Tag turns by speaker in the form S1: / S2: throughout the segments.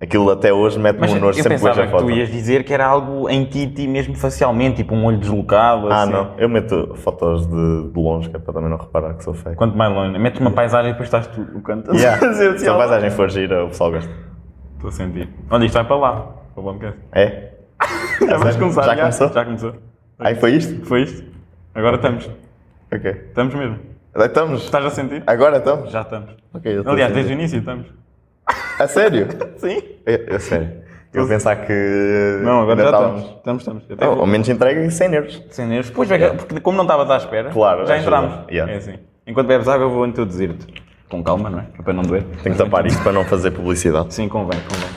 S1: Aquilo até hoje mete-me
S2: Mas
S1: um
S2: eu
S1: nojo sempre que vejo
S2: pensava
S1: a
S2: que
S1: foto.
S2: tu ias dizer que era algo em ti, ti mesmo facialmente, tipo um olho deslocado.
S1: Ah,
S2: assim.
S1: não. Eu meto fotos de, de longe, que é para também não reparar que sou feio.
S2: Quanto mais longe, mete uma paisagem e depois estás tu no canto.
S1: Yeah.
S2: Estou
S1: Se a paisagem for gira, o pessoal gosta.
S2: a sentir. Olha, isto vai para lá. Para o podcast.
S1: É?
S2: Já vais
S1: sério?
S2: começar.
S1: Já começou?
S2: Já começou.
S1: Aí foi isto?
S2: Foi isto. Agora estamos.
S1: Ok.
S2: Estamos mesmo.
S1: Aí estamos.
S2: Estás a sentir?
S1: Agora estamos.
S2: Já estamos.
S1: Ok, eu estou
S2: Aliás,
S1: a
S2: desde o
S1: sentir.
S2: início estamos.
S1: A sério?
S2: Sim.
S1: Eu, eu sério. Eu a pensar que.
S2: Não, agora
S1: ainda
S2: já
S1: estávamos-
S2: estamos. Estamos, estamos. Até
S1: Não,
S2: vou-
S1: ao menos entrega 100 euros.
S2: Sem nervos. Pois, vai que- porque como não estavas à espera,
S1: Claro,
S2: já
S1: ajuda.
S2: entramos.
S1: Yeah.
S2: É assim. Enquanto bebes água, eu vou introduzir-te. Com calma, não é? Para não doer.
S1: Tenho que tapar isto para não fazer publicidade.
S2: Sim, convém, convém.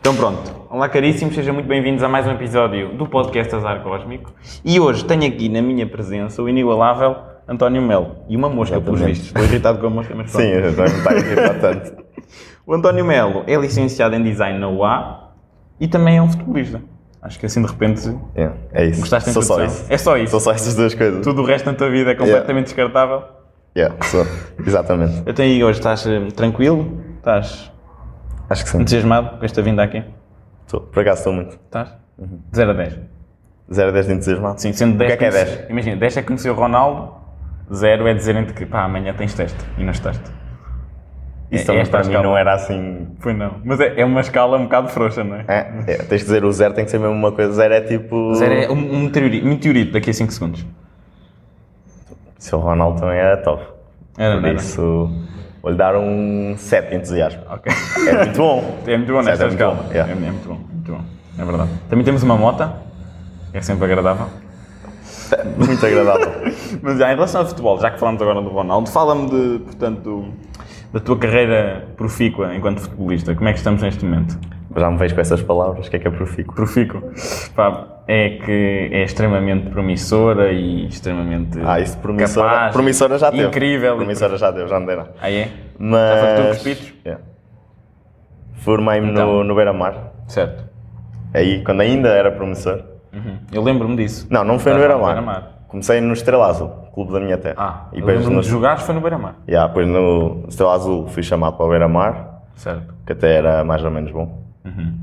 S2: Então pronto. Olá caríssimos, sejam muito bem-vindos a mais um episódio do podcast Azar Cósmico. E hoje tenho aqui na minha presença o inigualável António Melo. E uma mosca, pelos
S1: Exatamente.
S2: vistos. Estou irritado com a mosca, mas pronto.
S1: Sim, eu não está aqui tanto.
S2: O António Melo é licenciado em Design na UA e também é um futebolista. Acho que assim de repente
S1: Yeah, é isso.
S2: gostaste da
S1: Sou só
S2: introdução.
S1: isso.
S2: É só isso.
S1: Sou só essas duas coisas.
S2: Tudo o resto da tua vida é completamente descartável.
S1: Yeah, sou. Exatamente.
S2: Eu tenho aí hoje, estás eh, tranquilo? Estás
S1: Acho que sim.
S2: entusiasmado com esta vinda aqui? Uhum.
S1: Estou. Por acaso estou muito.
S2: Estás? De 0 a 10.
S1: 0 a 10 de entusiasmado.
S2: Sim, sendo 10.
S1: O que é que é
S2: conhecer- Imagina, 10 é conhecer o Ronaldo, 0 é dizerem-te que pá, amanhã tens teste e não estás.
S1: Isso
S2: É-
S1: também
S2: esta
S1: para
S2: a
S1: mim
S2: escala.
S1: não era assim.
S2: Foi não. Mas é, é uma escala um bocado frouxa, não é?
S1: É, é, tens de dizer o zero tem que ser mesmo uma coisa. Zero é tipo.
S2: Zero é um, um meteorito, meteorito daqui a 5 segundos.
S1: Seu Ronaldo também era top.
S2: Era,
S1: Por
S2: É, não era?
S1: isso, vou-lhe dar um 7 de entusiasmo.
S2: Ok.
S1: É muito bom.
S2: É muito bom
S1: Certo,
S2: nesta
S1: é muito
S2: escala.
S1: bom,
S2: É,
S1: yeah.
S2: é muito bom, muito bom. É verdade. Também temos uma moto, que é sempre agradável.
S1: muito agradável.
S2: Mas já, em relação ao futebol, já que falamos agora do Ronaldo, fala-me de, portanto, do- da tua carreira profícua enquanto futebolista. Como é que estamos neste momento?
S1: Já me vejo com essas palavras, o que é que é profícuo?
S2: Profícuo. Pá, é que é extremamente promissora e extremamente
S1: Ah, isso de promissora,
S2: capaz,
S1: promissora já teve.
S2: Incrível.
S1: Promissora já teve, já não dei nada.
S2: Ah, é?
S1: Mas...
S2: Já foste tu com os pitos?
S1: Yeah. Formei-me
S2: Então.
S1: no, no Beira-Mar,
S2: Certo.
S1: aí quando ainda era promissor.
S2: Uhum. Eu lembro-me disso.
S1: Não, não foi no
S2: Estás lá
S1: Beira-Mar.
S2: Beira-Mar.
S1: Comecei no Estrela Azul, clube da minha terra.
S2: Ah,
S1: e
S2: eu
S1: depois
S2: lembro-me
S1: no,
S2: de jogar, foi no Beira-Mar.
S1: yeah, depois no Estrela Azul fui chamado para o Beira-Mar,
S2: Certo.
S1: que até era mais ou menos bom.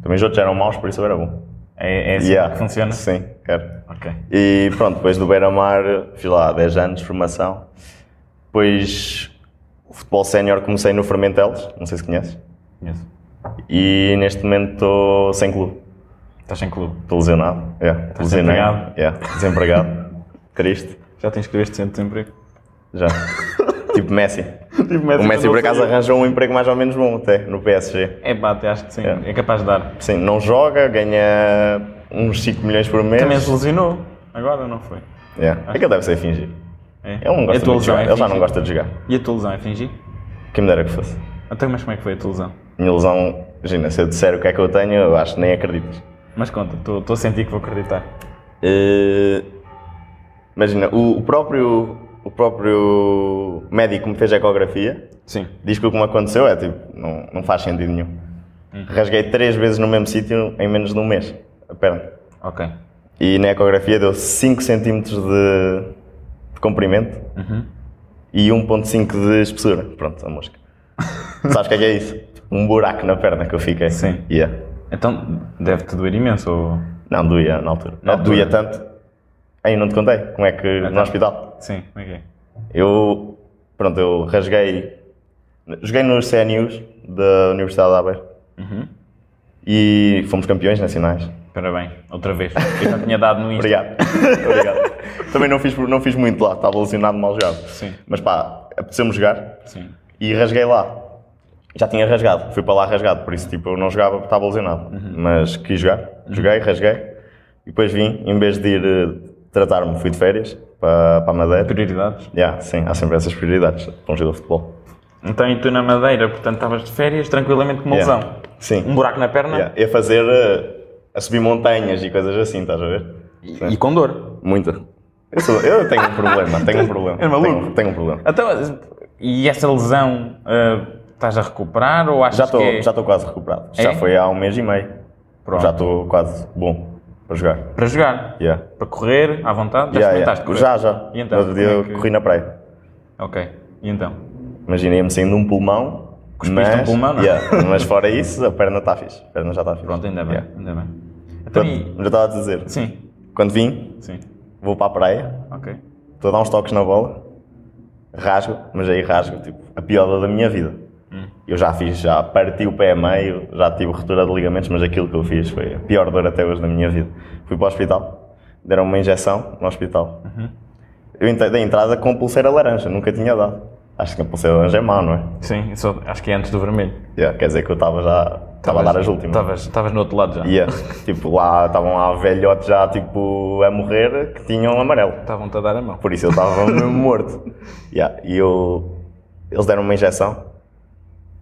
S1: Também os outros eram maus, por isso eu era bom.
S2: Uhum. É, é assim
S1: Yeah.
S2: que funciona?
S1: Sim, era.
S2: Ok.
S1: E pronto, depois do Beira-Mar fiz lá 10 anos de formação. Depois o futebol sénior comecei no Fermentelos, não sei se conheces.
S2: Conheço.
S1: E neste momento estou sem clube.
S2: Estás em clube.
S1: Estou lesionado. Yeah,
S2: Estás desempregado?
S1: Yeah, desempregado. Triste.
S2: Já tens que ver este centro de emprego.
S1: Já. tipo Messi.
S2: Tipo
S1: O Messi por acaso arranjou um emprego mais ou menos bom até no PSG.
S2: É pá, até acho que sim. É, capaz de dar.
S1: Sim, não joga, ganha uns 5 milhões por mês.
S2: Também é se lesionou. Agora não foi.
S1: Yeah. É que ele deve ser fingir. Ele não gosta
S2: É a tua
S1: muito de
S2: lesão,
S1: jogar.
S2: é
S1: Ele já não
S2: fingir.
S1: gosta de jogar.
S2: E a tua lesão é fingir?
S1: Quem me dera que fosse.
S2: Até mas como é que foi a tua lesão?
S1: Minha lesão, imagina, se eu disser o que é que eu tenho, eu acho que nem acreditas.
S2: Mas conta, estou a sentir que vou acreditar.
S1: Eh, imagina, o, o próprio, o próprio médico que me fez a ecografia
S2: Sim.
S1: diz que o que me aconteceu é tipo, não, não faz sentido nenhum.
S2: Hum.
S1: Rasguei três vezes no mesmo sítio em menos de um mês a perna.
S2: Ok.
S1: E na ecografia deu 5 cm de, de comprimento
S2: Uhum.
S1: e 1,5 de espessura. Pronto, a mosca. Sabes o que é que é isso? Um buraco na perna que eu fiquei.
S2: Sim.
S1: Yeah.
S2: Então deve-te doer imenso. Ou...
S1: Não, doía na altura.
S2: Na
S1: Não, doía
S2: altura.
S1: tanto. Aí não te contei como é que no
S2: tá.
S1: hospital.
S2: Sim, como é que é?
S1: Eu, pronto, eu rasguei. Joguei nos CNUs da Universidade de Aveiro
S2: Uhum.
S1: e fomos campeões nacionais.
S2: Parabéns, outra vez. Eu já tinha dado no Insta.
S1: Obrigado. Obrigado. Também não fiz, não fiz muito lá, estava lesionado, mal jogado.
S2: Sim.
S1: Mas pá, apeteceu-me jogar
S2: Sim.
S1: e rasguei lá. Já tinha rasgado, fui para lá rasgado, por isso tipo, eu não jogava porque estava lesionado.
S2: Uhum.
S1: Mas quis jogar, joguei, rasguei. E depois vim, em vez de ir eh, tratar-me, fui de férias para, para a Madeira.
S2: Prioridades.
S1: Yeah, sim, há sempre essas prioridades para um jogo de futebol.
S2: Então e tu na Madeira, portanto estavas de férias tranquilamente com uma
S1: Yeah.
S2: lesão.
S1: Sim.
S2: Um buraco na perna
S1: Yeah, É fazer eh, a subir montanhas e coisas assim, estás a ver?
S2: e, e com dor.
S1: Muita. Eu, sou- eu tenho um problema, tenho um problema.
S2: É maluco.
S1: Tenho, tenho um problema.
S2: Então, e essa lesão ah, estás a recuperar ou achas
S1: Já
S2: que
S1: estou
S2: é...
S1: já estou quase recuperado.
S2: É?
S1: Já foi há um mês e meio.
S2: Pronto.
S1: Já estou quase bom para jogar.
S2: Para jogar,
S1: Yeah.
S2: para correr, à vontade, já
S1: Yeah, yeah.
S2: experimentaste correr?
S1: Já, já.
S2: E então,
S1: No outro dia
S2: como é
S1: eu
S2: que-
S1: corri na praia.
S2: Ok, e então?
S1: Imagina, ia-me saindo um pulmão.
S2: Cuspiste um pulmão, não é?
S1: yeah, mas fora isso, a perna está fixe. A perna já está fixe.
S2: Pronto, ainda bem,
S1: Yeah.
S2: ainda bem. Então,
S1: Pronto,
S2: e...
S1: já estava a dizer.
S2: Sim,
S1: Quando vim,
S2: sim,
S1: vou para a praia,
S2: ok.
S1: estou a dar uns toques na bola, rasgo, mas aí rasgo, tipo, a pior da minha vida. Eu já fiz, já parti o pé a meio, já tive ruptura de ligamentos, mas aquilo que eu fiz foi a pior dor até hoje da minha vida. Fui para o hospital, deram uma injeção no hospital. Eu entrei da entrada com pulseira laranja, nunca tinha dado. Acho que a pulseira laranja é mau, não é?
S2: Sim, eu só- acho que é antes do vermelho.
S1: Yeah, quer dizer que eu estava já, estava a dar as últimas.
S2: Estavas estavas no outro lado já.
S1: Yeah, tipo, lá estavam lá velhotes já, tipo, a morrer, que tinham amarelo.
S2: Estavam-te a dar a mão.
S1: Por isso eu estava mesmo morto. Yeah, E eu. Eles deram uma injeção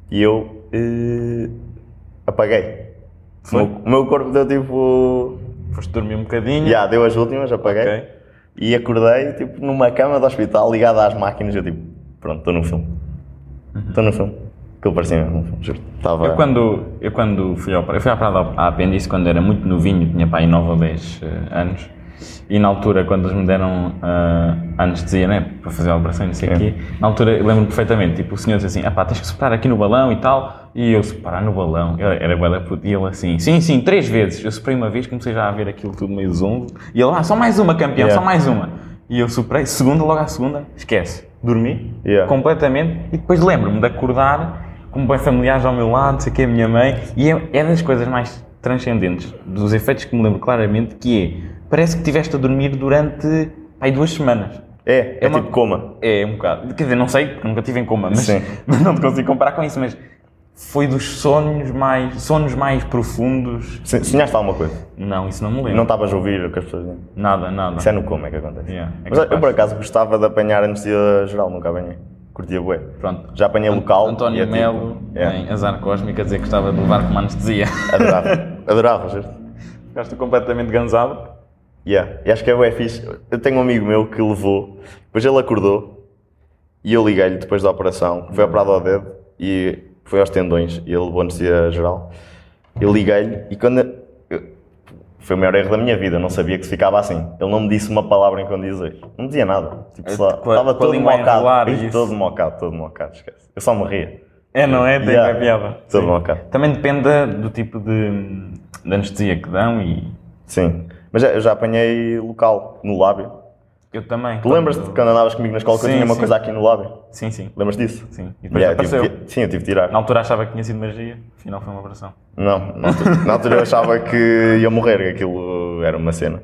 S1: e eu. eh, apaguei. O
S2: Foi?
S1: meu, o meu corpo deu tipo.
S2: Foste dormir um bocadinho.
S1: Yeah, deu as últimas, apaguei.
S2: Ok.
S1: E acordei tipo numa cama do hospital ligada às máquinas. Eu tipo, pronto, estou no filme. Estou no filme. Aquilo parecia mesmo um filme, juro. Tava...
S2: Uhum. Eu quando, eu quando fui ao eu fui à parada ao- à apêndice quando era muito novinho, tinha pai 9 ou 10 eh, anos, e na altura quando eles me deram ah, anestesia, né, para fazer a operação e não sei o quê, na altura eu lembro perfeitamente, tipo, o senhor disse assim, ah pá, tens que soprar aqui no balão e tal, e eu soprar no balão, eu era bué da puto, e ele assim, sim, sim, três vezes, eu soprei uma vez, comecei já a ver aquilo tudo meio zumbo, e ele, ah, só mais uma campeão,
S1: Yeah.
S2: só mais uma, e eu soprei, segunda, logo à segunda, esquece, dormi,
S1: Yeah.
S2: com completamente e depois lembro-me de acordar com bem familiares ao meu lado, não sei o que a minha mãe, e é, é das coisas mais transcendentes, dos efeitos que me lembro claramente, que é, parece que estiveste a dormir durante aí duas semanas.
S1: É, é,
S2: uma-
S1: tipo coma.
S2: É um bocado, quer dizer, não sei, porque nunca tive em coma, mas
S1: Sim.
S2: não te consigo comparar com isso, mas foi dos sonhos mais, sonhos mais profundos.
S1: Se- Sonhaste alguma coisa?
S2: Não, isso não me lembro.
S1: Não estavas a ouvir o que as pessoas diziam?
S2: Nada, nada.
S1: Isso é no como é que acontece.
S2: Yeah, é
S1: Mas eu,
S2: capaz.
S1: por acaso gostava de apanhar anestesia geral, nunca apanhei. Curtia bué.
S2: Pronto.
S1: Já apanhei local. e é
S2: António
S1: tipo-
S2: Melo,
S1: é,
S2: em Azar Cósmico, a dizer que gostava de levar com uma anestesia.
S1: adorava. adorava, certo?
S2: Ficaste completamente gansado.
S1: Yeah. E acho que é bué fixe. Eu tenho um amigo meu que levou, depois ele acordou e eu liguei-lhe depois da operação. Foi operado ao dedo e foi aos tendões e ele levou anestesia geral. Eu liguei-lhe e quando. eu- Foi o maior erro da minha vida, eu não sabia que se ficava assim. Ele não me disse uma palavra em condições. Não me dizia nada. Tipo,
S2: É,
S1: sei lá,
S2: com a-
S1: estava
S2: com a
S1: todo
S2: língua a enrolar
S1: mocado.
S2: e
S1: Ih,
S2: é isso.
S1: Todo mocado, todo mocado, esquece. Eu só morria.
S2: É, não é? Tem
S1: Yeah.
S2: yeah. piada.
S1: Todo mocado.
S2: Também depende da- do tipo de, de anestesia que dão e.
S1: Sim. Mas já- eu já apanhei local, no lábio.
S2: Eu também.
S1: Tu lembras-te de quando andavas comigo na escola que eu
S2: Sim,
S1: tinha uma
S2: sim.
S1: coisa aqui no lábio?
S2: Sim, sim.
S1: Lembras disso?
S2: Sim. E depois
S1: Yeah, eu
S2: apareceu.
S1: tive que- sim, eu tive de tirar.
S2: Na altura achava que tinha sido magia, afinal foi uma operação.
S1: Não, na altura, na altura eu achava que ia morrer, que aquilo era uma cena.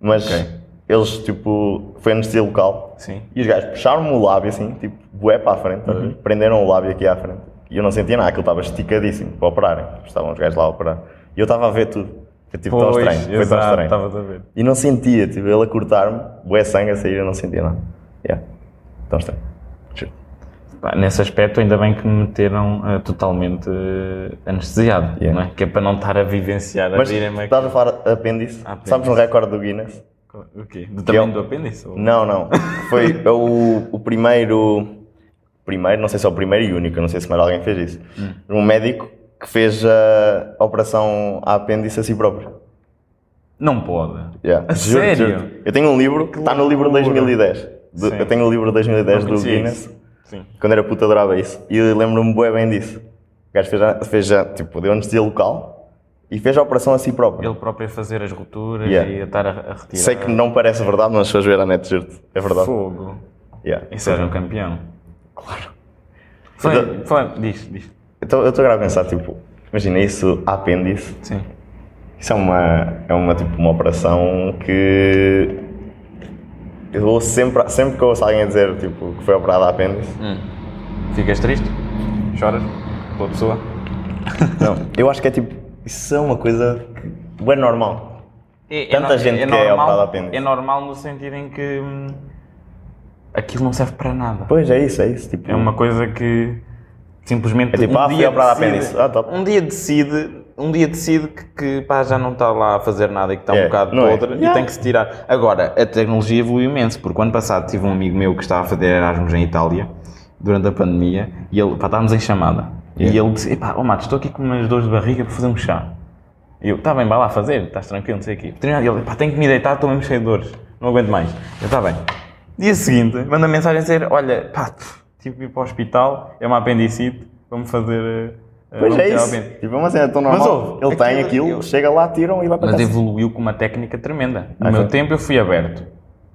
S1: Mas
S2: Ok.
S1: eles, tipo, foi anestesia local.
S2: Sim.
S1: E os gajos puxaram-me o lábio assim, tipo, bué para a frente, estás a ver?
S2: Uhum.
S1: prenderam o lábio aqui à frente. E eu não sentia nada, aquilo estava esticadíssimo para operarem. Estavam os gajos lá a operar. E eu estava a ver tudo. Foi tipo, tão estranho. Foi tão
S2: exato,
S1: estranho.
S2: estavas a ver.
S1: E não sentia, tipo, ele a cortar-me, bué sangue a sair, eu não sentia nada. Yeah. Então Tão estranho. Juro.
S2: Pá, nesse aspecto, ainda bem que me meteram ah, totalmente ah, anestesiado,
S1: Yeah.
S2: não é? Que é para não estar a vivenciar, a
S1: Mas
S2: virem-me
S1: estás a falar de apêndice?
S2: Apêndice.
S1: Sabes um recorde do Guinness?
S2: O quê? Do tamanho
S1: eu-
S2: do apêndice? ou-
S1: Não, não. Foi o, o primeiro. Primeiro, não sei se é o primeiro e único, não sei se mais alguém fez isso.
S2: Hum.
S1: Um médico que fez a, a operação à apêndice a si próprio.
S2: Não pode.
S1: Yeah.
S2: A
S1: Juro-te,
S2: sério?
S1: juro-te. Eu tenho um livro, que está no livro de
S2: loucura.
S1: 2010. Do-
S2: Sim.
S1: eu tenho o livro de 2010
S2: Não
S1: do
S2: conhecia
S1: Guinness.
S2: isso. Sim.
S1: Quando era puta adorava isso. E eu lembro-me bué bem disso. O gajo fez, a- fez a- tipo, deu anestesia local e fez a operação a si próprio.
S2: Ele próprio a fazer as rupturas
S1: Yeah.
S2: e a estar a, a retirar.
S1: Sei que não parece verdade, mas se fores ver a net, juro-te. É verdade.
S2: Fogo.
S1: Yeah.
S2: Isso era um campeão.
S1: Claro.
S2: Foi, foi, diz, diz.
S1: Então, eu estou agora a pensar, tipo, imagina isso, a apêndice,
S2: Sim.
S1: isso é uma, é uma, tipo, uma operação que eu ouço sempre, sempre que eu ouço alguém dizer, tipo, que foi operado a apêndice,
S2: Ficas triste? Choras? Pela pessoa?
S1: não, eu acho que é tipo, isso é uma coisa que é normal.
S2: É,
S1: Tanta
S2: no-
S1: gente que é operada apêndice.
S2: É normal no sentido em que hum, aquilo não serve para nada.
S1: Pois é isso, é isso, tipo,
S2: É uma um coisa que simplesmente
S1: É tipo, ah, fui operado apêndice. Ah, top.
S2: um dia decide, um dia decide que, que, pá, já não está lá a fazer nada e que está um
S1: É,
S2: bocado
S1: não é?
S2: podre e
S1: Yeah.
S2: tem que se tirar. Agora, a tecnologia evoluiu imenso, porque ano passado tive um amigo meu que estava a fazer Erasmus em Itália durante a pandemia e ele, pá, estávamos em chamada. E
S1: Yeah.
S2: ele disse, epá, ó Matos, estou aqui com umas dores de barriga para fazer um chá. E eu, tá bem, vai lá fazer, estás tranquilo, não sei o quê. Treinar, e ele, pá, tenho que me deitar, estou mesmo cheio de dores, não aguento mais. Eu, tá bem. Dia seguinte, manda mensagem a dizer, olha, pá, pff, tive que ir para o hospital, é uma apendicite, vamos fazer... eh, eh,
S1: Pois
S2: vamos
S1: é
S2: tirar o
S1: isso.
S2: apêndice."
S1: Tipo, é uma cena tão
S2: Mas
S1: normal.
S2: ouve,
S1: ele tem
S2: aquilo-
S1: aquilo, chega lá, tiram e vai para
S2: Mas
S1: casa.
S2: evoluiu com uma técnica tremenda. No
S1: Ah,
S2: meu
S1: foi?
S2: tempo eu fui aberto.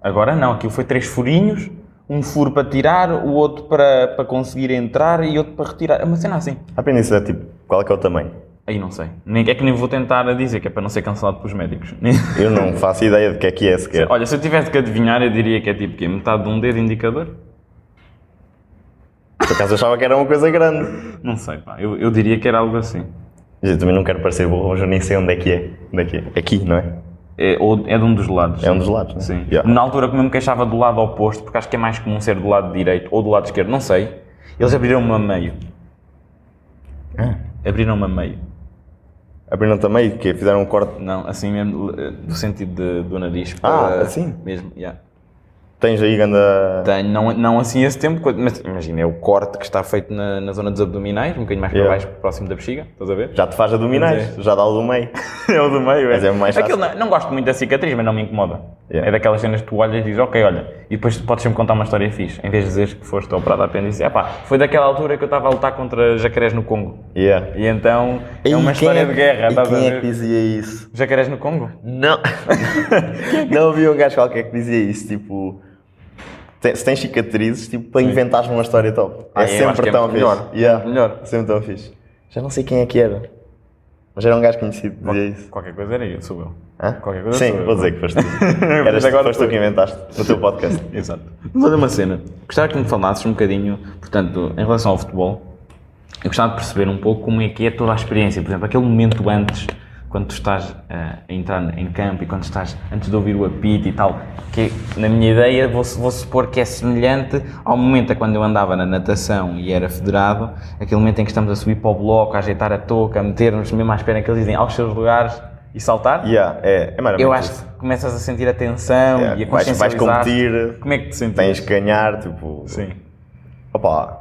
S2: Agora não, aquilo foi três furinhos, um furo para tirar, o outro para, para conseguir entrar e outro para retirar. É uma cena assim.
S1: A apêndice é tipo, qual é que é o tamanho?
S2: Aí não sei. Nem, é que nem vou tentar a dizer, que é para não ser cancelado pelos médicos.
S1: Eu não faço ideia de que é que é sequer.
S2: Olha, se eu tivesse que adivinhar, eu diria que é tipo quê? Metade de um dedo indicador?
S1: Por acaso eu achava que era uma coisa grande.
S2: Não sei, pá. Eu, eu diria que era algo assim.
S1: Mas eu também não quero parecer burro, mas eu nem sei onde é que é. Onde é que é? Aqui, não é?
S2: É, ou é de um dos lados.
S1: É um dos lados, né?
S2: Sim.
S1: Yeah.
S2: Na altura que eu me queixava do lado oposto, porque acho que é mais comum ser do lado direito ou do lado esquerdo, não sei. Eles abriram-me a meio.
S1: É?
S2: Abriram-me a meio.
S1: Abriram também, o quê? Fizeram um corte.
S2: Não, assim mesmo, eh, do sentido de- do nariz.
S1: Ah,
S2: para-
S1: assim?
S2: Mesmo, yeah.
S1: Tens aí grande.
S2: Tenho, não, não assim esse tempo, quando- mas imagina, é o corte que está feito na, na zona dos abdominais, um bocadinho mais para
S1: Yeah.
S2: baixo, próximo da bexiga, estás a ver?
S1: Já te faz abdominais, já dá o do meio.
S2: É o do meio,
S1: Mas é mais
S2: Aquilo
S1: fácil.
S2: não, não gosto muito da cicatriz, mas não me incomoda.
S1: Yeah.
S2: É daquelas cenas que tu olhas e dizes, ok, olha, e depois podes sempre contar uma história fixe, em vez de dizeres que foste operado a apêndice. É pá, foi daquela altura que eu estava a lutar contra jacarés no Congo.
S1: Yeah.
S2: E então é uma
S1: E quem
S2: história de guerra,
S1: e
S2: estás a
S1: quem é
S2: ver?
S1: que dizia isso?
S2: Jacarés no Congo?
S1: Não. não havia um gajo qualquer que dizia isso, tipo. te- Se tens cicatrizes, tipo, para inventares uma história top. é
S2: Ah, eu acho que
S1: sempre
S2: é
S1: tão
S2: muito
S1: fixe.
S2: melhor.
S1: Yeah.
S2: Melhor.
S1: Sempre tão fixe. Já não sei quem é que era. Mas era um gajo conhecido, que dizia isso.
S2: Qualquer coisa era eu, sou eu.
S1: Hã?
S2: Ah? Qualquer coisa
S1: Sim,
S2: sou eu.
S1: vou dizer que foste tu. Eras
S2: Mas agora
S1: agora foste
S2: foi.
S1: tu que inventaste no teu podcast.
S2: Exato. Mas olha uma cena, gostava que me falasses um bocadinho, portanto, em relação ao futebol, eu gostava de perceber um pouco como é que é toda a experiência, por exemplo, aquele momento antes, quando tu estás ah, a entrar em campo e quando estás antes de ouvir o apito e tal, que na minha ideia vou, vou supor que é semelhante ao momento a quando eu andava na natação e era federado, aquele momento em que estamos a subir para o bloco, a ajeitar a touca, a meter-nos mesmo à espera que eles dizem aos seus lugares e saltar.
S1: Yeah, é, é maravilhoso.
S2: Eu acho que começas a sentir a tensão
S1: É,
S2: e a
S1: vais, vais
S2: consciencializar-te.
S1: competir,
S2: Como é que te sentes?
S1: tens que ganhar, tipo.
S2: Sim.
S1: Opa,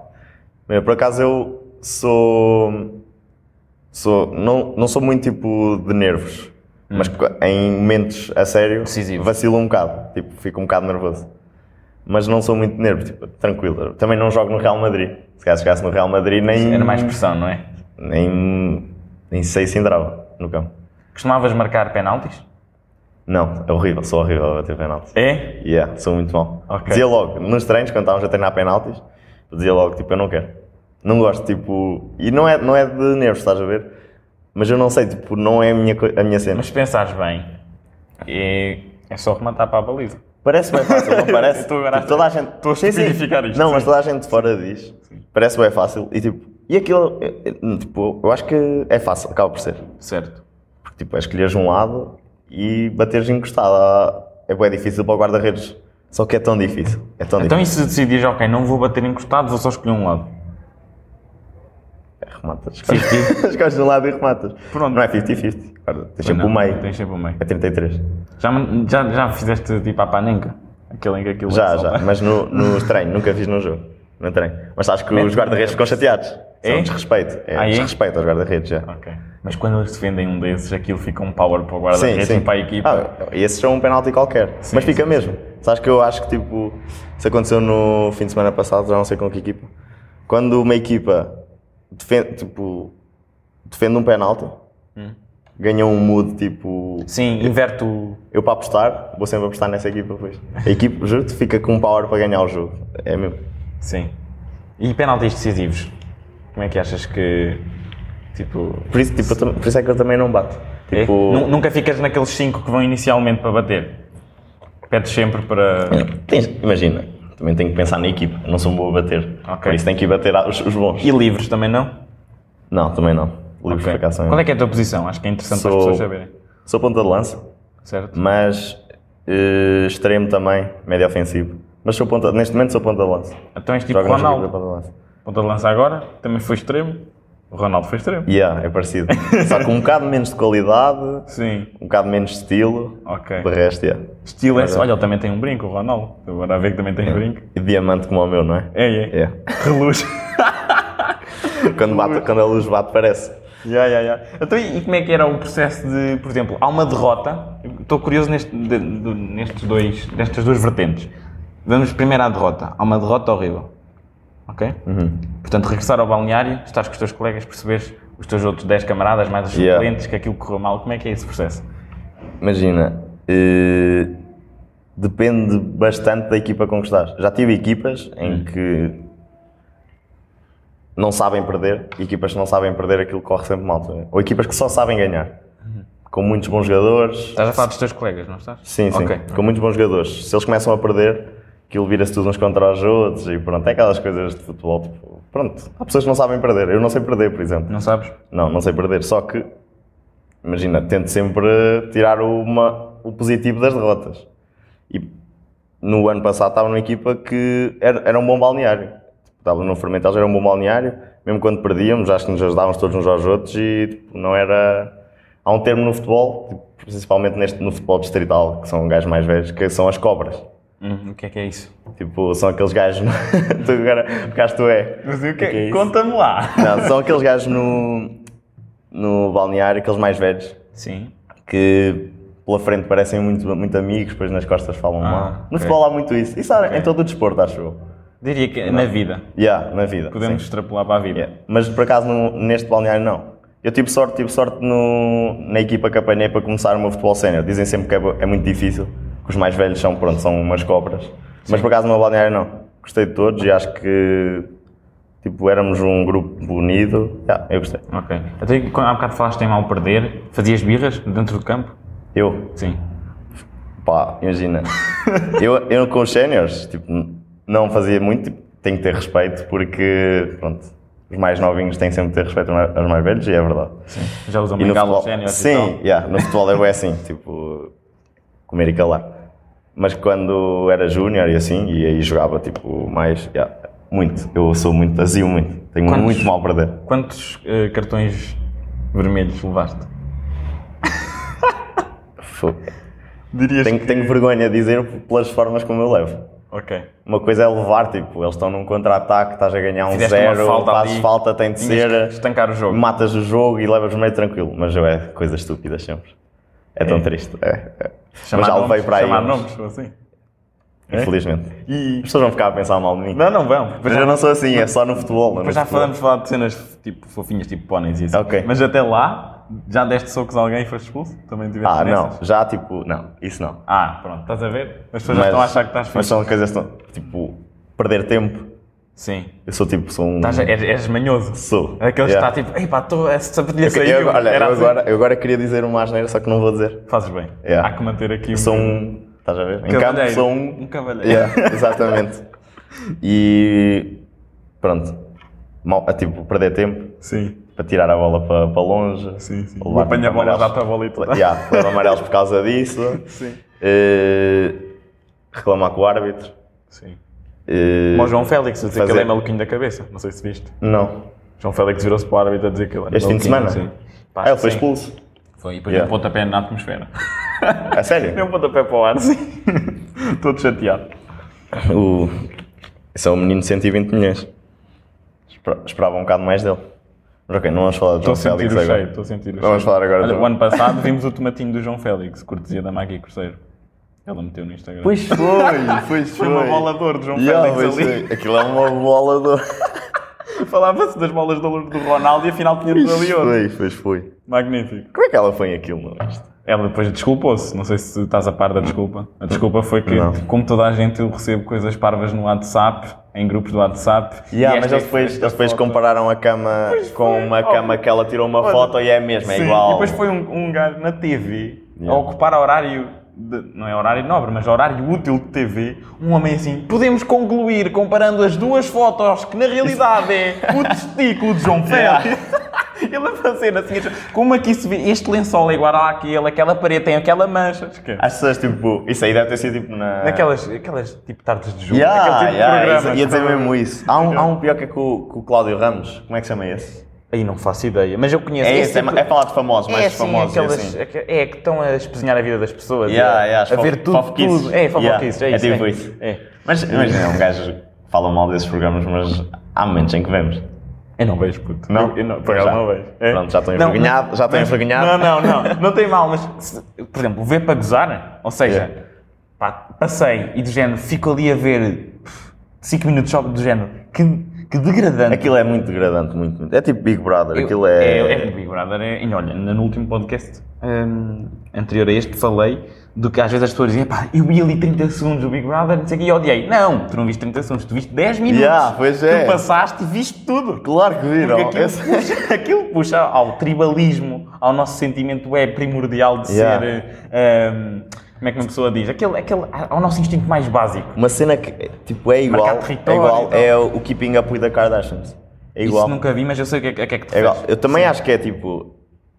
S1: meu, por acaso eu sou. sou não, não sou muito tipo de nervos,
S2: Hum.
S1: mas co- em momentos a sério
S2: Decisivo.
S1: vacilo um bocado, tipo, fico um bocado nervoso. Mas não sou muito de nervos, tipo, tranquilo. Também não jogo no Real Madrid. Se calhar chegasse no Real Madrid, nem.
S2: Era mais pressão, não é?
S1: Nem, nem sei se entrava no campo.
S2: Costumavas marcar penaltis?
S1: Não, é horrível, sou horrível a bater penaltis.
S2: É?
S1: Yeah, sou muito mal.
S2: Ok.
S1: Dizia logo, nos treinos, quando estávamos a treinar penaltis, eu dizia logo, tipo, eu não quero. Não gosto, tipo... E não é, não é de nervos, estás a ver? Mas eu não sei, tipo, não é a minha, coi- a minha cena.
S2: Mas se pensares bem, é, é só rematar para a baliza.
S1: Parece bem fácil, não parece?
S2: Estou agora a-
S1: Tipo, toda a gente... Estou
S2: a estupidificar isto,
S1: Não,
S2: sim.
S1: mas toda a gente de fora diz. Parece bem fácil. E tipo, e aquilo, eh, eh, tipo, eu acho que é fácil, acaba por ser.
S2: Certo.
S1: Porque tipo, é escolheres um lado e bateres encostado. Ah, É bem difícil para o guarda-redes. Só que é tão difícil. É tão
S2: Então e
S1: difícil.
S2: se decidires, ok, não vou bater encostado, vou só escolher um lado?
S1: Rematas.
S2: Fifty?
S1: Escolhes de um lado e rematas.
S2: Pronto.
S1: Não é 50-50. Agora, Tens sempre
S2: Não,
S1: o meio.
S2: Tens sempre o meio.
S1: É 33.
S2: Já, man- já, já fizeste tipo a panenca? Aquele em que aquilo
S1: Já,
S2: é
S1: já.
S2: só-
S1: Mas no, no treino. Nunca fiz no jogo. No treino. Mas sabes que os guarda-redes ficam chateados. É
S2: É?
S1: um desrespeito. É
S2: Ah, é?
S1: um desrespeito aos guarda-redes, já.
S2: Ok. Mas quando eles defendem um desses, aquilo fica um power para o
S1: Sim,
S2: guarda-redes
S1: sim.
S2: e para a equipa.
S1: Ah, esses são um penalti qualquer.
S2: Sim,
S1: mas fica
S2: sim,
S1: mesmo. Sabes que eu acho que tipo. Isso aconteceu no fim de semana passado, já não sei com que equipa. Quando uma equipa defende, tipo, defende um penalti,
S2: Hum.
S1: ganha um mood tipo.
S2: Sim, inverte o...
S1: Eu para apostar, vou sempre apostar nessa equipa depois. A equipa, juro-te, fica com um power para ganhar o jogo. É mesmo.
S2: Sim. E penaltis decisivos? Como é que achas que, tipo...
S1: Por isso, tipo, eu tam- por isso é que eu também não bato.
S2: É?
S1: Tipo,
S2: Nu- Nunca ficas naqueles 5 que vão inicialmente para bater. Pedes sempre para.
S1: tens- imagina, também tenho que pensar na equipa. Não sou bom a bater.
S2: Ok.
S1: Por isso tenho que ir bater aos- os bons.
S2: E livres também não?
S1: Não, também não. Livre
S2: Ok.
S1: por acaso também
S2: Qual é que é a tua posição? Acho que é interessante para as
S1: Sou- Hum.
S2: pessoas saberem.
S1: não. Sou ponta de lança,
S2: Certo?
S1: mas eh, extremo também, médio ofensivo. Mas sou ponta, neste momento sou ponta de lança.
S2: Então és tipo
S1: nas equipas da
S2: Ronaldo.
S1: ponta de lança.
S2: Ponta de lança agora, também foi extremo. O Ronaldo foi extremo.
S1: Yeah, é parecido. Só com um bocado menos de qualidade,
S2: Sim.
S1: um bocado menos de estilo.
S2: Ok.
S1: De resto, yeah.
S2: Estilo é.
S1: Mas é.
S2: Olha, ele também tem um brinco, o Ronaldo. Estou Agora a ver que também tens brinco.
S1: E diamante como o meu, não é?
S2: É, é.
S1: É.
S2: Reluz.
S1: Quando, bate, quando a luz bate, parece.
S2: Já, já, já. Então, e e como é que era o processo de, por exemplo, há uma derrota, estou curioso neste, de- de- nestes dois, nestas duas vertentes. Vamos primeiro à derrota, há uma derrota horrível, ok?
S1: Uhum.
S2: Portanto, regressar ao balneário, estás com os teus colegas, perceberes os teus outros 10 camaradas, mais os
S1: Yeah.
S2: suplentes, que aquilo correu mal, como é que é esse processo?
S1: Imagina, eh, depende bastante da equipa com que estás. Já tive equipas em que não sabem perder, equipas que não sabem perder, aquilo corre sempre mal. tá a ver? Ou equipas que só sabem ganhar, com muitos bons jogadores.
S2: Estás a falar dos teus colegas, não estás?
S1: Sim, sim,
S2: Ah, Ok.
S1: com muitos bons jogadores. Se eles começam a perder, aquilo vira-se tudo uns contra os outros e pronto, é aquelas coisas de futebol. Tipo, pronto, há pessoas que não sabem perder. Eu não sei perder, por exemplo.
S2: Não sabes?
S1: Não, não sei perder. Só que, imagina, tento sempre tirar uma, o positivo das derrotas. E no ano passado estava numa equipa que era, era um bom balneário. Tipo, Estava no Fermentagem, era um bom balneário. Mesmo quando perdíamos, acho que nos ajudávamos todos uns aos outros e tipo, não era. Há um termo no futebol, tipo, principalmente neste, no futebol distrital, que são gajos mais velhos, que são as cobras.
S2: Hum, o que é que é isso?
S1: Tipo, são aqueles gajos. tu agora, ficaste tu é. O que é isso?
S2: Conta-me lá!
S1: Não, são aqueles gajos no, no balneário, aqueles mais velhos,
S2: Sim.
S1: que pela frente parecem muito, muito amigos, depois nas costas falam
S2: Ah,
S1: mal.
S2: ok.
S1: No futebol há muito isso. Isso há em todo o desporto, acho eu.
S2: Diria que é na vida.
S1: Yeah, na vida.
S2: Podemos
S1: sim.
S2: extrapolar para a vida.
S1: Yeah. Mas por acaso no- neste balneário não. Eu tive sorte, tive sorte no, na equipa que apanhei para começar o meu futebol sénior. Dizem sempre que é, bo- é muito difícil, que os mais velhos são, pronto, são umas cobras. Mas por acaso no meu balneário não. Gostei de todos e acho que tipo, éramos um grupo unido. Yeah, eu gostei.
S2: Ok. Até que, quando há bocado falaste em mal perder, fazias birras dentro do campo?
S1: Eu,
S2: Sim.
S1: Pá, imagina. eu, eu com os séniores, tipo, n- não fazia muito, tipo, tenho que ter respeito, porque, pronto, os mais novinhos têm sempre que ter respeito aos mais- aos mais velhos, e é verdade.
S2: Já usam
S1: E no
S2: bengala aos
S1: futebol,
S2: séniores e
S1: sim, yeah, no futebol é bué assim, tipo, comer e calar. Mas quando era júnior e assim, e aí jogava, tipo, mais, yeah, muito. Eu sou muito, azio muito. Tenho
S2: Quantos?
S1: muito mal a perder.
S2: tal. Quantos eh, cartões vermelhos levaste?
S1: Fogo.
S2: Dirias
S1: Tenho, tenho vergonha de dizer pelas formas como eu levo.
S2: Ok.
S1: Uma coisa é levar, tipo, eles estão num contra-ataque, estás a ganhar um
S2: Fizeste uma
S1: zero,
S2: falta
S1: fazes
S2: ali,
S1: falta, tem de
S2: Tinhas que
S1: ser,
S2: estancar o jogo.
S1: matas o jogo e levas meio tranquilo. Mas eu é coisas estúpidas sempre. É tão triste. É, é. Mas já levei
S2: nomes,
S1: para aí.
S2: Chamar
S1: uns,
S2: nomes, ou assim. É?
S1: Infelizmente.
S2: E...
S1: As pessoas vão ficar a pensar mal de mim.
S2: Não, não vão.
S1: Mas eu não sou assim, é só no futebol.
S2: Depois
S1: no
S2: já
S1: futebol.
S2: falamos falar de cenas tipo fofinhas, tipo póneis e assim.
S1: Ok.
S2: Mas até lá, já deste socos a alguém e foste expulso? Também tiveste
S1: Ah, não.
S2: nessas?
S1: Já, tipo, não. Isso não.
S2: Ah, pronto. Estás a ver? As pessoas já
S1: Mas-
S2: estão a achar que estás
S1: Mas
S2: fixe.
S1: são coisas que estão, tipo, perder tempo.
S2: Sim.
S1: Eu sou, tipo, sou um...
S2: Estás, és, és manhoso.
S1: Sou.
S2: Aquele
S1: Yeah.
S2: que está tipo, ei pá, tô, essa sapatilha
S1: Eu-
S2: saiu.
S1: eu- olha,
S2: era
S1: eu
S2: assim.
S1: agora, eu agora queria dizer uma asneira, só que não vou dizer.
S2: Fazes bem.
S1: Yeah.
S2: Há que manter aqui um.
S1: Sou um. Estás a ver? Em campo
S2: cavalheiro.
S1: sou um.
S2: Um cavalheiro.
S1: Yeah, exatamente. E. Pronto. Mal, a, tipo, perder tempo
S2: Sim,
S1: para tirar a bola para, para longe.
S2: sim, sim.
S1: Levar
S2: Apanha a
S1: tipo
S2: bola,
S1: amarelos.
S2: dá-te a bola e tudo.
S1: Yeah, levar amarelos por causa disso.
S2: Sim.
S1: Eh, reclamar com o árbitro.
S2: Sim.
S1: Eh,
S2: Mas o João Félix a dizer
S1: fazer-
S2: que ele é maluquinho da cabeça. Não sei se viste.
S1: Não.
S2: João Félix virou-se para o árbitro a dizer que ele era
S1: Este fim de
S2: maluquinho,
S1: semana?
S2: Sim. Pá,
S1: Ah, ele foi
S2: sim.
S1: expulso.
S2: Foi, e depois
S1: Yeah.
S2: deu um pontapé na atmosfera.
S1: A
S2: Deu
S1: sério?
S2: um pontapé para o ar, sim. Todo chateado.
S1: O... Esse é um menino de 120 milhões. Espera- Esperava um bocado mais dele. Mas ok, não vamos falar do
S2: Estou
S1: João
S2: a sentir
S1: Félix
S2: o
S1: agora.
S2: cheiro, estou a sentir o
S1: Vamos
S2: cheiro.
S1: falar agora
S2: Olha,
S1: do-
S2: o ano passado vimos o tomatinho do João Félix, cortesia da Maggie Cruzeiro. Ela meteu no Instagram.
S1: Pois foi, pois
S2: Foi uma bola de ouro de João
S1: Yeah,
S2: Félix
S1: pois
S2: ali.
S1: foi. Aquilo é uma bola de ouro.
S2: Falava-se das bolas de ouro do Ronaldo e afinal tinha tudo ali outro.
S1: Pois foi, foi.
S2: Magnífico.
S1: Como é que ela foi em aquilo, não é?
S2: Ela depois desculpou-se, não sei se estás a par da desculpa. A desculpa foi que,
S1: Não.
S2: como toda a gente, eu recebo coisas parvas no WhatsApp, em grupos do WhatsApp.
S1: Yeah,
S2: e
S1: mas
S2: esta- é
S1: eles depois,
S2: esta
S1: eles depois
S2: foto-
S1: compararam a cama com uma
S2: Oh.
S1: cama que ela tirou uma
S2: Olha,
S1: foto e é mesmo, é
S2: Sim,
S1: igual.
S2: E depois foi um, um gajo na TV
S1: Yeah.
S2: a ocupar horário, de- não é horário nobre, mas horário útil de TV. Um homem assim, podemos concluir comparando as duas fotos que na realidade é o testículo de João
S1: Yeah.
S2: Félix. Ele a fazer assim, como aqui se vê, este lençol é igual àquele, aquela parede tem aquela mancha. Esquece.
S1: As pessoas, tipo, isso aí deve ter sido tipo na.
S2: Naquelas aquelas, tipo tardes de jogo,
S1: Yeah,
S2: aquele tipo
S1: yeah,
S2: de
S1: isso-
S2: programa.
S1: ia dizer mesmo isso. Há um, há um pior que é com, com o Cláudio Ramos. Como é que se chama esse?
S2: Aí não faço ideia, mas eu conheço.
S1: É
S2: esse
S1: esse, é,
S2: tipo-
S1: ma- é falar de famosos, mais
S2: é,
S1: de
S2: sim,
S1: famosos. e
S2: aquelas,
S1: assim.
S2: aque- é que estão a espesinhar a vida das pessoas,
S1: Yeah,
S2: é,
S1: yeah, as
S2: a ver
S1: fof-
S2: tudo,
S1: fofoquices.
S2: tudo. É, fofoquices,
S1: Yeah,
S2: é,
S1: é
S2: isso.
S1: tipo
S2: é.
S1: isso.
S2: É.
S1: Mas imagina, um gajo fala mal desses programas, mas há momentos em que vemos.
S2: Eu não vejo, puto.
S1: Não?
S2: Eu, eu não, por
S1: Pois
S2: acaso
S1: já.
S2: não vejo. É?
S1: Pronto, já estou
S2: Não,
S1: envergonhado,
S2: não,
S1: já estou
S2: mas-
S1: envergonhado.
S2: Não, não, não. Não tem mal, mas, se- por exemplo, ver para gozar, né? ou seja,
S1: Yeah.
S2: pá, passei e do género, fico ali a ver 5 minutos só do género, que, que degradante.
S1: Aquilo é muito degradante, muito, muito. É tipo Big Brother,
S2: Eu-
S1: aquilo é...
S2: É, muito Big Brother. É, e olha, no último podcast hum, anterior a este, falei do que às vezes as pessoas dizem, pá, eu vi ali 30 segundos do Big Brother, não sei o que, e odiei. Não, tu não viste 30 segundos, tu viste 10 minutos.
S1: Yeah, pois é.
S2: Tu passaste e viste tudo.
S1: Claro que
S2: Porque
S1: viram.
S2: aquilo,
S1: Esse-
S2: puxa, aquilo puxa ao tribalismo, ao nosso sentimento é primordial de
S1: Yeah.
S2: ser. eh, hum, como é que uma pessoa diz? Aquele, aquele, ao nosso instinto mais básico.
S1: Uma cena que tipo, é igual, é,
S2: território e
S1: igual
S2: tal.
S1: é o Keeping Up with the Kardashians. É igual.
S2: Isso nunca vi, mas eu sei o que é, o que, é que tu
S1: É igual.
S2: fez.
S1: Eu também acho que é tipo.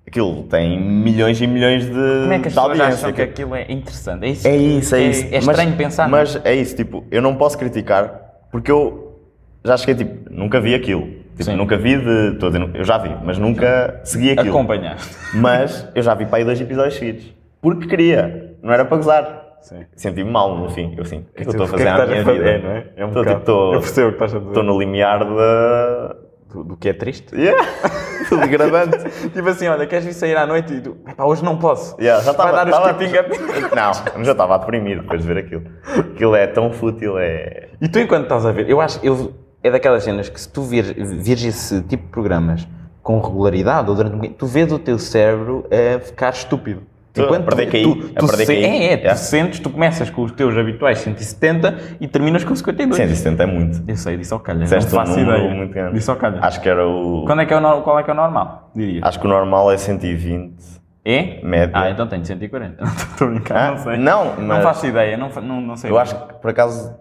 S1: Aquilo tem milhões e milhões de,
S2: Como é que as
S1: de
S2: pessoas
S1: audiência. tipo,
S2: acham que aquilo é interessante? É isso,
S1: É isso, é isso.
S2: É estranho pensar nisso.
S1: Mas é isso, tipo, eu não posso criticar porque eu já cheguei, tipo, nunca vi aquilo. Tipo,
S2: Sim.
S1: nunca vi de. Tô a dizer, eu já vi, mas nunca segui aquilo.
S2: acompanhar.
S1: Mas eu já vi para aí dois episódios seguidos. Porque queria, não era para gozar.
S2: Sim.
S1: Senti-me mal no fim. Eu assim, o que é que eu estou a
S2: Então,
S3: O que
S1: fazer à
S3: estás
S1: minha
S3: fazer?
S1: vida?
S3: É, não é? É um
S1: Tô,
S3: bocado.
S1: tipo, tô-
S3: Eu percebo o que estás a dizer.
S1: Estou no limiar da.
S3: Do, do que é triste.
S1: Yeah! Degradante.
S2: tipo assim, olha, queres vir sair à noite e tu, "Epá, hoje não posso.
S1: Yeah, já
S2: Vai
S1: estava
S2: dar
S1: tava,
S2: os tipping up.
S1: Não, já estava a deprimir depois de ver aquilo. Aquilo é tão fútil, é.
S2: E tu, enquanto estás a ver, eu acho, eu, é daquelas cenas que se tu vir, vires esse tipo de programas com regularidade ou durante um bocadinho, tu vês o teu cérebro a ficar estúpido.
S1: Tu- a perder
S2: vê-
S1: KI, a perder KI.
S2: É, é,
S1: Yeah.
S2: tu sentes, tu começas com os teus habituais 170 e terminas com 52.
S1: 170 é muito.
S2: Eu sei, disse ao calha.
S1: Disseste
S2: não
S1: um
S2: faço
S1: número
S2: ideia.
S1: muito grande.
S2: Disse ao calha.
S1: Acho que era o.
S2: Quando é que é o, nor- qual é que é o normal? Diria.
S1: Acho que o normal é 120.
S2: É?
S1: Média.
S2: Ah, então tenho 140. Não estou a brincar,
S1: Ah,
S2: não sei.
S1: não,
S2: Não
S1: mas-
S2: faço ideia, não, fa- não, não sei.
S1: Eu acho que por acaso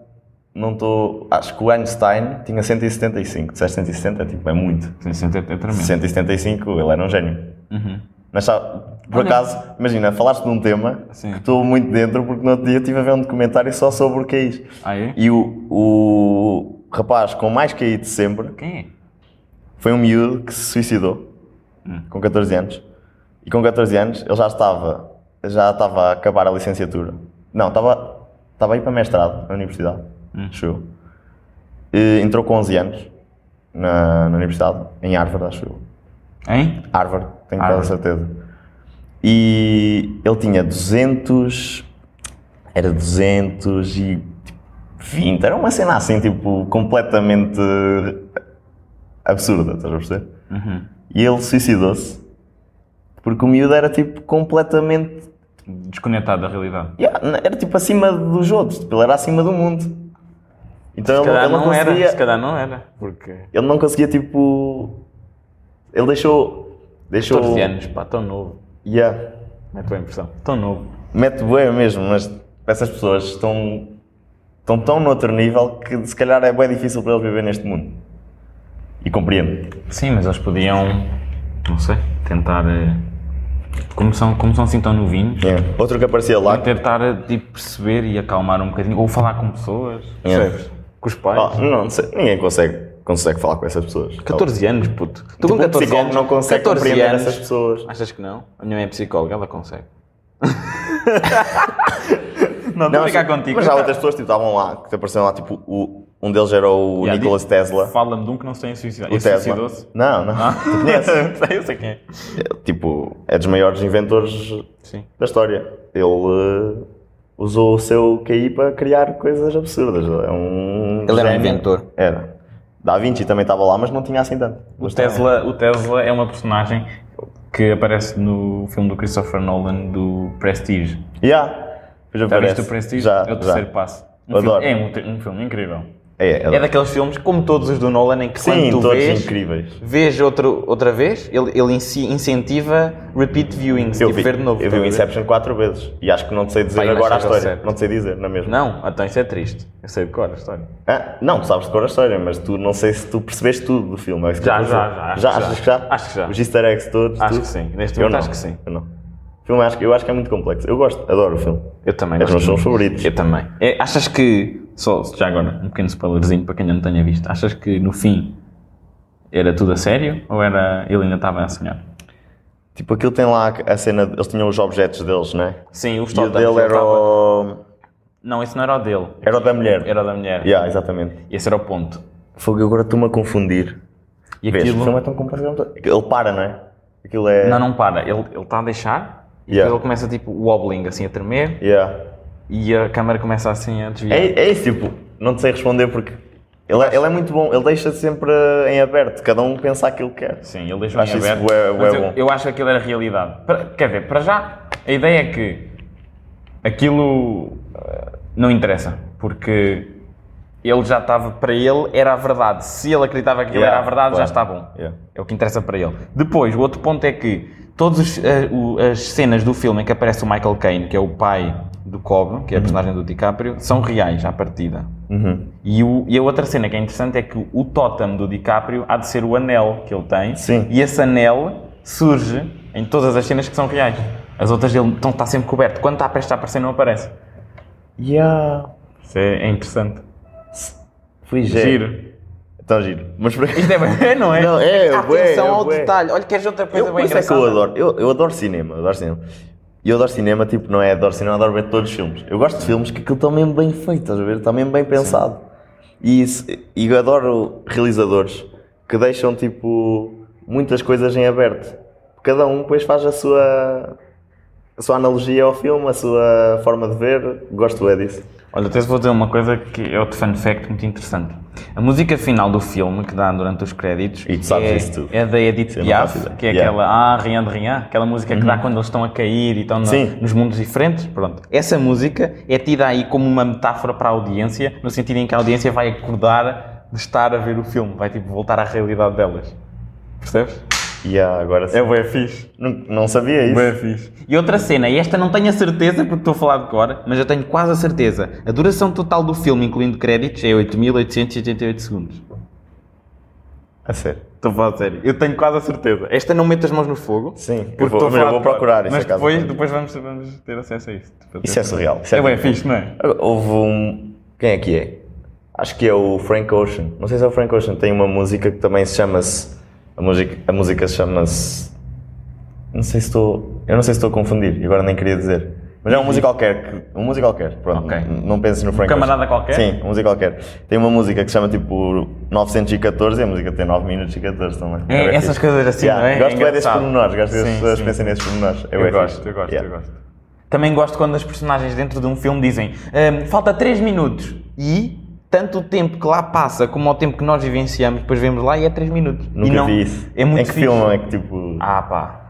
S1: não estou. Acho que o Einstein tinha 175. Disseste 170 é tipo, é muito.
S2: 170 é tremendo.
S1: 175, ele era um gênio.
S2: Uhum.
S1: Mas sabe, por acaso, imagina, falaste de um tema
S2: Sim.
S1: que estou muito dentro porque no outro dia estive a ver um documentário só sobre o QIs.
S2: Ah, é?
S1: E o, o rapaz com mais QI de sempre
S2: Quem é?
S1: foi um miúdo que se suicidou com 14 anos. E com 14 anos ele já estava, já estava a acabar a licenciatura. Não, estava, estava a ir para mestrado na universidade. Acho eu. E entrou com 11 anos na, na universidade, em Harvard, acho eu.
S2: é? Hein?
S1: Harvard, tenho
S2: Harvard.
S1: quase certeza. E ele tinha 200. Era 220. Era uma cena assim, tipo, completamente absurda, estás a perceber?
S2: Uhum.
S1: E ele suicidou-se porque o miúdo era tipo completamente.
S2: Desconectado da realidade.
S1: Yeah, era tipo acima dos outros, tipo, ele era acima do mundo. Então ele,
S2: Se calhar
S1: ele não
S2: não
S1: conseguia.
S2: era. Se calhar não era.
S3: Porque.
S1: Ele não conseguia, tipo. Ele deixou. Deixou.
S2: 14 anos, pá, tão novo.
S1: Yeah.
S2: Não é a tua impressão. Tão novo.
S1: mete bué mesmo, mas essas pessoas estão, estão tão noutro nível que se calhar é bem difícil para eles viver neste mundo. E compreendo.
S2: Sim, mas eles podiam, não sei, tentar. eh, Como são, como são assim tão novinhos,
S1: É. Outro que aparecia lá,
S2: tentar eh, tipo, perceber e acalmar um bocadinho, ou falar com pessoas.
S1: É.
S3: Percebes? Com os pais.
S1: oh, não, não sei, ninguém consegue, consegue falar com essas pessoas.
S2: 14 anos, puto. Tu
S1: Tipo, um psicólogo não consegue compreender essas pessoas.
S2: Achas que não? A minha mãe é psicóloga, ela consegue. não,
S1: Não,
S2: não ficar
S1: mas-
S2: contigo.
S1: Mas há outras pessoas tipo, estavam lá, que apareceram lá, tipo, o, um deles era o
S2: Yeah,
S1: Nicolas
S2: diz-
S1: Tesla.
S2: Fala-me de um que não se tem suicidado.
S1: O
S2: Esse
S1: Tesla.
S2: suicidou-se? Ah.
S1: Não, não. Tu conheces?
S2: sei, eu sei quem é.
S1: É, Tipo, é dos maiores inventores
S2: Sim.
S1: da história. Ele eh, usou o seu QI para criar coisas absurdas. É um
S2: Ele era um
S1: gênio.
S2: inventor.
S1: Era. Da Vinci também estava lá, mas não tinha assim tanto.
S2: O Tesla, o Tesla é uma personagem que aparece no filme do Christopher Nolan do Prestige.
S1: Yeah. Pois
S2: Já
S1: aparece.
S2: viste o Prestige?
S1: Já,
S2: é o
S1: já.
S2: terceiro passo. Um
S1: Eu
S2: filme-
S1: adoro.
S2: é um, te- um filme incrível.
S1: É, é,
S2: É daqueles filmes, como todos os do Nolan, em que
S1: Sim,
S2: quando tu
S1: todos
S2: vês,
S1: incríveis.
S2: vês outro, outra vez, ele, ele inci- incentiva repeat viewings,
S1: Eu
S2: tipo
S1: vi,
S2: ver de novo.
S1: eu vi o
S2: estás a ver?
S1: Inception quatro vezes e acho que não te sei dizer
S2: Pai, mas
S1: agora a
S2: seja o
S1: história.
S2: certo.
S1: Não te sei dizer, não é mesmo?
S2: Não, então isso é triste. Eu sei de cor a história.
S1: Ah, não, tu sabes de cor a história, mas tu não sei se tu percebeste tudo do filme. é isso que
S2: Já,
S1: eu estou a dizer.
S2: já, já, acho
S1: Já,
S2: que já.
S1: achas que já?
S2: Acho que já.
S1: Os easter eggs todos?
S2: Acho
S1: tudo?
S2: que sim. Neste
S1: Eu
S2: momento
S1: não.
S2: acho que sim.
S1: Eu não. O filme acho, que- eu acho que é muito complexo. Eu gosto, adoro o filme.
S2: Eu também.
S1: É dos meus
S2: gosto muito.
S1: favoritos.
S2: Eu também. É, achas que, só já agora, um pequeno spoilerzinho para quem ainda não tenha visto, achas que no fim era tudo a sério ou era ele ainda estava a sonhar?
S1: Tipo, aquilo tem lá a cena. de- Eles tinham os objetos deles, né?
S2: Sim, os
S1: E o dele era o.
S2: Não, esse não era o dele.
S1: Era o da mulher.
S2: Era o da mulher.
S1: Yeah, exatamente.
S2: Esse era o ponto.
S1: Fogo, eu agora estou-me a confundir.
S2: E
S1: Vês, o
S2: aquilo.
S1: filme é tão complexo. como tu- Ele para, não é? Aquilo é.
S2: Não, não para. Ele-
S3: Ele ele está a deixar e
S1: Yeah.
S3: depois ele começa tipo wobbling, assim a tremer
S1: Yeah.
S3: e a câmera começa assim a desviar.
S1: É, é isso, tipo, não te sei responder porque ele é, ele é muito bom, ele deixa sempre eh, em aberto, cada um pensa aquilo que quer.
S2: Sim, ele deixou em
S1: Acho isso
S2: aberto.
S1: bué- bué
S2: mas eu,
S1: bom.
S2: eu acho que aquilo era realidade. Para- quer dizer, para já, a ideia é que aquilo eh, não interessa, porque ele já estava, para ele era a verdade. Se ele acreditava que aquilo
S1: Yeah,
S2: era a verdade, já
S1: claro.
S2: está bom.
S1: Yeah.
S2: É o que interessa para ele. Depois, o outro ponto é que todas as cenas do filme em que aparece o Michael Caine, que é o pai do Cobb, que é a personagem do DiCaprio, são reais à partida.
S1: Uhum.
S2: E, o- e a outra cena que é interessante é que o totem do DiCaprio há de ser o anel que ele tem.
S1: Sim.
S2: E esse anel surge em todas as cenas que são reais. As outras ele então, está sempre coberto. Quando está prestes a aparecer, não aparece.
S1: Yeah.
S2: Isso é, é interessante.
S1: Fui giro.
S2: Giro.
S1: Então giro. Mas por
S2: Isto é bem, não é?
S1: Não, é,
S2: Atenção
S1: bué, é
S2: ao
S1: bué.
S2: detalhe. Olha, queres outra coisa
S1: eu, por
S2: bem
S1: isso é que eu
S2: engraçada?
S1: adoro. Eu, eu adoro cinema, eu adoro cinema. E eu adoro cinema, tipo, não é adoro cinema, adoro ver todos os filmes. Eu gosto de filmes que aquilo está mesmo bem feito, estás a ver? Está mesmo bem pensado. E, isso- e eu adoro realizadores que deixam, tipo, muitas coisas em aberto. Cada um depois faz a sua, a sua analogia ao filme, a sua forma de ver. Gosto é disso.
S2: Olha, até vou dizer uma coisa que é outro fun fact muito interessante. A música final do filme, que dá durante os créditos,
S1: E tu sabes
S2: é,
S1: isso tudo.
S2: é da Edith
S1: Sim, não
S2: Piaf,
S1: faço ideia.
S2: que é
S1: Yeah. Uhum.
S2: aquela Ah, Rien de Rien, aquela música que dá quando eles estão a cair e estão na-
S1: Sim.
S2: nos mundos diferentes. Pronto. Essa música é tida aí como uma metáfora para a audiência, no sentido em que a audiência vai acordar de estar a ver o filme, vai tipo voltar à realidade delas. Percebes?
S1: E há agora sim.
S2: É bem fixe.
S1: Não, não sabia isso.
S2: fixe. É E outra cena, e esta não tenho a certeza porque estou a falar de cor, mas eu tenho quase a certeza. A duração total do filme, incluindo créditos, é 8.888 segundos.
S1: A sério.
S2: Estou a falar a sério. Eu tenho quase a certeza. Esta não mete as mãos no fogo.
S1: Sim, eu
S2: porque
S1: vou-
S2: estou a
S1: mas eu
S2: falar
S1: vou
S2: de cor.
S1: procurar isso, é
S2: Mas
S1: acaso
S2: depois,
S1: tenho.
S2: depois vamos, vamos ter acesso a isso.
S1: Isso é surreal. Isso
S2: É bem
S1: tipo-
S2: fixe, não é?
S1: Houve um. Quem é que é? Acho que é o Frank Ocean. Não sei se é o Frank Ocean. Tem uma música que também se chama-se. A música, a música chama-se. Não sei se estou. Eu não sei se estou a confundir. e Agora nem queria dizer. Mas é um músico qualquer. Que, um músico qualquer. Pronto.
S2: Ok. Um
S1: n- Não penses no Frank
S2: camarada
S1: Ocean.
S2: qualquer?
S1: Sim, um músico qualquer. Tem uma música que se chama tipo 914 e a música tem 9 minutos e 14 também.
S2: É,
S1: bem
S2: essas
S1: fixe.
S2: coisas assim,
S1: Yeah,
S2: não é? É
S1: Gosto bem desses
S2: engraçado.
S1: pormenores. Gosto desses-
S2: Sim,
S1: das
S2: sim,
S1: pensem nesses pormenores. É
S2: Eu
S1: bem
S2: gosto,
S1: fixe.
S2: eu gosto,
S1: Yeah.
S2: eu gosto. Também gosto quando as personagens dentro de um filme dizem "Ahm, falta 3 minutos e tanto o tempo que lá passa como o tempo que nós vivenciamos, depois vemos lá e é 3 minutos. E
S1: Nunca
S2: não-
S1: vi isso.
S2: É muito
S1: em que
S2: fixe.
S1: filme é que tipo.
S2: Ah pá,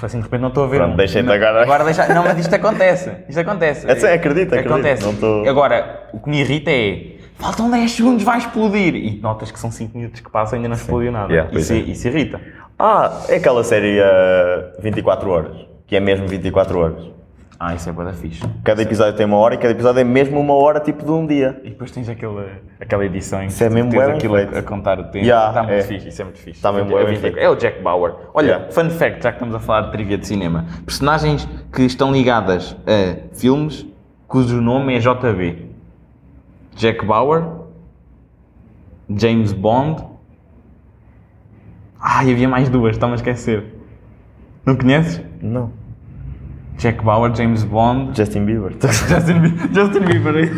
S2: assim de repente não estou a ver.
S1: Pronto,
S2: um.
S1: deixa-te
S2: Não,
S1: agora.
S2: Agora deixa... Não, mas isto acontece. Isto acontece.
S1: É sério, acredito, acredito.
S2: Acontece.
S1: Não tô-
S2: Agora, o que me irrita é faltam 10 segundos, vai explodir. E notas que são 5 minutos que passam e ainda não explodiu nada.
S1: Yeah, pois
S2: isso,
S1: é.
S2: isso irrita.
S1: Ah, é aquela série ah, 24 horas, que é mesmo 24 horas.
S2: Ah, isso é boa da fixe.
S1: Cada episódio tem uma hora e cada episódio é mesmo uma hora tipo de um dia.
S2: E depois tens aquela, aquela edição em que
S1: Isso é
S2: tu
S1: mesmo
S2: tens
S1: bem
S2: aquilo
S1: feito.
S2: a, a contar o tempo.
S1: Yeah,
S2: Está muito
S1: é.
S2: fixe, isso é muito fixe.
S1: Está mesmo
S2: É
S1: bem
S2: vinte-
S1: feito.
S2: É o Jack Bauer. Olha,
S1: Yeah.
S2: fun fact, já que estamos a falar de trivia de cinema. Personagens que estão ligadas a filmes cujo nome é JB. Jack Bauer, James Bond... Ai, havia mais duas, estão a esquecer. Não conheces?
S1: Não.
S2: Jack Bauer, James Bond...
S1: Justin Bieber.
S2: Justin Bieber. Justin Bieber.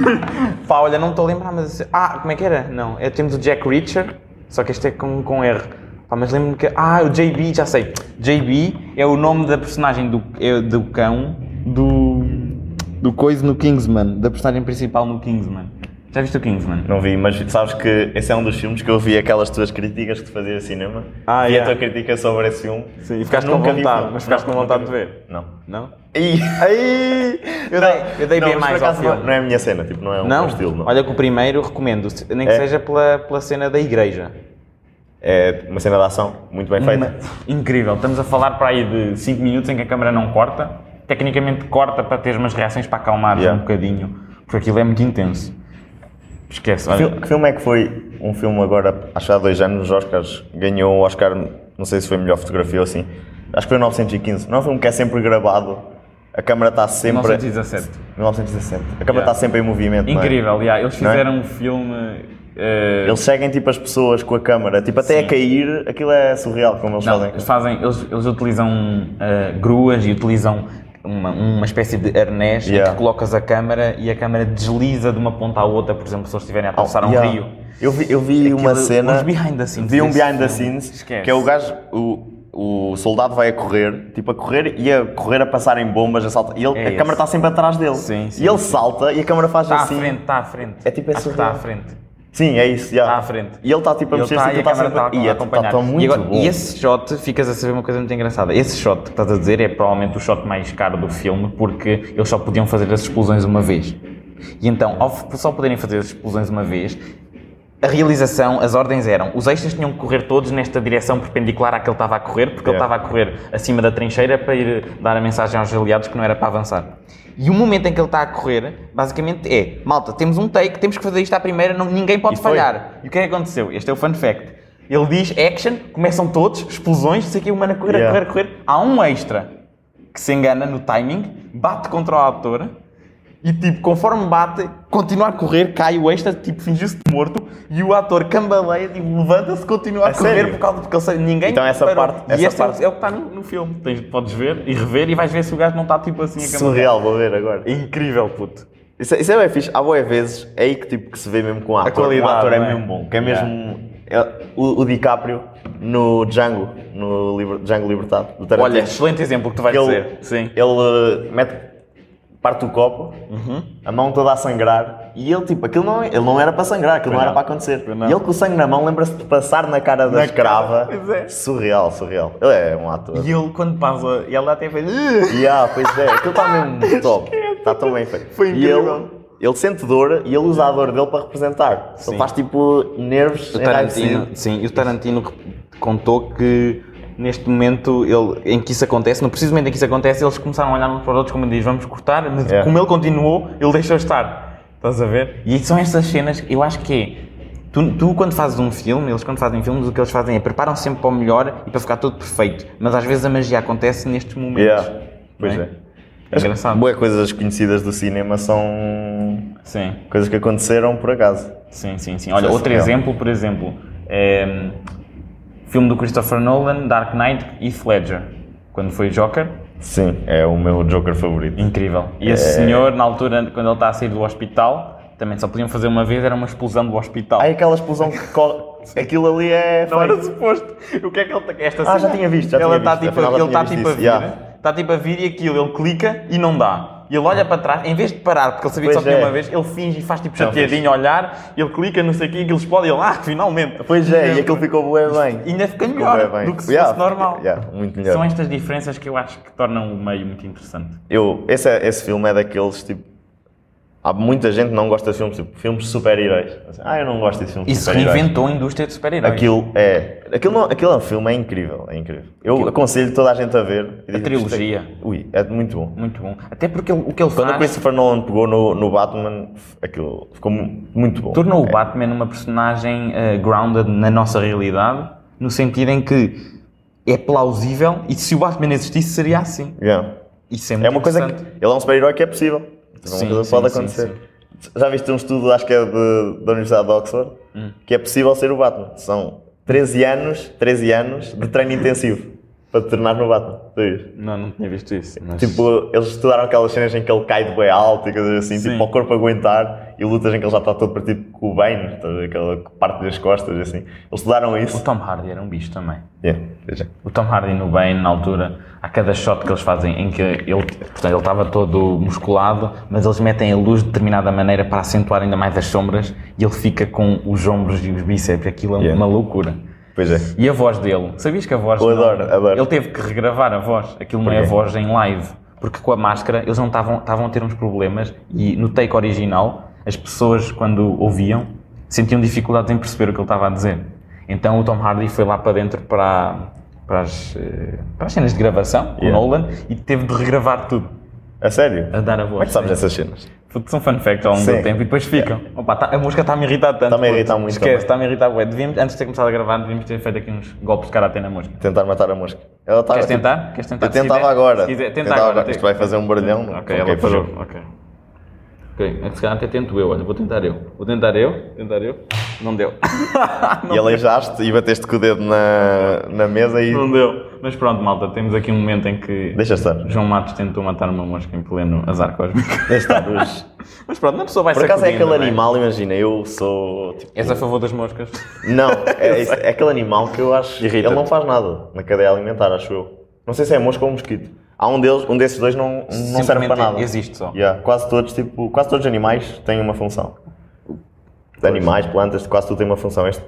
S2: Pá, olha, não estou a lembrar, mas. Ah, como é que era? Não, é, temos o Jack Reacher, só que este é com, com R. Pá, mas lembro-me que. Ah, o JB, já sei. JB é o nome da personagem do, é do cão do. do coisa no Kingsman, da personagem principal no Kingsman. Já viste o Kingsman?
S1: Não vi, mas sabes que esse é um dos filmes que eu vi aquelas tuas críticas que tu fazias de cinema.
S2: Ah,
S1: vi
S2: yeah.
S1: a tua crítica sobre esse filme.
S2: Sim, e ficaste com
S1: Nunca vi o
S2: vontade,
S1: filme.
S2: mas ficaste com
S1: Não,
S2: vontade
S1: nunca
S2: de
S1: vi.
S2: ver.
S1: Não.
S2: Não?
S1: Ih,
S2: Aí! Eu dei, eu dei
S1: não,
S2: bem
S1: mas por
S2: mais ao
S1: acaso
S2: filme.
S1: Não, não é a minha cena, tipo, não é um
S2: Não?
S1: meu estilo. Não.
S2: olha que o primeiro recomendo, se- nem que
S1: É.
S2: seja pela, pela cena da igreja.
S1: É uma cena de ação muito bem feita.
S2: Uma- Incrível, estamos a falar para aí de 5 minutos em que a câmera não corta. Tecnicamente corta para ter umas reações para acalmar
S1: Yeah.
S2: um bocadinho, porque aquilo é muito intenso. Esquece, olha.
S1: Fil- Que filme é que foi um filme agora, acho que há dois anos, nos Oscars, ganhou o Oscar, não sei se foi melhor fotografia ou assim, acho que foi o 915. Não é um filme que é sempre gravado, a câmera está sempre...
S2: 1917.
S1: 1917. A câmera
S2: Yeah.
S1: está sempre em movimento, não é?
S2: Incrível, yeah, eles
S1: Não é?
S2: fizeram um filme. eh,
S1: Eles seguem tipo as pessoas com a câmera, tipo até a cair, aquilo é surreal como eles
S2: Não,
S1: fazem.
S3: eh,
S2: eles fazem, eles, eles utilizam ah, gruas e utilizam
S3: uma, uma espécie de arnés em
S1: Yeah.
S3: que colocas a câmara e a câmara desliza de uma ponta à outra, por exemplo, se eles estiverem a atravessar um
S1: Oh, Yeah.
S3: rio.
S1: Eu vi, eu vi
S2: é
S1: uma
S3: Aquilo-
S1: cena.
S3: uns behind the scenes
S1: Vi um
S3: desse
S1: behind the
S3: filme.
S1: scenes
S3: Esquece.
S1: que é o gajo. O, o soldado vai a correr, tipo a correr e a correr a passar em bombas, a salta. E ele-
S3: É
S1: a
S3: esse.
S1: câmara está sempre atrás dele.
S2: Sim, sim,
S1: e ele salta e a câmara faz
S3: Está
S1: assim.
S3: Tá à frente, está à frente.
S1: É tipo esse
S3: Acho que está à
S1: jogo.
S3: frente.
S1: Sim, é isso. já.
S3: Está à frente.
S1: E ele está tipo a
S3: Ele
S1: mexer-se
S3: tá,
S1: e
S3: e a
S1: está
S3: câmera
S1: sempre.
S3: tá a
S1: e é, tipo, tá
S3: acompanhar.
S1: tão
S3: E
S1: muito
S3: agora-
S1: bom.
S3: E esse shot, ficas a saber uma coisa muito engraçada. Esse shot que estás a dizer é provavelmente o shot mais caro do filme porque eles só podiam fazer as explosões uma vez. E então, ao f- só poderem fazer as explosões uma vez, a realização, as ordens eram, os extras tinham que correr todos nesta direção perpendicular à que ele estava a correr, porque ele
S1: Yeah.
S3: estava a correr acima da trincheira para ir dar a mensagem aos aliados que não era para avançar. E o momento em que ele está a correr, basicamente é, malta, temos um take, temos que fazer isto à primeira, não- ninguém pode
S1: E foi.
S3: falhar. E o que é que aconteceu? Este é o fun fact. Ele diz action, começam todos, explosões, não sei o que, o mano a correr,
S1: Yeah.
S3: a correr, a correr. Há um extra que se engana no timing, bate contra o ator e, tipo, conforme bate, continua a correr, cai o extra, tipo, fingiu-se morto e o ator cambaleia, tipo, levanta-se, continua a,
S1: A
S3: correr
S1: sério?
S3: por causa de porque ele sabe, ninguém.
S1: Então essa
S3: reparou.
S1: parte-
S3: e
S1: essa
S3: esse é o-
S1: parte-
S3: é o que está no, no filme. Tens, podes ver e rever e vais ver se o gajo não está, tipo, assim a cambalear.
S1: Surreal, vou ver agora.
S3: É incrível, puto.
S1: Isso, é- isso é bem fixe. Há boas vezes, é aí que, tipo, que se vê mesmo com o ator.
S3: qualidade,
S1: o ator é
S3: não é?
S1: mesmo bom. Que é
S3: Yeah.
S1: mesmo é- o, o DiCaprio no Django, no Liber- Django Libertado, do Tarantino.
S3: Olha, excelente exemplo que tu vais
S1: ele,
S3: dizer. Sim.
S1: ele, eh, mete, parte o copo, a mão toda a sangrar. E ele, tipo, aquilo não, ele não era para sangrar, aquilo não, era
S2: não.
S1: para acontecer.
S2: Pois não.
S1: E ele com o sangue na mão lembra-se de passar na cara da
S3: Na
S1: escrava.
S3: cara, pois é.
S1: Surreal, surreal. Ele é um ator.
S3: E ele, quando passa, ele até fez. "Ugh".
S1: Yeah, pois é, aquilo está mesmo top. Está tão bem feito.
S3: Foi
S1: E ele,
S3: incrível.
S1: ele sente dor e ele usa a dor dele para representar. Ele faz tipo nervos
S3: O Tarantino,
S1: enraivecidos.
S3: sim, e o Tarantino rep- contou que neste momento ele- em que isso acontece, no preciso momento em que isso acontece, eles começaram a olhar uns para os outros como diz, vamos cortar, mas
S1: Yeah.
S3: como ele continuou, ele deixou estar. Estás a ver? E são estas cenas que eu acho que é. Tu, tu, quando fazes um filme, eles quando fazem filmes, o que eles fazem é preparam sempre para o melhor e para ficar tudo perfeito. Mas às vezes a magia acontece nestes momentos.
S1: Yeah, pois
S3: não
S1: é.
S3: Engraçado.
S1: Boas coisas conhecidas do cinema são
S2: Sim.
S1: coisas que aconteceram por acaso.
S2: Sim, sim, sim. Olha,
S1: Sim,
S2: outro
S1: sim.
S2: exemplo, por exemplo,
S3: hum,
S2: é, filme do Christopher Nolan, Dark Knight e Ledger, quando foi Joker.
S1: Sim, é o meu Joker favorito.
S2: Incrível. E esse
S1: É.
S2: senhor, na altura, quando ele está a sair do hospital, também só podiam fazer uma vez, era uma explosão do hospital.
S1: Há aquela explosão que corre. Aquilo ali é.
S3: Não era
S1: fake.
S3: suposto. O que é que ele tá- esta
S1: Ah, já tinha visto, já
S3: ela
S1: tinha
S3: tá
S1: visto.
S3: Tipo,
S1: Afinal, já
S3: ele está
S1: tinha
S3: tipo a
S1: visto
S3: vir.
S1: isso,
S3: Está tipo a vir e aquilo, ele clica e não dá. E ele olha para trás, em vez de parar, porque ele sabia que
S1: Ah. Pois
S3: só tinha
S1: é.
S3: uma vez, ele finge e faz tipo
S1: Não,
S3: chateadinho a olhar, ele clica, não sei o quê, aquilo explode e ele, ah, finalmente.
S1: Pois é, e aquilo ficou bué bem.
S3: E ainda fica
S1: Ficou bué
S3: melhor
S1: é bem.
S3: do que se
S1: Yeah,
S3: fosse normal.
S1: yeah, muito melhor.
S2: São estas diferenças que eu acho que tornam o meio muito interessante.
S1: Eu, esse, é- esse filme é daqueles tipo. Há muita gente que não gosta de filmes, tipo, filmes de super-heróis. Assim, Ah, eu não gosto de filmes de
S3: Isso
S1: super-heróis.
S3: reinventou a indústria de super-heróis.
S1: Aquilo é. Aquilo, não, aquilo é um filme, é incrível, é incrível. Eu aconselho toda a gente a ver. A
S2: trilogia.
S1: Ui, é muito bom.
S2: Muito bom. Até porque ele- o que ele
S1: Quando o
S2: faz
S1: Christopher Nolan pegou no, no Batman, f- aquilo ficou mu- muito bom.
S2: tornou o Batman uma personagem eh, grounded na nossa realidade, no sentido em que é plausível e se o Batman existisse seria assim.
S1: Yeah.
S2: Isso é
S1: É
S2: muito
S1: uma coisa que.
S2: interessante.
S1: Ele é um super-herói que é possível. É uma
S2: Sim,
S1: coisa que
S2: sim,
S1: pode
S2: sim,
S1: acontecer. Já viste um estudo, acho que é de- da Universidade de Oxford,
S2: Hum.
S1: que é possível ser o Batman. São 13 anos, 13 anos de treino intensivo para te tornar no Batman. Tu vês?
S3: Não, não tinha visto
S2: É
S3: isso. mas-
S1: Tipo, eles estudaram aquelas cenas em que ele cai de bem alto e coisas assim, tipo, para o corpo aguentar e lutas em que ele já está todo partido com o Bane, toda aquela parte das costas e assim. Eles estudaram
S2: O
S1: isso.
S2: Tom Hardy era um bicho também.
S1: Yeah, é. veja.
S2: O Tom Hardy no Bane, na altura, a cada shot que eles fazem em que ele, portanto, ele estava todo musculado, mas eles metem a luz de determinada maneira para acentuar ainda mais as sombras e ele fica com os ombros e os bíceps. Aquilo é
S1: Yeah.
S2: uma loucura.
S1: Pois é.
S2: E a voz dele? Sabias que a voz.
S1: Eu
S2: não-
S1: adoro, adoro.
S2: Ele teve que regravar a voz. Aquilo não é
S1: Porquê?
S2: voz em live. Porque com a máscara eles não estavam estavam a ter uns problemas e no take original as pessoas, quando ouviam, sentiam dificuldades em perceber o que ele estava a dizer. Então o Tom Hardy foi lá para dentro para, para, as, eh, para as cenas de gravação, com o
S1: Yeah.
S2: Nolan, e teve de regravar tudo,
S1: A sério?
S2: a dar a
S1: Como é
S2: voz.
S1: que sabes essas cenas?
S2: Puto, São fun facts ao longo
S1: Sim.
S2: do tempo e depois ficam. Opa, tá- a música está a me irritar tanto.
S1: Tá-me a
S2: puto.
S1: irritar muito
S2: Esquece,
S1: também.
S2: está a me irritar. bué. Devíamos, antes de ter começado a gravar, devíamos ter feito aqui uns golpes de karatê na música.
S1: Tentar matar a mosca. Ela tá estava.
S2: Queres tentar? Queres tentar?
S1: tipo, Eu
S2: Se
S1: tentava
S2: quiser-
S1: agora.
S2: se quiser- tenta
S1: Tentava
S2: agora.
S1: agora.
S2: tem-
S1: Isto vai fazer um barulhão. não?
S2: Ok, ela parou.
S1: fugiu.
S2: Ok. Ok, é que se calhar até tento eu, olha, vou tentar eu. Vou tentar eu, tentar eu.
S3: Não deu.
S1: e aleijaste e bateste com o dedo na, na mesa e.
S2: Não deu. Mas pronto, malta, temos aqui um momento em que
S1: Deixa estar.
S2: João Matos tentou matar uma mosca em pleno azar cósmico.
S1: Deixa estar. os-
S2: Mas pronto, uma pessoa vai
S1: Por acaso é
S2: sacudindo,
S1: aquele
S2: é não
S1: animal, imagina, eu sou. Tipo,
S2: És a favor das moscas?
S1: Não, é, isso- é aquele animal que eu acho.
S3: Irrita-te.
S1: Ele não faz nada na cadeia alimentar, acho eu. Não sei se é mosca ou mosquito. Há um deles, um desses dois não, não serve
S2: Simplesmente
S1: para nada.
S2: Existe só.
S1: Yeah, quase todos, tipo, quase todos os animais têm uma função. De animais, plantas, quase tudo tem uma função. Este,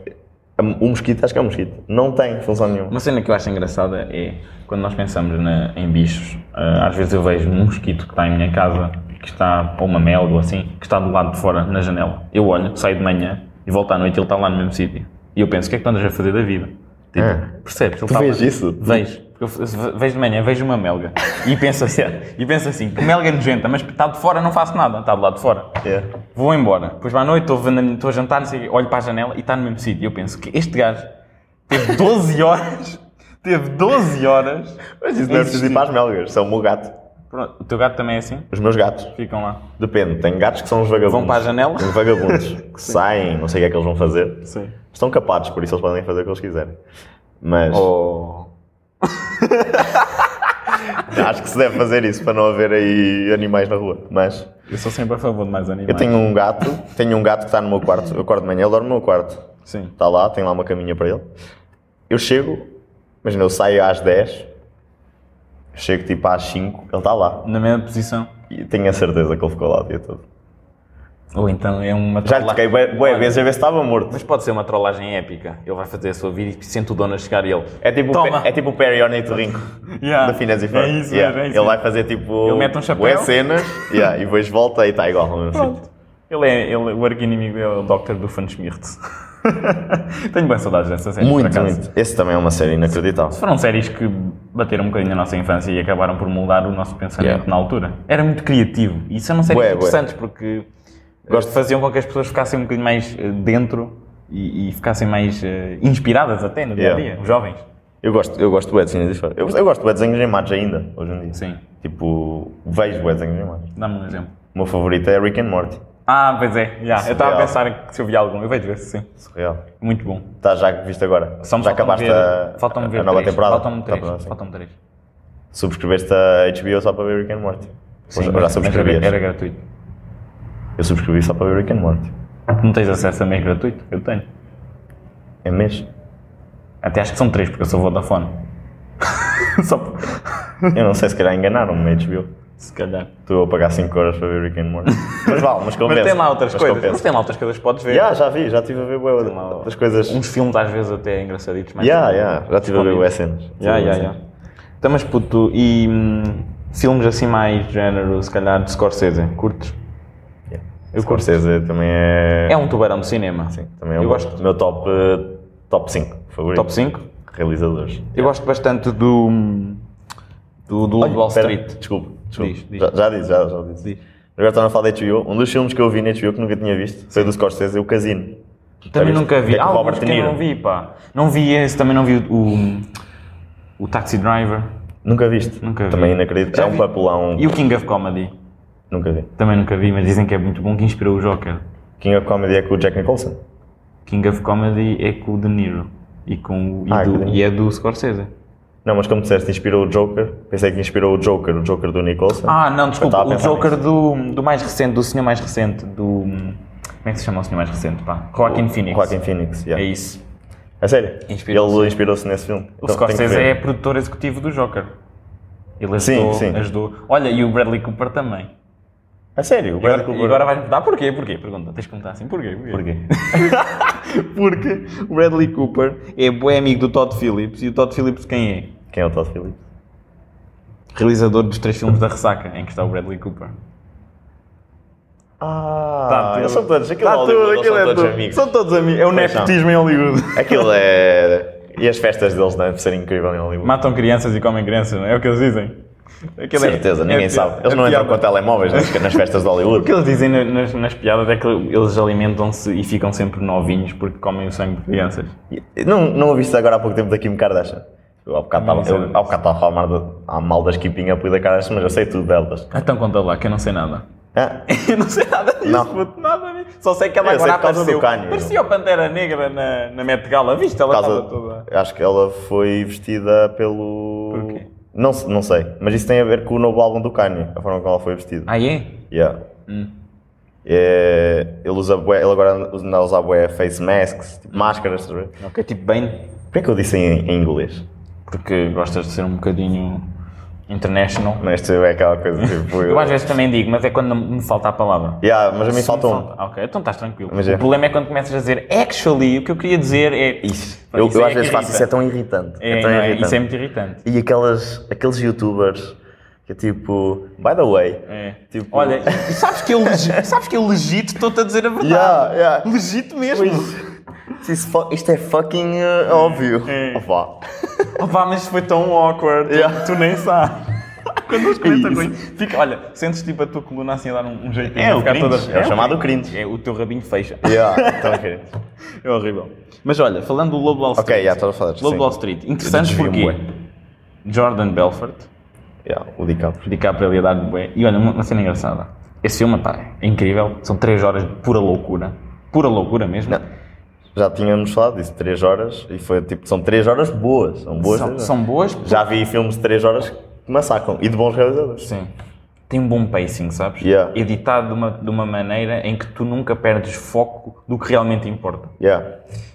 S1: o mosquito, acho que é um mosquito, não tem função nenhuma.
S2: Uma cena que eu acho engraçada é quando nós pensamos na- em bichos, ah, às vezes eu vejo um mosquito que está em minha casa, que está, ou uma melga ou assim, que está do lado de fora, na janela. Eu olho, saio de manhã e volto à noite e ele está lá no mesmo sítio. E eu penso, o que é que tu andas a fazer da vida? Tipo,
S1: Ah.
S2: percebes?
S1: Tu
S2: Ele está
S1: vês
S2: lá.
S1: isso?
S2: Vejo. Porque eu f- vejo de manhã, vejo uma melga e penso assim, e penso assim que melga nojenta, mas está de fora, não faço nada, está do lado de fora.
S1: Yeah.
S2: Vou embora. Depois à noite estou vendo- estou a jantar, não sei, o quê, olho para a janela e está no mesmo sítio. E eu penso que é este gajo teve 12 horas. Teve 12 horas.
S1: Mas isso não é preciso ir para as melgas, são o meu gato.
S2: Pronto, o teu gato também é assim?
S1: Os meus gatos.
S2: Ficam lá.
S1: Depende, tem gatos que são os vagabundos.
S2: Vão para a janela?
S1: Os vagabundos que saem, não sei o que é que eles vão fazer.
S2: Sim.
S1: Estão capados, por isso eles podem fazer o que eles quiserem. Mas
S3: Oh.
S1: acho que se deve fazer isso para não haver aí animais na rua. Mas
S2: Eu sou sempre a favor de mais animais.
S1: eu tenho um gato, tenho um gato que está no meu quarto. Eu acordo de manhã, ele dorme no meu quarto.
S2: Sim.
S1: Está lá, tem lá uma caminha para ele. Eu chego, imagina, eu saio às 10, chego tipo às 5, ele está lá.
S2: Na mesma posição.
S1: E tenho a certeza que ele ficou lá o dia todo.
S2: Ou então é uma
S1: Já lhe toquei bué bué vezes a ver se estava morto.
S3: Mas pode ser uma trollagem épica. Ele vai fazer a sua vida e sente o dono a chegar e ele.
S1: É tipo, o
S2: Toma.
S1: pe- é tipo o Perry Ornitorrinco
S2: Yeah.
S1: da Finas e Ferb.
S2: É isso,
S1: Yeah.
S2: mesmo, é isso.
S1: Ele vai fazer tipo
S2: Ele mete um chapéu.
S1: bué cenas yeah, e depois volta e está igual ao mesmo assim. sítio.
S2: Pronto. Ele é, ele, o arqui-inimigo dele é o Dr. do Fanschmirtz. tenho bem saudades dessa série, por
S1: Muito,
S2: acaso.
S1: muito. Esse também é uma série inacreditável.
S2: Foram séries que bateram um bocadinho na nossa infância e acabaram por moldar o nosso pensamento
S1: Yeah.
S2: na altura. Era muito criativo. é E são séries
S1: Bué, bué.
S2: interessantes porque
S1: Gosto-
S2: eh, faziam com que as pessoas ficassem um bocadinho mais eh, dentro e, e ficassem mais eh, inspiradas até no dia a
S1: Yeah.
S2: dia, os jovens.
S1: Eu gosto, eu gosto bué de Finas e Ferb. Eu, eu gosto bué de desenhos animados ainda, hoje em dia.
S2: Sim.
S1: Tipo, vejo bué de desenhos animados.
S2: Dá-me um exemplo.
S1: O meu favorito é Rick and Morty.
S2: Ah, pois é. yeah. Eu estava a
S1: Surreal.
S2: pensar que se eu vi algum. Eu vejo esse, sim.
S1: Surreal.
S2: Muito bom.
S1: Tá, já que viste agora.
S2: Só me
S1: já
S2: faltam
S1: acabaste
S2: ver-
S1: a,
S2: faltam-me
S1: a
S2: ver
S1: nova
S2: três.
S1: temporada.
S2: Faltam-me três.
S1: Tá, sim.
S2: Faltam-me três.
S1: Subscreveste a HBO só para ver Rick and Morty. Ou já- ou já
S2: mas
S1: subscrevias?
S2: era, era gratuito.
S1: Eu subscrevi só para ver Rick and Morty.
S2: Não tens acesso a mês gratuito? Eu tenho.
S1: É mês?
S2: Até acho que são três, porque eu sou Vodafone. Só por...
S1: Eu não sei se calhar enganaram-me a HBO.
S2: Se calhar.
S1: Estou a pagar 5 horas para ver Rick and Morty. Mas vale, mas compensa.
S2: Mas tem lá outras
S1: mas
S2: coisas. Mas
S1: compensa.
S2: tem lá outras coisas que podes ver.
S1: Yeah, já vi, já estive a ver bué
S2: Tem lá
S1: das coisas.
S2: Uns filmes às vezes até engraçaditos. Mais
S1: Yeah, yeah, já estive a ver
S2: Disponíveis.
S1: bué cenas.
S2: Yeah,
S1: Tive a ver
S2: yeah, yeah. Então, mas puto, e hum, filmes assim mais género, se calhar, de Scorsese, curtes?
S1: cenas. Yeah. Eu Scorsese também é...
S2: É um tubarão do cinema.
S1: Sim, também é
S2: Eu
S1: um-
S2: gosto.
S1: meu top, eh, top 5 favorito.
S2: Top 5?
S1: Realizadores.
S2: Eu gosto bastante do... hum, do, do Wall
S1: Espera,
S2: Street.
S1: Desculpe, desculpe.
S2: Diz, diz.
S1: Já, já disse, já, já disse. Agora estão a falar da HBO. Um dos filmes que eu vi na HBO que nunca tinha visto foi do Scorsese, o Casino.
S2: Também
S1: Já viste?
S2: nunca
S1: Que
S2: vi.
S1: É
S2: Ah,
S1: com o Robert
S2: alguns
S1: De
S2: que eu
S1: Niro.
S2: não vi, pá. Não vi esse, também não vi o... O, o Taxi Driver.
S1: Nunca viste?
S2: Nunca vi.
S1: Também inacreditável.
S2: Já
S1: É um
S2: vi.
S1: papelão.
S2: E o King of Comedy.
S1: Nunca vi.
S2: Também nunca vi, mas dizem que é muito bom, que inspirou o Joker.
S1: King of Comedy é com o Jack Nicholson.
S2: King of Comedy é com o De Niro e, com, o- e,
S1: Ah,
S2: do-
S1: com o De Niro.
S2: e é do Scorsese.
S1: Não, mas como disseste, inspirou o Joker. Pensei que inspirou o Joker, o Joker do Nicholson.
S2: Ah, não,
S1: Eu
S2: desculpa,
S1: estava a
S2: o
S1: pensar
S2: Joker
S1: nisso.
S2: do, do mais recente, do senhor mais recente, do. Como é que se chama o senhor mais recente? Pá? Joaquin Phoenix.
S1: Joaquin Phoenix, yeah.
S2: É isso.
S1: É sério?
S2: Inspirou-se.
S1: Ele inspirou-se nesse filme.
S2: O
S1: Então, tenho que
S2: Scorsese
S1: ver.
S2: é produtor executivo do Joker. Ele ajudou,
S1: Sim, sim.
S2: ajudou. Olha, e o Bradley Cooper também.
S1: É sério? O
S2: E
S1: Bradley
S2: agora,
S1: Cooper.
S2: e agora vais perguntar porquê? Porquê? Pergunta. Tens que perguntar assim, porquê? Porquê?
S1: Porquê?
S2: Porque o Bradley Cooper é bom amigo do Todd Phillips. E o Todd Phillips quem é?
S1: Quem é o Todd Phillips?
S2: Realizador dos três filmes da ressaca, em que está o Bradley Cooper.
S1: Ah,
S2: Tá
S1: eles
S2: tudo.
S1: são todos. Aquilo
S2: Tá
S1: é Hollywood,
S2: tudo,
S1: eles
S2: aquilo
S1: são
S2: é
S1: todos
S2: tudo.
S1: amigos.
S2: São todos amigos. É o
S1: Pois são.
S2: nepotismo em Hollywood.
S1: Aquilo é. E as festas deles devem ser incríveis em Hollywood.
S2: Matam crianças e comem crianças, não é? É o que eles dizem. Aquilo é-
S1: certeza,
S2: é
S1: ninguém
S2: pi-
S1: sabe.
S2: é
S1: Eles não
S2: piada.
S1: entram com telemóveis nas, nas festas de Hollywood.
S2: O que eles dizem na- nas, nas piadas é que eles alimentam-se e ficam sempre novinhos porque comem o sangue de crianças.
S1: Não, não ouviste agora há pouco tempo da Kim Kardashian? Eu há bocado
S2: Não é-
S1: estava eu
S2: sei.
S1: há bocado estava a falar mal, de, há mal das Keeping Up e da Kardashian, mas eu sei tudo delas.
S2: Então conta lá, que eu não sei nada.
S1: Ah,
S2: eu não sei nada disso,
S1: Não.
S2: puto, nada
S3: Só sei que ela
S1: Eu sei
S3: agora
S1: por causa do
S3: apareceu.
S1: Kanye.
S3: Parecia a Pantera Negra na, na Met Gala, viste? Ela
S1: Por causa-
S3: estava toda.
S1: Acho que ela foi vestida pelo.
S3: Porquê?
S1: Não, se- não sei, mas isso tem a ver com o novo álbum do Kanye, a forma como ela foi vestida.
S2: Ah, é?
S1: Yeah. É, ele, usa bué- ele agora anda a usar bué face masks, tipo máscaras, estás a ver?
S3: Ok, tipo bem.
S1: Porquê que eu disse em, em inglês?
S2: Porque gostas de ser um bocadinho international.
S1: Neste é aquela coisa tipo.
S2: Eu às vezes também digo, mas é quando me falta a palavra.
S1: Yeah, mas a mim
S2: Se me
S1: falta um.
S2: falta- Ah, ok, então estás tranquilo.
S1: Mas
S2: o
S1: é.
S2: problema é quando começas a dizer actually, o que eu queria dizer é. Isso.
S1: Eu, eu
S2: é
S1: às vezes
S2: que
S1: faço isso,
S2: irrita.
S1: é tão irritante.
S2: É,
S1: tão
S2: não é?
S1: irritante.
S2: Isso é muito irritante.
S1: E aquelas, aqueles youtubers que é tipo, by the way,
S2: É.
S1: tipo,
S2: Olha, e sabes que eu legi- sabes que eu legito estou-te a dizer a verdade.
S1: yeah, yeah.
S2: Legito mesmo.
S1: Isto, isso fu- isto é fucking uh, óbvio.
S2: É.
S1: Opa.
S2: Opa, mas foi tão awkward,
S1: Yeah.
S2: tu nem sabes. Quando eles comentam com
S1: Isso.
S2: isso, fica, olha, sentes tipo a tua coluna assim a dar um, um jeitinho.
S1: É
S2: a
S1: o
S2: ficar
S1: cringe, é o chamado
S2: cringe. É o teu rabinho fecha.
S1: Yeah, então, ok.
S2: É horrível. Mas olha, falando do Lobo Wall Street.
S1: Ok, já estás a falar.
S2: Lobo
S1: sim.
S2: Wall Street. Interessante
S1: Eu desvio-me
S2: porque Jordan Belfort,
S1: Yeah, o DiCaprio.
S2: DiCaprio ali a dar de bué. E olha, uma uma cena engraçada. Esse filme, pá, é incrível. São 3 horas de pura loucura. Pura loucura mesmo.
S1: Já tínhamos falado disso, 3 horas, e foi tipo, são 3 horas boas, são boas.
S2: São,
S1: três
S2: são boas.
S1: horas. Já vi filmes de 3 horas que massacram, e de bons realizadores.
S2: Sim. Tem um bom pacing, sabes?
S1: Yeah.
S2: Editado de uma, de uma maneira em que tu nunca perdes foco do que realmente importa.
S1: Yeah.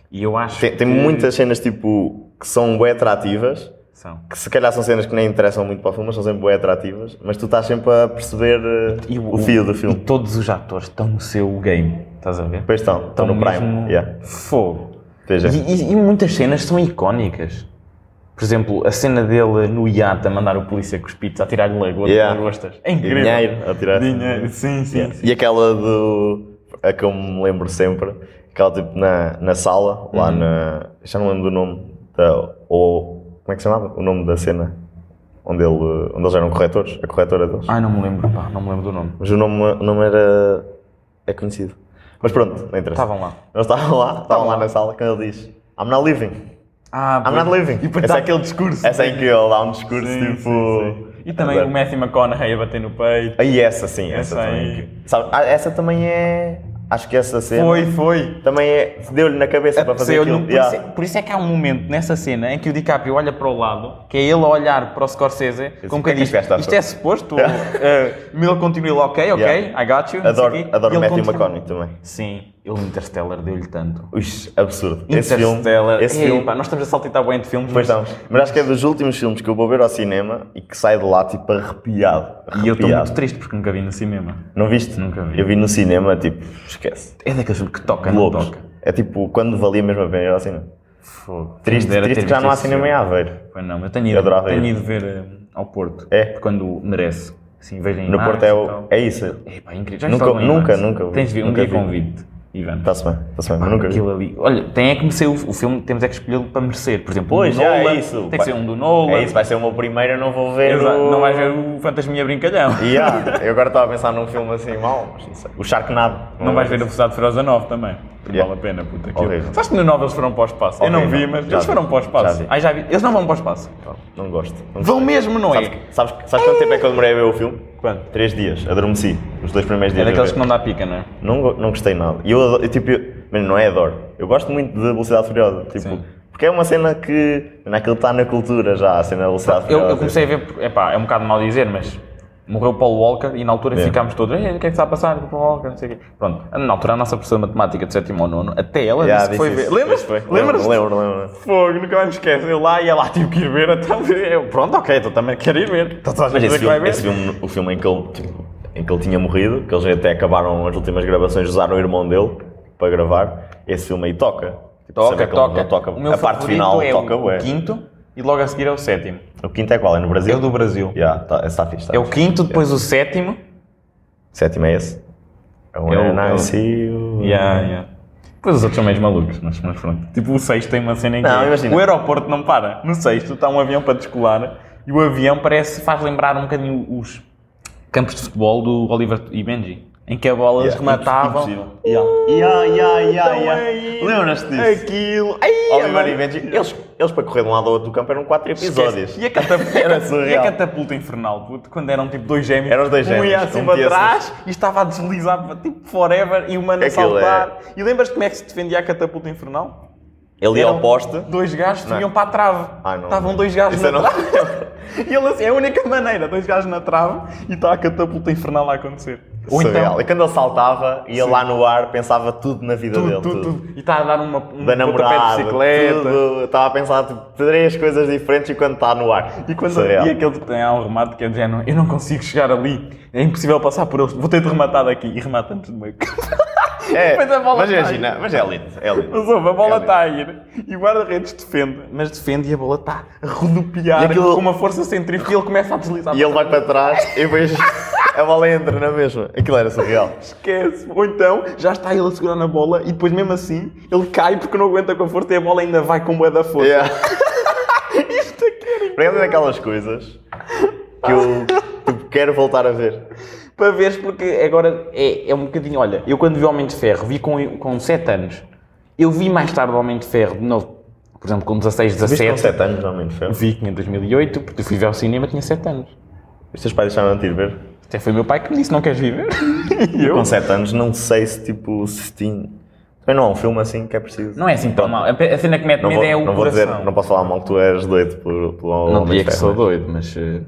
S2: E eu acho
S1: Tem, tem
S2: que
S1: muitas cenas tipo, que são bem atrativas,
S2: são.
S1: que se calhar são cenas que nem interessam muito para o filme, mas são sempre bem atrativas, mas tu estás sempre a perceber eh, o, fio do
S2: E
S1: filme.
S2: todos os atores estão no seu game. Estás a ver?
S1: Pois estão, estão no Prime. Yeah. é.
S2: Fogo.
S1: Veja.
S2: E, e- e muitas cenas são icónicas. Por exemplo, a cena dele no iate a mandar o polícia com os pitos a tirar-lhe lagoa
S1: Yeah.
S2: das lagostas. É incrível.
S1: Dinheiro a tirar.
S2: Dinheiro, sim, sim.
S1: Yeah.
S2: sim.
S1: E aquela do. a que eu me lembro sempre, aquela tipo na, na sala, lá
S2: Uhum.
S1: na. já não lembro do nome da. ou. como é que se chamava? O nome da cena onde, ele, onde eles eram corretores, a corretora deles.
S2: Ai, não me lembro, pá, não me lembro do nome.
S1: Mas o nome, o nome era. é conhecido. Mas pronto, não interessa.
S2: Estavam lá.
S1: Eles estavam lá, estavam
S2: Tá
S1: lá na sala quando ele diz I'm not living.
S2: Ah,
S1: I'm
S2: pois.
S1: not living.
S2: E depois
S1: Essa
S2: dá
S1: é-
S2: aquele discurso.
S1: Essa aí que ele dá um discurso
S2: Sim,
S1: tipo.
S2: sim, sim. E também o Matthew McConaughey a bater no peito.
S1: Aí essa sim, essa,
S2: Essa
S1: também.
S2: aí.
S1: que- Sabe, ah, essa também é. Acho que essa cena.
S2: foi.
S1: Também é. Deu-lhe na cabeça para fazer
S2: Sim, eu
S1: aquilo.
S2: não- por,
S1: Yeah.
S2: isso, por isso é que há um momento nessa cena em que o DiCaprio olha para o lado, que é ele a olhar para o Scorsese, como
S1: o que
S2: quem
S1: é que
S2: diz,
S1: este gajo está a
S2: isto
S1: fazer?"
S2: é suposto, uh, Miller continua lá, ok, ok,
S1: Yeah.
S2: I got you, não sei
S1: Adoro,
S2: o quê, e
S1: adoro
S2: ele
S1: Matthew
S2: continua.
S1: McConaughey também.
S2: Sim, ele Interstellar deu-lhe tanto.
S1: Ux, absurdo. Esse filme.
S2: Interstellar,
S1: Esse
S2: Ei,
S1: filme.
S2: pá, nós estamos a saltitar bem de filmes,
S1: Pois estamos. Mas acho que é dos últimos filmes que eu vou ver ao cinema e que sai de lá tipo arrepiado.
S2: e eu estou muito
S1: Arrepiado.
S2: triste porque nunca vi no cinema.
S1: Não viste?
S2: Nunca vi.
S1: Eu vi no cinema, tipo, esquece.
S2: É daqueles filmes que toca,
S1: Loucos.
S2: não toca.
S1: É tipo, quando valia mesmo a pena ir ao cinema.
S2: Fogo.
S1: Triste,
S2: Quem me dera
S1: triste
S2: ter
S1: que já
S2: visto
S1: não há
S2: esse
S1: cinema em
S2: filme.
S1: Aveiro.
S2: Pois não, eu tenho ido,
S1: adorava
S2: tenho
S1: ir.
S2: ido ver eh, ao Porto.
S1: É?
S2: Quando merece. Assim, vejam
S1: No
S2: imagens
S1: Porto é,
S2: e
S1: o,
S2: tal.
S1: é isso.
S2: É pá, incrível. Já
S1: Nunca-
S2: viste alguma
S1: nunca,
S2: imagem?
S1: nunca vi.
S2: Tens de ver, um
S1: Nunca
S2: dia
S1: vi.
S2: convido, Ivan.
S1: Está-se bem, está-se bem,
S2: Pá,
S1: mas nunca vi.
S2: aquilo ali. Olha, tem é que merecer o, o filme, temos é que escolhê-lo para merecer. Por exemplo,
S1: Pois,
S2: um do
S1: já,
S2: Nolan,
S1: é isso.
S2: Tem que
S1: Vai-
S2: ser um do Nolan.
S1: É isso, vai ser o meu primeiro, eu não vou ver.
S2: Exato,
S1: o-
S2: Não vais ver o Fantasminha Brincalhão.
S1: Yeah, eu agora estava a pensar num filme assim mau, mas não sei. O Sharknado.
S2: Não vais ver a Velocidade Feroz 9 também. Não
S1: Yeah.
S2: vale a pena, puta. aquilo.
S1: Horrível.
S2: Sabes que no 9 eles foram para o espaço? um Eu não
S1: Horrível.
S2: vi, mas
S1: Já
S2: eles
S1: vi.
S2: foram para o espaço.
S1: Já vi.
S2: Ai, já vi. Eles não vão para o espaço.
S1: Não gosto. Não
S2: Vão
S1: gostei.
S2: mesmo, não
S1: Sabes,
S2: é?
S1: sabes, sabes quanto tempo é que eu demorei a ver o filme?
S2: Quanto?
S1: Três dias. Adormeci. Os dois primeiros
S2: É
S1: dias. a
S2: daqueles
S1: ver.
S2: que não dá pica, não é?
S1: Não, go- não gostei nada. E eu, adoro- eu, tipo, eu- mano, não é adoro. Eu gosto muito de Velocidade Furiosa. Tipo,
S2: Sim.
S1: porque é uma cena que. mano, Aquilo está na cultura já, a cena da Velocidade
S2: Eu,
S1: Furiosa.
S2: eu comecei a ver, por- epá, é um bocado mal dizer, mas morreu Paul Walker e na altura
S1: Yeah.
S2: ficámos todos, "Ei, o que é que está a passar? Paul Walker, não sei o quê. Pronto, na altura a nossa professora de matemática de sétimo ou nono, até ela
S1: Yeah,
S2: disse que foi
S1: disse
S2: ver.
S1: isso.
S2: Lembras?
S1: Pois foi.
S2: Lembras?
S1: Lembro, lembro, lembro.
S2: Fogo, nunca mais me esquece. Eu lá e ela tive que ir ver, então eu, pronto, ok, então também quero ir ver. Então estás a
S1: Mas
S2: dizer
S1: esse
S2: que vai
S1: filme,
S2: ver?
S1: esse filme- o filme em que ele, tipo, em que ele tinha morrido, que eles até acabaram as últimas gravações, usaram o irmão dele para gravar, esse filme aí toca. Tipo, sabe
S2: Toca,
S1: aquele
S2: toca.
S1: que toca.
S2: O meu
S1: a parte
S2: favorito
S1: final
S2: é o-
S1: toca, ué.
S2: o quinto e logo a seguir é o sétimo.
S1: O quinto é qual? É no
S2: É
S1: Brasil?
S2: o do Brasil.
S1: Yeah, tá, está fixe, tá
S2: É o
S1: fixe.
S2: quinto, depois o sétimo.
S1: Sétimo é esse? É o
S2: É o-
S1: When
S2: é
S1: I
S2: o-
S1: See You.
S2: Yeah, yeah. Depois os outros são mesmo malucos, mas, mas pronto. Tipo, o sexto tem uma cena em que
S3: é,
S1: Não, imagina.
S2: o aeroporto não para. No sexto está um avião para descolar e o avião parece, faz lembrar um bocadinho os campos de futebol do Oliver e Benji.
S3: em que a bola eles
S1: Yeah, Então é
S3: rematavam.
S1: impossível.
S3: Yeah. Yeah, yeah, yeah, yeah.
S1: Lembras-te disso?
S3: Aquilo. Ai,
S1: Oliver
S3: mano.
S1: e Benji, eles, eles para correr de um lado ao outro do campo eram quatro episódios.
S3: E a, catapulta, e a
S1: surreal.
S3: catapulta infernal, puto, quando eram tipo dois gêmeos,
S1: Eram os dois
S3: um ia
S1: gêmeos,
S3: assim
S1: um
S3: para
S1: tinha-se-
S3: trás e estava a deslizar para, tipo forever e o mano a
S1: Aquilo é-
S3: saltar. E lembras como é que se defendia a catapulta infernal?
S1: Ele ia
S3: Eram
S1: ao poste.
S3: Dois gajos que
S1: Não. é?
S3: vinham para a trave.
S1: Ah, não.
S3: Estavam dois gajos
S1: Isso
S3: na
S1: eu não
S3: trave. e ele assim, é a única maneira, dois gajos na trave e está a catapulta infernal a acontecer. Ou
S1: surreal.
S3: então,
S1: E quando ele saltava, ia lá no ar, pensava é tudo na vida
S3: tudo,
S1: dele.
S3: tudo, tudo. E está a dar uma,
S1: Da
S3: um pontapé de
S1: namorada,
S3: bicicleta.
S1: tudo. Estava a pensar tipo, três coisas diferentes e quando está no ar.
S3: E quando
S1: Surreal.
S3: e aquele que tem há um remate que é do género, eu não consigo chegar ali, é impossível passar por eles, vou ter de rematar daqui e remata antes do meio.
S1: É,
S3: depois a bola
S1: mas
S3: sai.
S1: imagina, mas é lindo, é lindo.
S3: Mas ouve, a bola tá-
S1: É lindo.
S3: está a ir e o guarda-redes defende, mas defende e a bola está a rodopiar
S1: E aquilo-
S3: com uma força centrífuga e ele começa a deslizar.
S1: E ele vai para trás e depois a bola entra na mesma. Aquilo era surreal.
S3: Esquece. Ou então já está ele a segurar na bola e depois mesmo assim ele cai porque não aguenta com a força e a bola ainda vai com bué da força.
S1: Yeah.
S3: Isto aqui era
S1: É. Por exemplo, daquelas coisas que eu tipo, quero voltar a ver.
S3: para veres, porque agora é, é um bocadinho. Olha, eu quando vi Homem de Ferro, vi com, com 7 anos. Eu vi mais tarde Homem de Ferro de novo, por exemplo, com 16,
S1: Viste com
S3: 17.
S1: 7 anos, não menos, ferro.
S3: Vi que em 2008, porque eu fui ver ao cinema, tinha 7 anos.
S1: Os teus pais deixaram de ir ver.
S3: Até foi meu pai que me disse: Não queres viver? e eu.
S1: Com 7 anos, não sei se tipo, se tinha. Também não há um filme assim que é preciso.
S2: Não é assim tão mal. A cena que mete
S1: Não
S2: medo
S1: vou,
S2: é o
S1: não vou dizer,
S2: coração.
S1: não posso falar mal que tu és doido por, por um
S3: Não
S1: homem
S3: diria
S1: de
S3: que
S1: ferro,
S3: sou doido, mas. eh,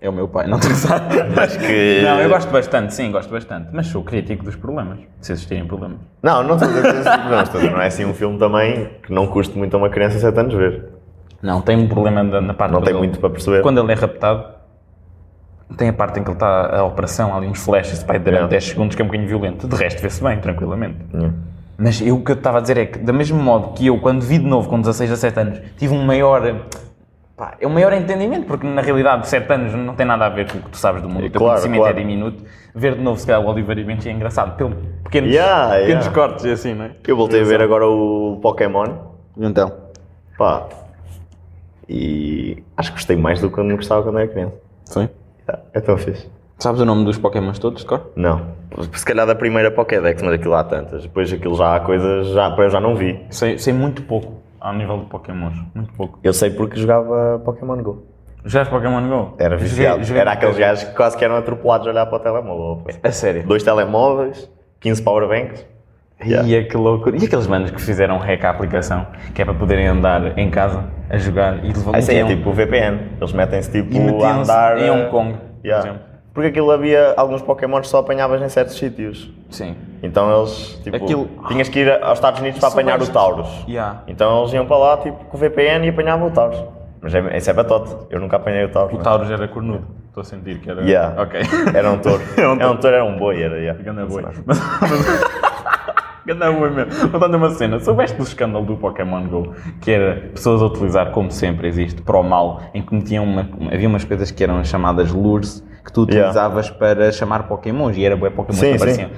S3: É o meu pai, não te sabe.
S1: mas que-
S2: Não, eu gosto bastante, sim, gosto bastante. Mas sou crítico dos problemas, se existirem problemas.
S1: Não, não estou a dizer que tens esse problema, estou a dizer, não é assim um filme também que não custe muito a uma criança de 7 anos ver.
S2: Não, tem um problema na, na parte
S1: Não tem
S2: dele.
S1: muito para perceber.
S2: Quando ele é raptado, tem a parte em que ele está a operação, há ali uns flashes pai, durante
S1: Yeah.
S2: 10 segundos, que é um bocadinho violento. De resto, vê-se bem, tranquilamente.
S1: Yeah.
S2: Mas eu, o que eu estava a dizer é que, da mesmo modo que eu, quando vi de novo com 16 a 7 anos, tive um maior. Pá, é um maior entendimento, porque na realidade 7 anos não tem nada a ver com o que tu sabes do mundo.
S1: É
S2: o teu
S1: claro,
S2: conhecimento
S1: claro.
S2: é diminuto. Ver de novo, se calhar, o Oliver e Benji é engraçado. Pelo pequenos,
S1: Yeah,
S3: Pequenos
S1: yeah.
S3: cortes e assim, não é?
S1: Eu voltei a ver agora o Pokémon.
S3: Então.
S1: Pá. E acho que gostei mais do que eu não gostava quando era criança.
S3: Sim.
S1: Yeah, É tão fixe.
S3: Sabes o nome dos Pokémons todos, de cor?
S1: Não. Se calhar da primeira Pokédex, mas aquilo há tantas. Depois aquilo já há coisas já, para eu já não vi.
S2: Sei, sei muito pouco ao nível de Pokémons. Muito pouco.
S1: Eu sei porque jogava Pokémon GO.
S2: Jogaste Pokémon GO?
S1: Era
S2: Joguei-
S1: viciado.
S2: joguei-
S1: Era aqueles gajos que quase que eram atropelados a olhar para o telemóvel.
S3: A sério.
S1: Dois telemóveis, 15 powerbanks. Yeah.
S2: Ia, que loucura. E aqueles manos que fizeram hack à aplicação, que é para poderem andar em casa a jogar e levar
S1: Assim, é
S2: metiam-
S1: tipo o VPN. Eles metem-se tipo
S2: e
S1: a
S2: metiam-se
S1: andar...
S2: em
S1: eh,
S2: Hong Kong, por
S1: yeah.
S2: exemplo.
S1: Porque aquilo havia alguns Pokémon que só apanhavas em certos sítios.
S2: Sim.
S1: Então eles, tipo,
S3: Aquilo-
S1: tinhas que ir aos Estados Unidos para apanhar o Taurus.
S3: Yeah.
S1: Então eles iam para lá, tipo, com o VPN e apanhavam o Taurus. Mas é, isso é batote. Eu nunca apanhei o Taurus.
S2: O
S1: mas-
S2: Taurus era cornudo. Estou a sentir que era.
S1: Yeah.
S2: Ok.
S1: Era um touro.
S2: É
S1: era um touro, era um, boi, era, yeah.
S2: Ganda boi. Mas. Ganda boi mesmo. Voltando a uma cena, soubeste do escândalo do Pokémon Go, que era pessoas a utilizar, como sempre existe, para o mal, em que metiam uma, havia umas coisas que eram chamadas lures, que tu
S1: Yeah.
S2: utilizavas para chamar Pokémons, e era bué Pokémons
S1: Sim,
S2: que
S1: sim.
S2: apareciam.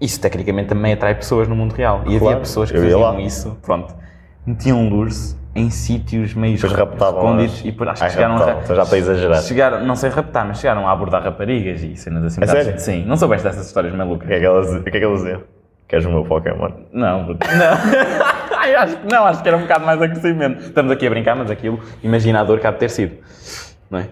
S2: Isso tecnicamente também atrai pessoas no mundo real. E havia
S1: Claro,
S2: pessoas que
S1: eu ia
S2: faziam
S1: lá.
S2: isso, pronto. Metiam lures em sítios meio
S1: Depois raptavam
S2: escondidos
S1: as-
S2: e depois acho que
S1: Ai,
S2: chegaram
S1: raptavam, então já estou a exagerar.
S2: Chegaram, não sei raptar, mas chegaram a abordar raparigas e cenas assim.
S1: É
S2: tá-
S1: sério?
S2: Sim, não soubeste dessas histórias malucas.
S1: O que é que eles, o que é que eles diziam? Queres o meu Pokémon?
S2: Não, puto. não. Ai, acho, que não, acho que era um bocado mais agradecimento. Estamos aqui a brincar, mas aquilo, imagina a dor que há de ter sido. Não é?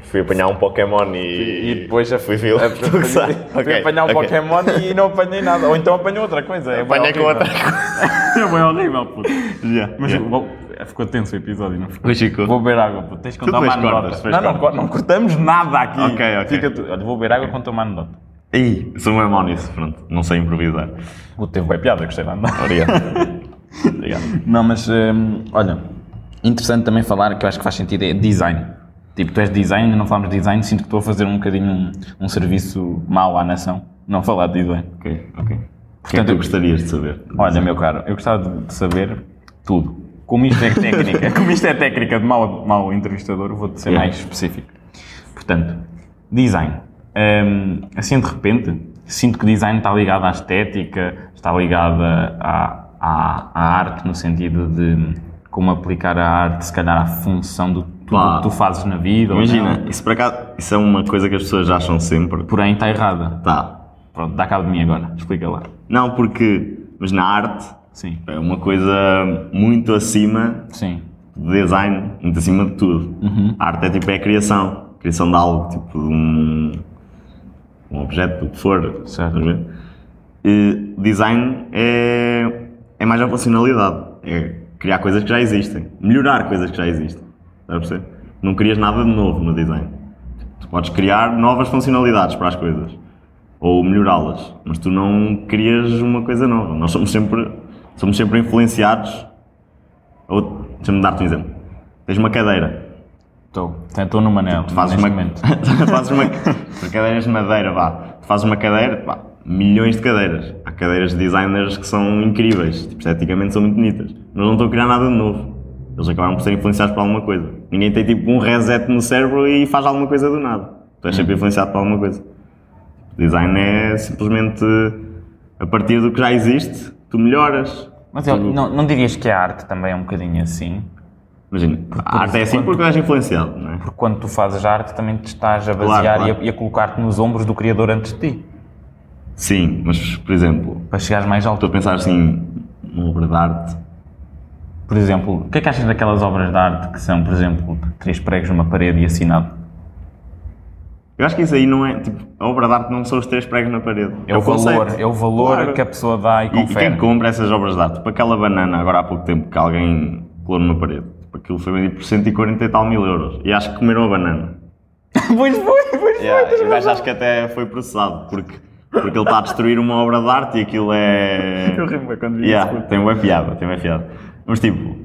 S1: Fui apanhar um Pokémon e...
S3: E depois já
S1: Fui
S2: É,
S1: ver o que tu sabes.
S3: Fui
S1: Ok,
S3: apanhar um
S1: ok.
S3: Pokémon e não apanhei nada. Ou então apanhei outra coisa. É bem
S1: Apanhei com
S3: horrível.
S1: outra
S2: É bem horrível, puto.
S1: Yeah,
S2: Mas
S1: yeah.
S2: bom, É, ficou tenso o episódio, não ficou?
S1: Pois ficou.
S2: Vou beber água, puto. Tens
S1: Tu
S2: que contar uma
S1: depois
S2: anedota.
S1: cortas, depois
S2: não, não,
S1: cortas.
S2: co- não cortamos nada aqui.
S1: Ok, ok.
S2: Fica tu- Olha, vou beber água e conto uma anedota.
S1: Ih, sou mesmo mau nisso, pronto. Não sei improvisar.
S2: Puto, teve bem é piada, gostei da anedota.
S1: Obrigado. Obrigado.
S2: Não, mas hum, olha, interessante também falar que eu acho que faz sentido é design. Tipo, tu és design, ainda não falamos de design, sinto que estou a fazer um bocadinho um, um serviço mau à nação, não falar de design.
S1: Ok, ok. O que é que
S2: Portanto,
S1: tu gostarias de saber?
S2: Olha, meu caro, eu gostava de- de saber tudo. Como isto é técnica, como isto é técnica de mau, mau entrevistador, vou-te ser
S1: Yeah.
S2: mais específico. Portanto, design. Hum, assim, de repente, sinto que design está ligado à estética, está ligado à, à, à arte, no sentido de como aplicar a arte, se calhar, à função do tudo
S1: Pá.
S2: que tu fazes na vida. ou não.
S1: Imagina, isso por acaso, isso é uma coisa que as pessoas acham sempre.
S2: Porém, está errada.
S1: Tá.
S2: Pronto, dá cabo de mim agora. Explica lá.
S1: Não, porque, mas na arte
S2: Sim,
S1: é uma coisa muito acima
S2: sim.
S1: do design, muito acima de tudo.
S2: Uhum.
S1: A arte é tipo é a criação, criação de algo, tipo de um, um objeto, do que for.
S2: Certo.
S1: estás a ver? E design é, é mais a funcionalidade, é criar coisas que já existem, melhorar coisas que já existem. Estás a perceber? Não crias nada de novo no design. Tu podes criar novas funcionalidades para as coisas ou melhorá-las, mas tu não crias uma coisa nova. Nós somos sempre, somos sempre influenciados. Ou, deixa-me dar-te um exemplo. Tens uma cadeira,
S2: Estou. Estou numa nela.
S1: tu fazes
S2: neste
S1: uma,
S2: momento.
S1: fazes uma, tu cadeiras de madeira, vá. Tu fazes uma cadeira, pá, milhões de cadeiras. Há cadeiras de designers que são incríveis, tipo, esteticamente são muito bonitas, mas não estão a criar nada de novo. Eles acabaram por ser influenciados por alguma coisa. Ninguém tem tipo um reset no cérebro e faz alguma coisa do nada. Tu és sempre influenciado por alguma coisa. Design é simplesmente a partir do que já existe, tu melhoras.
S2: Mas
S1: Tu-
S2: eu, não, não dirias que a arte também é um bocadinho assim?
S1: Imagina, a arte é assim porque tu és influenciado, não é?
S2: Porque quando tu fazes arte também te estás a
S1: Claro,
S2: basear e a-
S1: claro.
S2: e a, colocar-te nos ombros do criador antes de ti.
S1: Sim, mas por exemplo,
S2: Para chegares mais alto.
S1: Estou a pensar assim, uma obra de arte.
S2: Por exemplo, o que é que achas daquelas obras de arte que são, por exemplo, três pregos numa parede e assinado?
S1: Eu acho que isso aí não é. Tipo, a obra de arte não são os três pregos na parede.
S2: É o, valor,
S1: conceito.
S2: é o valor
S1: Claro.
S2: que a pessoa dá e
S1: E, e
S2: confere.
S1: quem compra essas obras de arte? Para aquela banana, agora há pouco tempo, que alguém colou numa parede. Tipo, aquilo foi vendido por 140 e tal mil euros. E acho que comeram a banana.
S2: pois foi, pois
S1: Yeah, É, e o gajo acho que até foi processado, porque, porque ele está a destruir uma obra de arte e aquilo é.
S2: Eu rimo quando vi
S1: Yeah,
S2: isso.
S1: tem uma piada, tem uma piada. Mas tipo,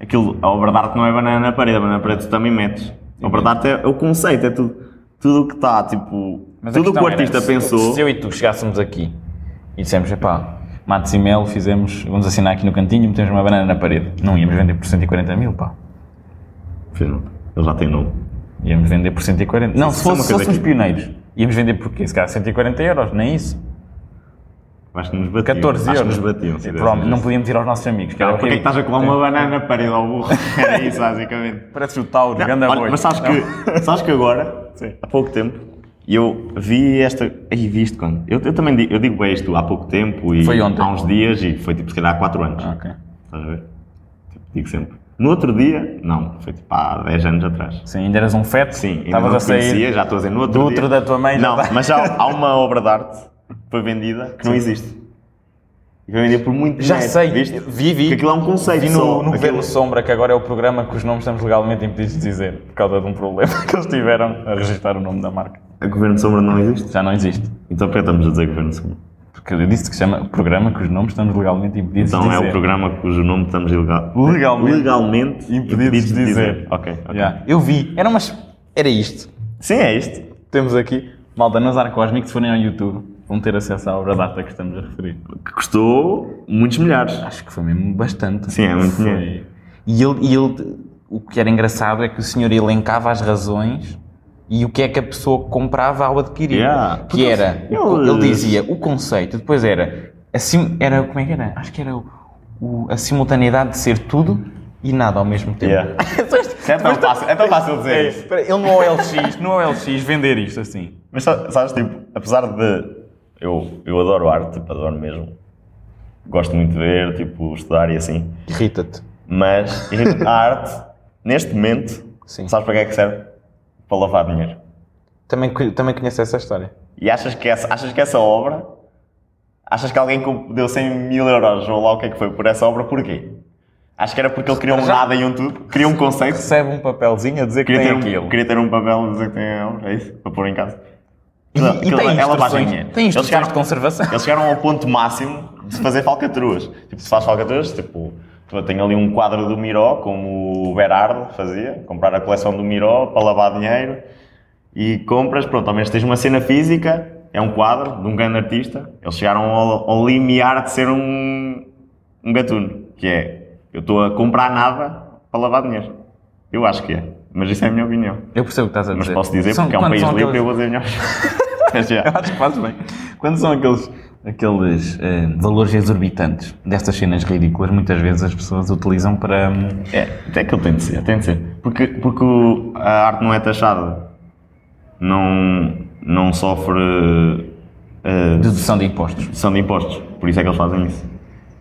S1: aquilo, a obra de arte não é banana na parede, a banana na parede tu também metes. A obra de arte é, é o conceito, é tudo tudo o que está, tipo,
S2: Mas a
S1: tudo o que o
S2: questão era,
S1: artista
S2: se-
S1: pensou.
S2: Se eu e tu chegássemos aqui e dissemos, epá, Matos e Melo fizemos, vamos assinar aqui no cantinho, metemos uma banana na parede. Não íamos vender por 140 mil, pá.
S1: Filho, não, Ele já tem nome.
S2: Íamos vender por 140. Não,
S1: Isso
S2: se,
S1: é uma
S2: fosse, se
S1: coisa
S2: fôssemos
S1: que-
S2: pioneiros, íamos vender por quê? Se calhar 140 euros, nem isso.
S1: Acho que nos batiam.
S2: 14
S1: Acho que
S2: euros.
S1: nos batiam. se
S2: Provavelmente não
S1: dessas.
S2: podíamos ir aos nossos amigos. Que
S1: Ah,
S2: era
S1: Porque é que
S2: horrível.
S1: estás a colar uma banana na parede ao burro? Era isso, basicamente.
S2: Parece o Tauro,
S1: Não,
S2: ganda
S1: olha,
S2: boi.
S1: mas sabes que, sabes que agora, há pouco tempo, eu vi esta. Aí vi isto quando? Eu, eu também digo, eu digo bem isto há pouco tempo e
S2: Foi ontem.
S1: há uns dias e foi tipo se calhar há 4 anos.
S2: Ah, ok.
S1: Estás a ver? Tipo, digo sempre. No outro dia, não, foi tipo há 10 anos atrás.
S2: Sim, ainda eras um feto.
S1: Sim, ainda
S2: Estavas
S1: não
S2: a
S1: te
S2: sair.
S1: conhecia, já estou a dizer no outro
S2: do
S1: dia.
S2: útero da tua mãe já
S1: Não,
S2: tá-
S1: mas há, há uma obra de arte que foi vendida que não existe. E foi vendida por muito
S2: Já
S1: dinheiro,
S2: sei,
S1: Né, viste?
S2: vi, vi.
S1: Porque aquilo é um conceito
S2: Vi
S1: só.
S2: no, no
S1: Aquilo-
S2: Governo Sombra, que agora é o programa que os nomes estamos legalmente impedidos de dizer, por causa de um problema que eles tiveram a registrar o nome da marca.
S1: A é Governo de Sombra não existe?
S2: Já não existe.
S1: Então por que estamos a dizer Governo de Sombra?
S2: Porque eu disse que se chama programa que os nomes estamos legalmente impedidos
S1: Então
S2: de
S1: é
S2: dizer.
S1: o programa cujo nome estamos ilegal...
S2: Legalmente.
S1: legalmente
S2: Impedidos de dizer.
S1: Ok, ok.
S2: Já. Eu vi. Era umas... Era isto.
S1: Sim, é isto.
S2: Temos aqui. Malta, Nazar Cósmico, se forem ao YouTube, vão ter acesso à obra de arte a que estamos a referir.
S1: Que custou muitos milhares.
S2: Acho que foi mesmo bastante.
S1: Sim, é muito
S2: Foi.
S1: dinheiro.
S2: E ele, e ele- o que era engraçado é que o senhor elencava as razões e o que é que a pessoa comprava ao adquirir.
S1: Yeah.
S2: Que era, o-
S1: eles-
S2: ele dizia o conceito, depois era, assim, era como é que era? Acho que era o- o- a simultaneidade de ser tudo e nada ao mesmo tempo.
S1: Yeah. é, tão fácil, é tão fácil dizer
S2: É,
S1: isto.
S2: espera, ele no OLX, no OLX, vender isto assim.
S1: Mas sa- sabes, tipo, apesar de eu, eu adoro arte, tipo, adoro mesmo. Gosto muito de ver, tipo, estudar e assim.
S2: Irrita-te.
S1: Mas a arte, neste momento,
S2: Sim.
S1: sabes para que é que serve? Para lavar dinheiro.
S2: Também, co- também conheço essa história.
S1: E achas que essa, achas que essa obra, achas que alguém comp- deu 100 mil euros ou lá o que é que foi por essa obra, porquê? Acho que era porque ele queria um
S2: Já-
S1: nada e um tudo, queria um conceito,
S2: Recebe um papelzinho a dizer que
S1: queria ter
S2: tem
S1: um,
S2: aquilo.
S1: queria ter um papel a dizer que tem a obra, é isso? Para pôr em casa.
S2: E,
S1: Não,
S2: e
S1: aquilo- é,
S2: tem
S1: ela faz
S2: instruções,
S1: dinheiro.
S2: tem
S1: Eles
S2: instruções
S1: chegaram-
S2: de conservação.
S1: Eles chegaram ao ponto máximo de fazer falcatruas. Tipo, se faz falcatruas, tipo, tu tenho ali um quadro do Miró, como o Berardo fazia, comprar a coleção do Miró para lavar dinheiro e compras, pronto, ao menos tens uma cena física, é um quadro de um grande artista. Eles chegaram ao, ao limiar de ser um, um gatuno, que é eu estou a comprar nada para lavar dinheiro. Eu acho que é, mas isso é a minha opinião.
S2: Eu percebo o que estás a
S1: Mas
S2: dizer.
S1: posso dizer
S2: São-
S1: porque é um
S2: quando
S1: país
S2: são
S1: livre e eu
S2: aqueles-
S1: vou dizer melhor. Mas já.
S2: Eu acho que fazes bem. Quando são aqueles aqueles eh, valores exorbitantes destas cenas ridículas, muitas vezes as pessoas utilizam para. hum,
S1: É, é que ele tem de ser, tem de ser. Porque, porque o- a arte não é taxada. Não, não sofre eh,
S2: dedução de impostos.
S1: dedução de impostos. Por isso é que eles fazem isso.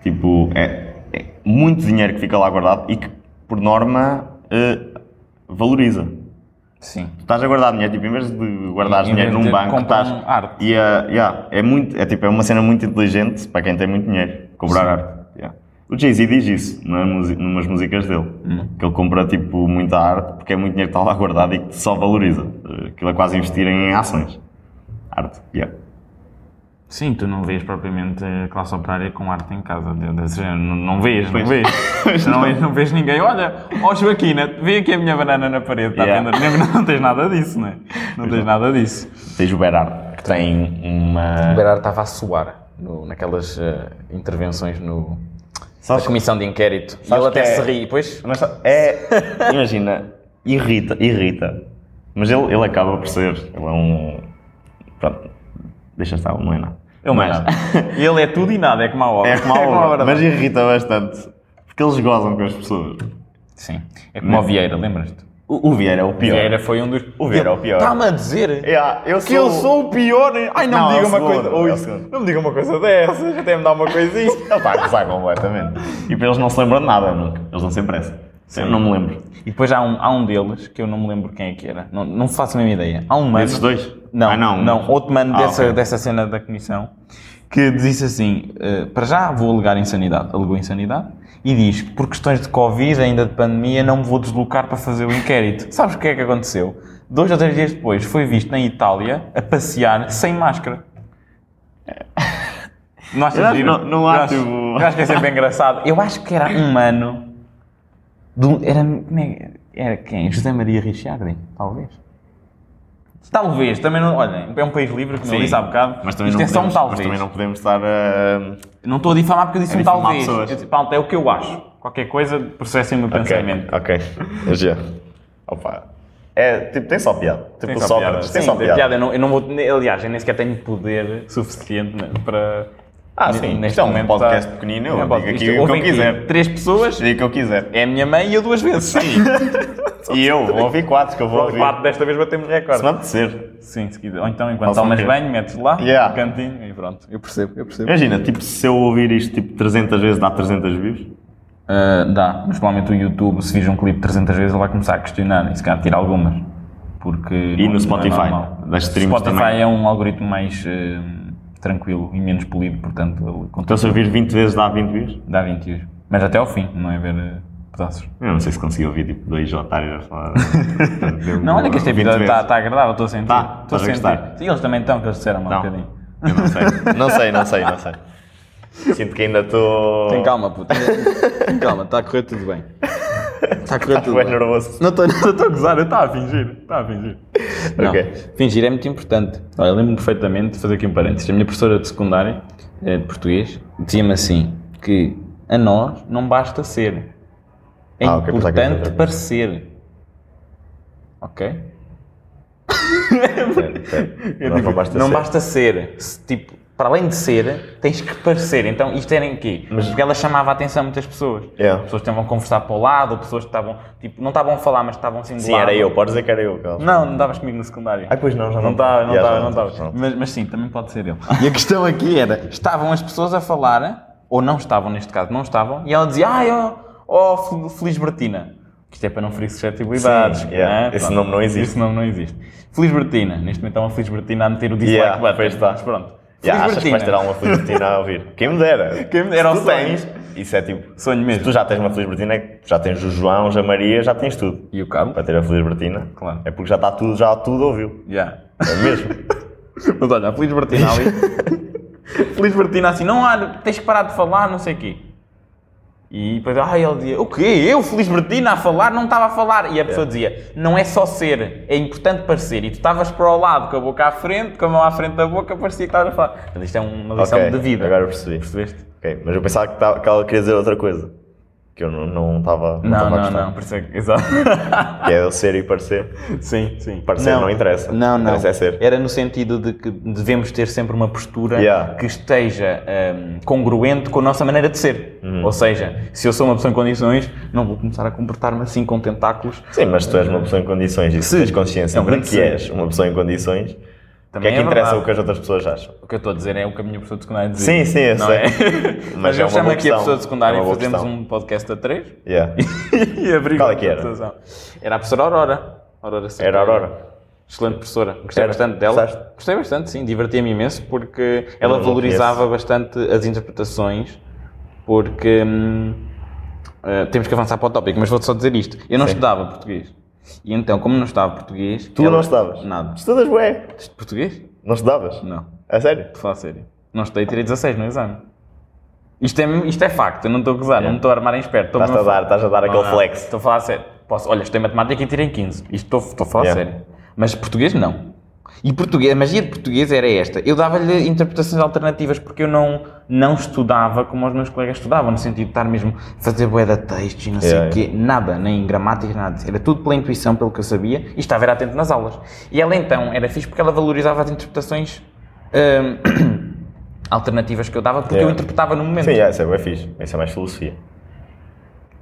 S1: Tipo, é, é muito dinheiro que fica lá guardado e que, por norma, eh, valoriza.
S2: Sim.
S1: Estás a guardar dinheiro, tipo, em vez de guardar
S2: Em
S1: dinheiro
S2: vez
S1: num
S2: de
S1: banco,
S2: comprar um
S1: estás.
S2: arte.
S1: E, eh, yeah, é, muito, é, tipo, é uma cena muito inteligente para quem tem muito dinheiro, comprar arte. yeah. O Jay-Z diz isso na musi- numas músicas dele,
S2: Hum.
S1: que ele compra tipo, muita arte porque é muito dinheiro que está lá guardado e que só valoriza. Eh, Aquilo é quase investir em ações. Arte, yeah.
S2: Sim, tu não vês propriamente a classe operária com arte em casa. de- desse género. não, não vês,
S1: Pois.
S2: não vês. não, vês não vês ninguém. Olha, ó Joaquina, vê aqui a minha banana na parede. Está
S1: Yeah.
S2: a vender. Não, não tens nada disso, não é? Não tens nada disso.
S1: Tens o Berard, que tem uma.
S3: Berardo estava a suar no- naquelas eh, intervenções no,
S1: Sabes-
S3: na comissão de inquérito. E
S1: Sabes
S3: ele até
S1: que é-
S3: se ri, pois.
S1: Mas sabe- é. Imagina, irrita, irrita. Mas ele, ele acaba por ser. Ele é um. Pronto, deixa estar, não é nada.
S2: Ele não é
S1: Mas-
S2: nada. Ele é tudo e nada, é como a obra.
S1: É como a
S2: É
S1: obra,
S2: obra.
S1: mas irrita bastante. Porque eles gozam com as pessoas.
S2: Sim, é como o Vieira, lembras-te?
S1: O, o Vieira é o pior.
S2: Vieira foi um dos.
S1: O Vieira é o pior.
S3: Está-me a dizer.
S1: Yeah, eu
S3: Que eu sou o pior. Ai, não,
S1: Não, é
S3: me diga
S1: o
S3: uma
S1: segundo,
S3: coisa.
S1: é
S3: ou
S1: o
S3: isso.
S1: segundo.
S3: não me diga uma coa- dessas, até me dá uma coisinha.
S1: Ele está a gozar completamente. E depois Tipo, eles não se lembram de nada nunca. Eles não se impressam. Eu não me lembro.
S2: E depois há um, há um deles, que eu não me lembro quem é que era, não, não faço a mesma ideia. Há um mano.
S1: Desses dois?
S2: Não,
S1: Ah, não.
S2: não. outro mano
S1: Ah,
S2: dessa,
S1: ok.
S2: dessa cena da comissão, que disse assim: eh, para já vou alegar insanidade. Alegou insanidade e diz: por questões de Covid, ainda de pandemia, não me vou deslocar para fazer o inquérito. Sabes o que é que aconteceu? Dois ou três dias depois foi visto na Itália a passear sem máscara. Não
S1: Eu
S2: achas
S1: acho
S2: giro?
S1: não- não há,
S2: Eu acho-
S1: tipo-
S2: Eu acho que é sempre engraçado. Eu acho que era um mano.
S1: um,
S2: do- era, como é que- era quem? José Maria Ricciardi, talvez. Talvez, também não. Olhem, é um país livre, como eu
S1: Sim.
S2: disse há bocado.
S1: Mas também,
S2: Isto
S1: não
S2: é só um
S1: podemos, mas
S2: talvez.
S1: também não podemos estar a.
S2: Não estou a difamar porque eu disse
S1: É
S2: um
S1: difamar
S2: talvez.
S1: pessoas.
S2: Eu disse, pronto, é o que eu acho. Qualquer coisa, processem o meu pensamento.
S1: Ok,
S2: É
S1: eu já. Opa. É, tipo, tem só piada. Tipo, o Sócrates, tem
S2: Sim,
S1: só
S2: da
S1: piada.
S2: piada, eu não, eu não vou. Aliás, eu nem sequer tenho poder suficiente né, para.
S1: Ah,
S2: ne-
S1: sim,
S2: neste
S1: isto é um
S2: momento
S1: podcast pequenino, eu
S2: É um
S1: digo
S2: podcast.
S1: aqui o que eu
S2: Ouvem aqui
S1: quiser.
S2: Três pessoas,
S1: Diga o que eu quiser.
S2: é a minha mãe e eu duas vezes. Sim.
S1: E eu, vou ouvir quatro, que eu vou ouvir. é
S2: Quatro desta vez batemos
S1: Se me
S2: recorde.
S1: apetecer.
S2: Sim, se quiser. Ou então, enquanto
S1: Façam
S2: tomas
S1: o quê?
S2: banho, metes lá,
S1: Yeah.
S2: no cantinho e pronto. Eu percebo, eu percebo.
S1: Imagina, tipo, se eu ouvir isto tipo 300 vezes, dá 300 views.
S2: Uh, dá, mas provavelmente o YouTube, se vires um clipe 300 vezes, ele vai começar a questionar e se calhar tira algumas. Porque é
S1: no Spotify, das streams
S2: Spotify
S1: também.
S2: é um algoritmo mais uh, tranquilo e menos polido, portanto, ele conta-
S1: Então se eu ouvir 20 vezes, dá 20 views.
S2: dá 20 views. Mas até ao fim, não é ver uh, pedaços.
S1: Eu não sei se consegui ouvir tipo dois otários a falar.
S2: Não, olha que este
S1: 20
S2: episódio
S1: vezes.
S2: está tá agradável, estou a sentir.
S1: Tá,
S2: estou
S1: estás a gostar.
S2: sentir. Sim, eles também estão, que eles disseram há um
S1: Não.
S2: bocadinho.
S1: Eu não sei. Não sei, não sei, não sei. Sinto que ainda estou.
S3: Tem calma, puto. Tem calma, está a correr tudo bem. Está a correr tudo
S1: Estou
S3: bem.
S1: nervoso.
S3: Não estou não estou a gozar.
S2: Claro, está a fingir, está a fingir.
S3: Não.
S1: Ok.
S3: Fingir é muito importante. Olha, eu lembro-me perfeitamente de fazer aqui um parênteses. A minha professora de secundária, eh, de português, dizia-me assim: que a nós não basta ser. É
S1: Ah, ok, pensava que era outra
S3: importante
S1: coisa.
S3: parecer. Ok?
S1: Não, não basta
S2: não
S1: ser.
S2: basta ser. Se, tipo, para além de ser, tens que parecer. Então, isto era em quê? Porque ela chamava a atenção de muitas pessoas.
S1: Yeah.
S2: Pessoas que estavam a conversar para o lado, ou pessoas que estavam, tipo, não estavam a falar, mas estavam assim do
S1: Sim,
S2: lado.
S1: era eu, podes dizer que era eu. Carlos.
S2: Não, não estavas comigo no secundário.
S1: Ah, pois não, já
S2: não
S1: não
S2: estava, não
S1: Já, já
S2: estava,
S1: não
S2: não
S1: tava,
S2: estava.
S1: pronto.
S2: Mas, mas sim, também pode ser ele. E a questão aqui era: estavam as pessoas a falar, ou não estavam neste caso, não estavam, e ela dizia, ai, ó, ó, fel- Feliz Bertina. Que Isto é para não ferir suscetibilidades.
S1: Sim, yeah.
S2: né?
S1: Esse
S2: Pronto.
S1: nome não existe.
S2: Esse nome não existe. Feliz Bertina. Neste momento há uma Feliz Bertina a meter o dislike
S1: Yeah,
S2: button.
S1: pois está.
S2: Mas pronto.
S1: Já,
S2: Feliz
S1: achas que vais ter alguma felizbertina a ouvir? Quem me dera.
S2: Quem me dera,
S1: Se
S2: o
S1: tu
S2: sonho.
S1: tens. Isso é tipo.
S2: Sonho
S1: Se tu
S2: mesmo.
S1: já tens uma felizbertina, é que já tens o João, já a Maria, já tens tudo.
S2: E o Carlos?
S1: Para ter a felizbertina,
S2: Claro.
S1: é porque já está tudo, já tudo ouviu.
S2: Yeah.
S1: É mesmo.
S2: Mas olha, a Feliz Bertina ali. Feliz Bertina assim, não há, tens que parar de falar, não sei o quê. E depois, ai, ele dizia, o quê? Eu, Feliz Bertina, a falar? Não estava a falar. E a pessoa dizia, não é só ser, é importante parecer. E tu estavas para o lado, com a boca à frente, com a mão à frente da boca, parecia que estavas a falar. Portanto, isto é uma lição
S1: Ok,
S2: de vida.
S1: Agora percebi.
S2: Percebeste?
S1: Ok, mas eu pensava que, tava- que ela queria dizer outra coisa. que eu não- não estava não,
S2: Não,
S1: estava a
S2: não,
S1: gostar.
S2: não, por isso é que- exato.
S1: Que é eu ser e parecer.
S2: sim, sim.
S1: Parecer não, interessa.
S3: Não, não.
S1: Interessa é ser.
S3: Era no sentido de que devemos ter sempre uma postura
S1: Yeah.
S3: que esteja hum, congruente com a nossa maneira de ser.
S1: Uhum.
S3: Ou seja, se eu sou uma pessoa em condições, não vou começar a comportar-me assim com tentáculos.
S1: Sim, mas tu és uma pessoa em condições e se
S3: Sim.
S1: tens consciência
S3: É um
S1: de
S3: grande
S1: que
S3: sim.
S1: és uma pessoa em condições, o que é que
S2: Também é
S1: interessa
S2: verdade.
S1: o que as outras pessoas acham?
S2: O que eu estou a dizer é o que a minha pessoa de secundária
S1: Sim,
S2: dizia.
S1: sim, eu
S2: não
S1: sei.
S2: é?
S1: Mas
S2: Mas
S1: é
S2: eu
S1: uma
S2: chamo
S1: boa
S2: aqui a
S1: questão.
S2: pessoa de secundária
S1: É uma
S2: e
S1: boa
S2: fazemos
S1: questão.
S2: um podcast a três
S1: Yeah.
S2: e abrimos
S1: Qual é que
S2: a
S1: era?
S2: votação. Era a professora Aurora. Aurora
S1: Era
S2: Cerqueira.
S1: a Aurora.
S2: Excelente professora. Gostei
S1: Era.
S2: bastante dela.
S1: Gostaste?
S2: Gostei bastante, sim. Divertia-me imenso porque ela
S1: não
S2: valorizava bastante as interpretações porque... hum, eh, temos que avançar para o tópico, mas vou-te só dizer isto. Eu não estudava português. E então, como não estudava português...
S1: Tu
S2: ela-
S1: não estavas?
S2: Nada. é
S1: Estudas, ué?
S2: Português?
S1: Não estudavas?
S2: Não.
S1: A sério?
S2: Estou a falar a sério. Não estudei, tirei 16 no exame. Isto é, isto é facto, eu não estou a gozar, não me estou a armar em esperto. estou
S1: Estás a
S2: mesmo
S1: dar,
S2: falar.
S1: estás a dar
S2: Não,
S1: aquele
S2: não, é.
S1: flex.
S2: Ah. Estou a falar a sério. Posso, olha, estudei matemática e tirei 15. Isto estou, estou a falar a
S1: Yeah.
S2: sério. Mas português não. E português, a magia de português era esta. Eu dava-lhe interpretações alternativas porque eu não, não estudava como os meus colegas estudavam, no sentido de estar mesmo a fazer bué de textos e não sei o
S1: Yeah,
S2: quê. Nada, nem gramática, nada. disso. Era tudo pela intuição, pelo que eu sabia, e estava era atento nas aulas. E ela então era fixe porque ela valorizava as interpretações hum, alternativas que eu dava porque
S1: Yeah.
S2: eu interpretava no momento.
S1: Sim, yeah, isso é bem fixe. Isso é mais filosofia.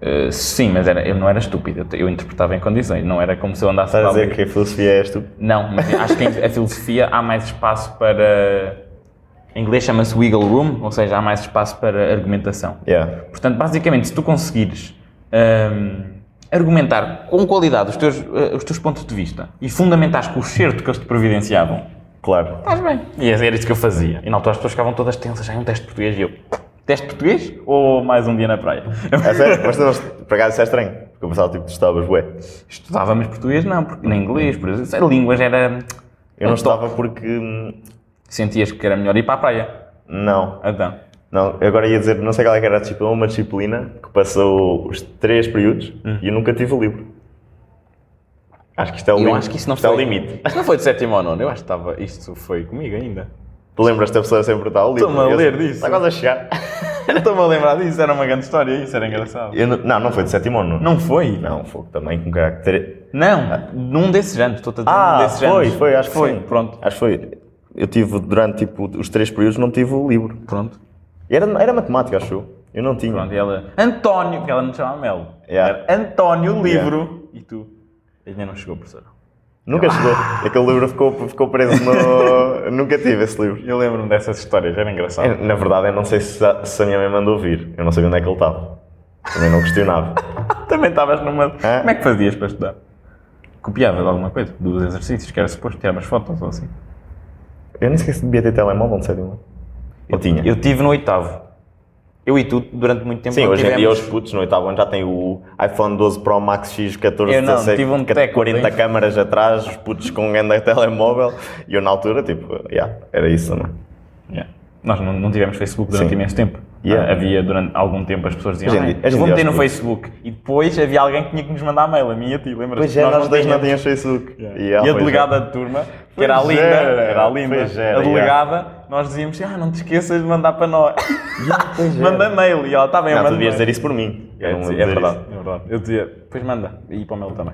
S2: Uh, sim, mas era, eu não era estúpido, eu te- eu interpretava em condições, não era como se eu andasse
S1: Estás a
S2: lá
S1: dizer
S2: livre.
S1: que a filosofia é és tu?
S2: Não, mas acho que em- a filosofia há mais espaço para. Em inglês chama-se wiggle room, ou seja, há mais espaço para argumentação.
S1: Yeah.
S2: Portanto, basicamente, se tu conseguires hum, argumentar com qualidade os teus, uh, os teus pontos de vista e fundamentares com o certo que eles te providenciavam,
S1: Claro.
S2: estás bem. E era isso que eu fazia. E na altura as pessoas ficavam todas tensas, já é um teste de português e eu. Teste de português ou mais um dia na praia?
S1: A É sério? Mas tu, por acaso isso é estranho. Porque eu pensava tipo, tu estavas, ué.
S2: Estudava, mas português não, porque nem inglês, por exemplo. Línguas era.
S1: Eu não estava porque... hum,
S2: Sentias que era melhor ir para a praia.
S1: Não.
S2: Então.
S1: Não, eu agora ia dizer, não sei qual é que era a disciplina, uma disciplina que passou os três períodos
S2: Hum.
S1: e eu nunca tive o livro. Acho que isto é o
S2: Eu
S1: limite.
S2: acho que isso não
S1: isto
S2: foi.
S1: é o limite.
S2: Isto não foi de sétimo ou nono. Eu acho que estava. Isto foi comigo ainda.
S1: Tu lembras da pessoa sempre está o livro?
S2: Estou-me a
S1: Eu-
S2: ler disso.
S1: Está quase a chegar.
S2: Estou-me a lembrar disso, era uma grande história, isso era engraçado.
S1: Eu não, não, não foi de sétimo ano.
S2: Não foi?
S1: Não, foi também com carácter.
S2: Não, num desses anos, estou-te a dizer num
S1: Ah,
S2: desses
S1: foi,
S2: anos.
S1: foi, acho que
S2: foi.
S1: sim.
S2: Pronto.
S1: Acho que foi. Eu tive, durante tipo, os três períodos, não tive o livro.
S2: Pronto.
S1: Era, era matemática, acho eu. Eu não tinha.
S2: Pronto, e ela. António, porque ela me chamava Mel.
S1: Yeah.
S2: Era António Livro. E tu? Ainda não chegou, professor.
S1: Nunca chegou. Aquele livro ficou, ficou preso no. nunca tive esse livro.
S2: Eu lembro-me dessas histórias, era engraçado.
S1: Eu, É, Na verdade, eu não sei se a, se a minha mãe mandou vir. Eu não sabia onde é que ele estava. Também não questionava.
S2: Também estavas numa.
S1: Hã?
S2: Como é que fazias para estudar? Copiavas alguma coisa? Dos exercícios que era suposto tirar umas fotos ou assim?
S1: Eu nem sei se devia ter telemóvel, não sei de onde. Ou tinha.
S3: Eu tive no oitavo. Eu e tu, durante muito tempo,
S1: Sim,
S3: não
S1: hoje em dia
S3: tivemos-
S1: os putos no oitavo ano já têm o iPhone 12 Pro Max X 14,
S2: Eu não,
S1: 16,
S2: tive um
S1: que-
S2: teco,
S1: 40
S2: tens?
S1: câmaras atrás, os putos com um grande telemóvel. E eu na altura, tipo, yeah, era isso é? também.
S2: Yeah. Nós não, não tivemos Facebook durante
S1: Sim.
S2: imenso tempo.
S1: Yeah.
S2: Ah, havia durante algum tempo as pessoas diziam,
S1: Hoje em
S2: "Ai,
S1: dia- hoje em
S2: vou
S1: dia
S2: meter
S1: acho
S2: no
S1: que-
S2: Facebook. E depois havia alguém que tinha que nos mandar mail, a mim e a ti, lembras?
S1: Pois é, nós, dois não
S2: tínhamos.
S1: tínhamos Facebook. ah,
S2: e
S1: é.
S2: a delegada de turma, que era a
S1: Pois
S2: Linda,
S1: era,
S2: era a Linda,
S1: pois era,
S2: a delegada, nós dizíamos, ah, não te esqueças de mandar para nós. manda mail. E ela, está bem, eu
S1: Não, tu
S2: mando
S1: devias
S2: mail."
S1: dizer isso por mim. Eu
S2: É,
S1: não vou
S2: sim, é
S1: dizer
S2: verdade,
S1: isso.
S2: é verdade. Eu dizia, pois manda, e para o meu também.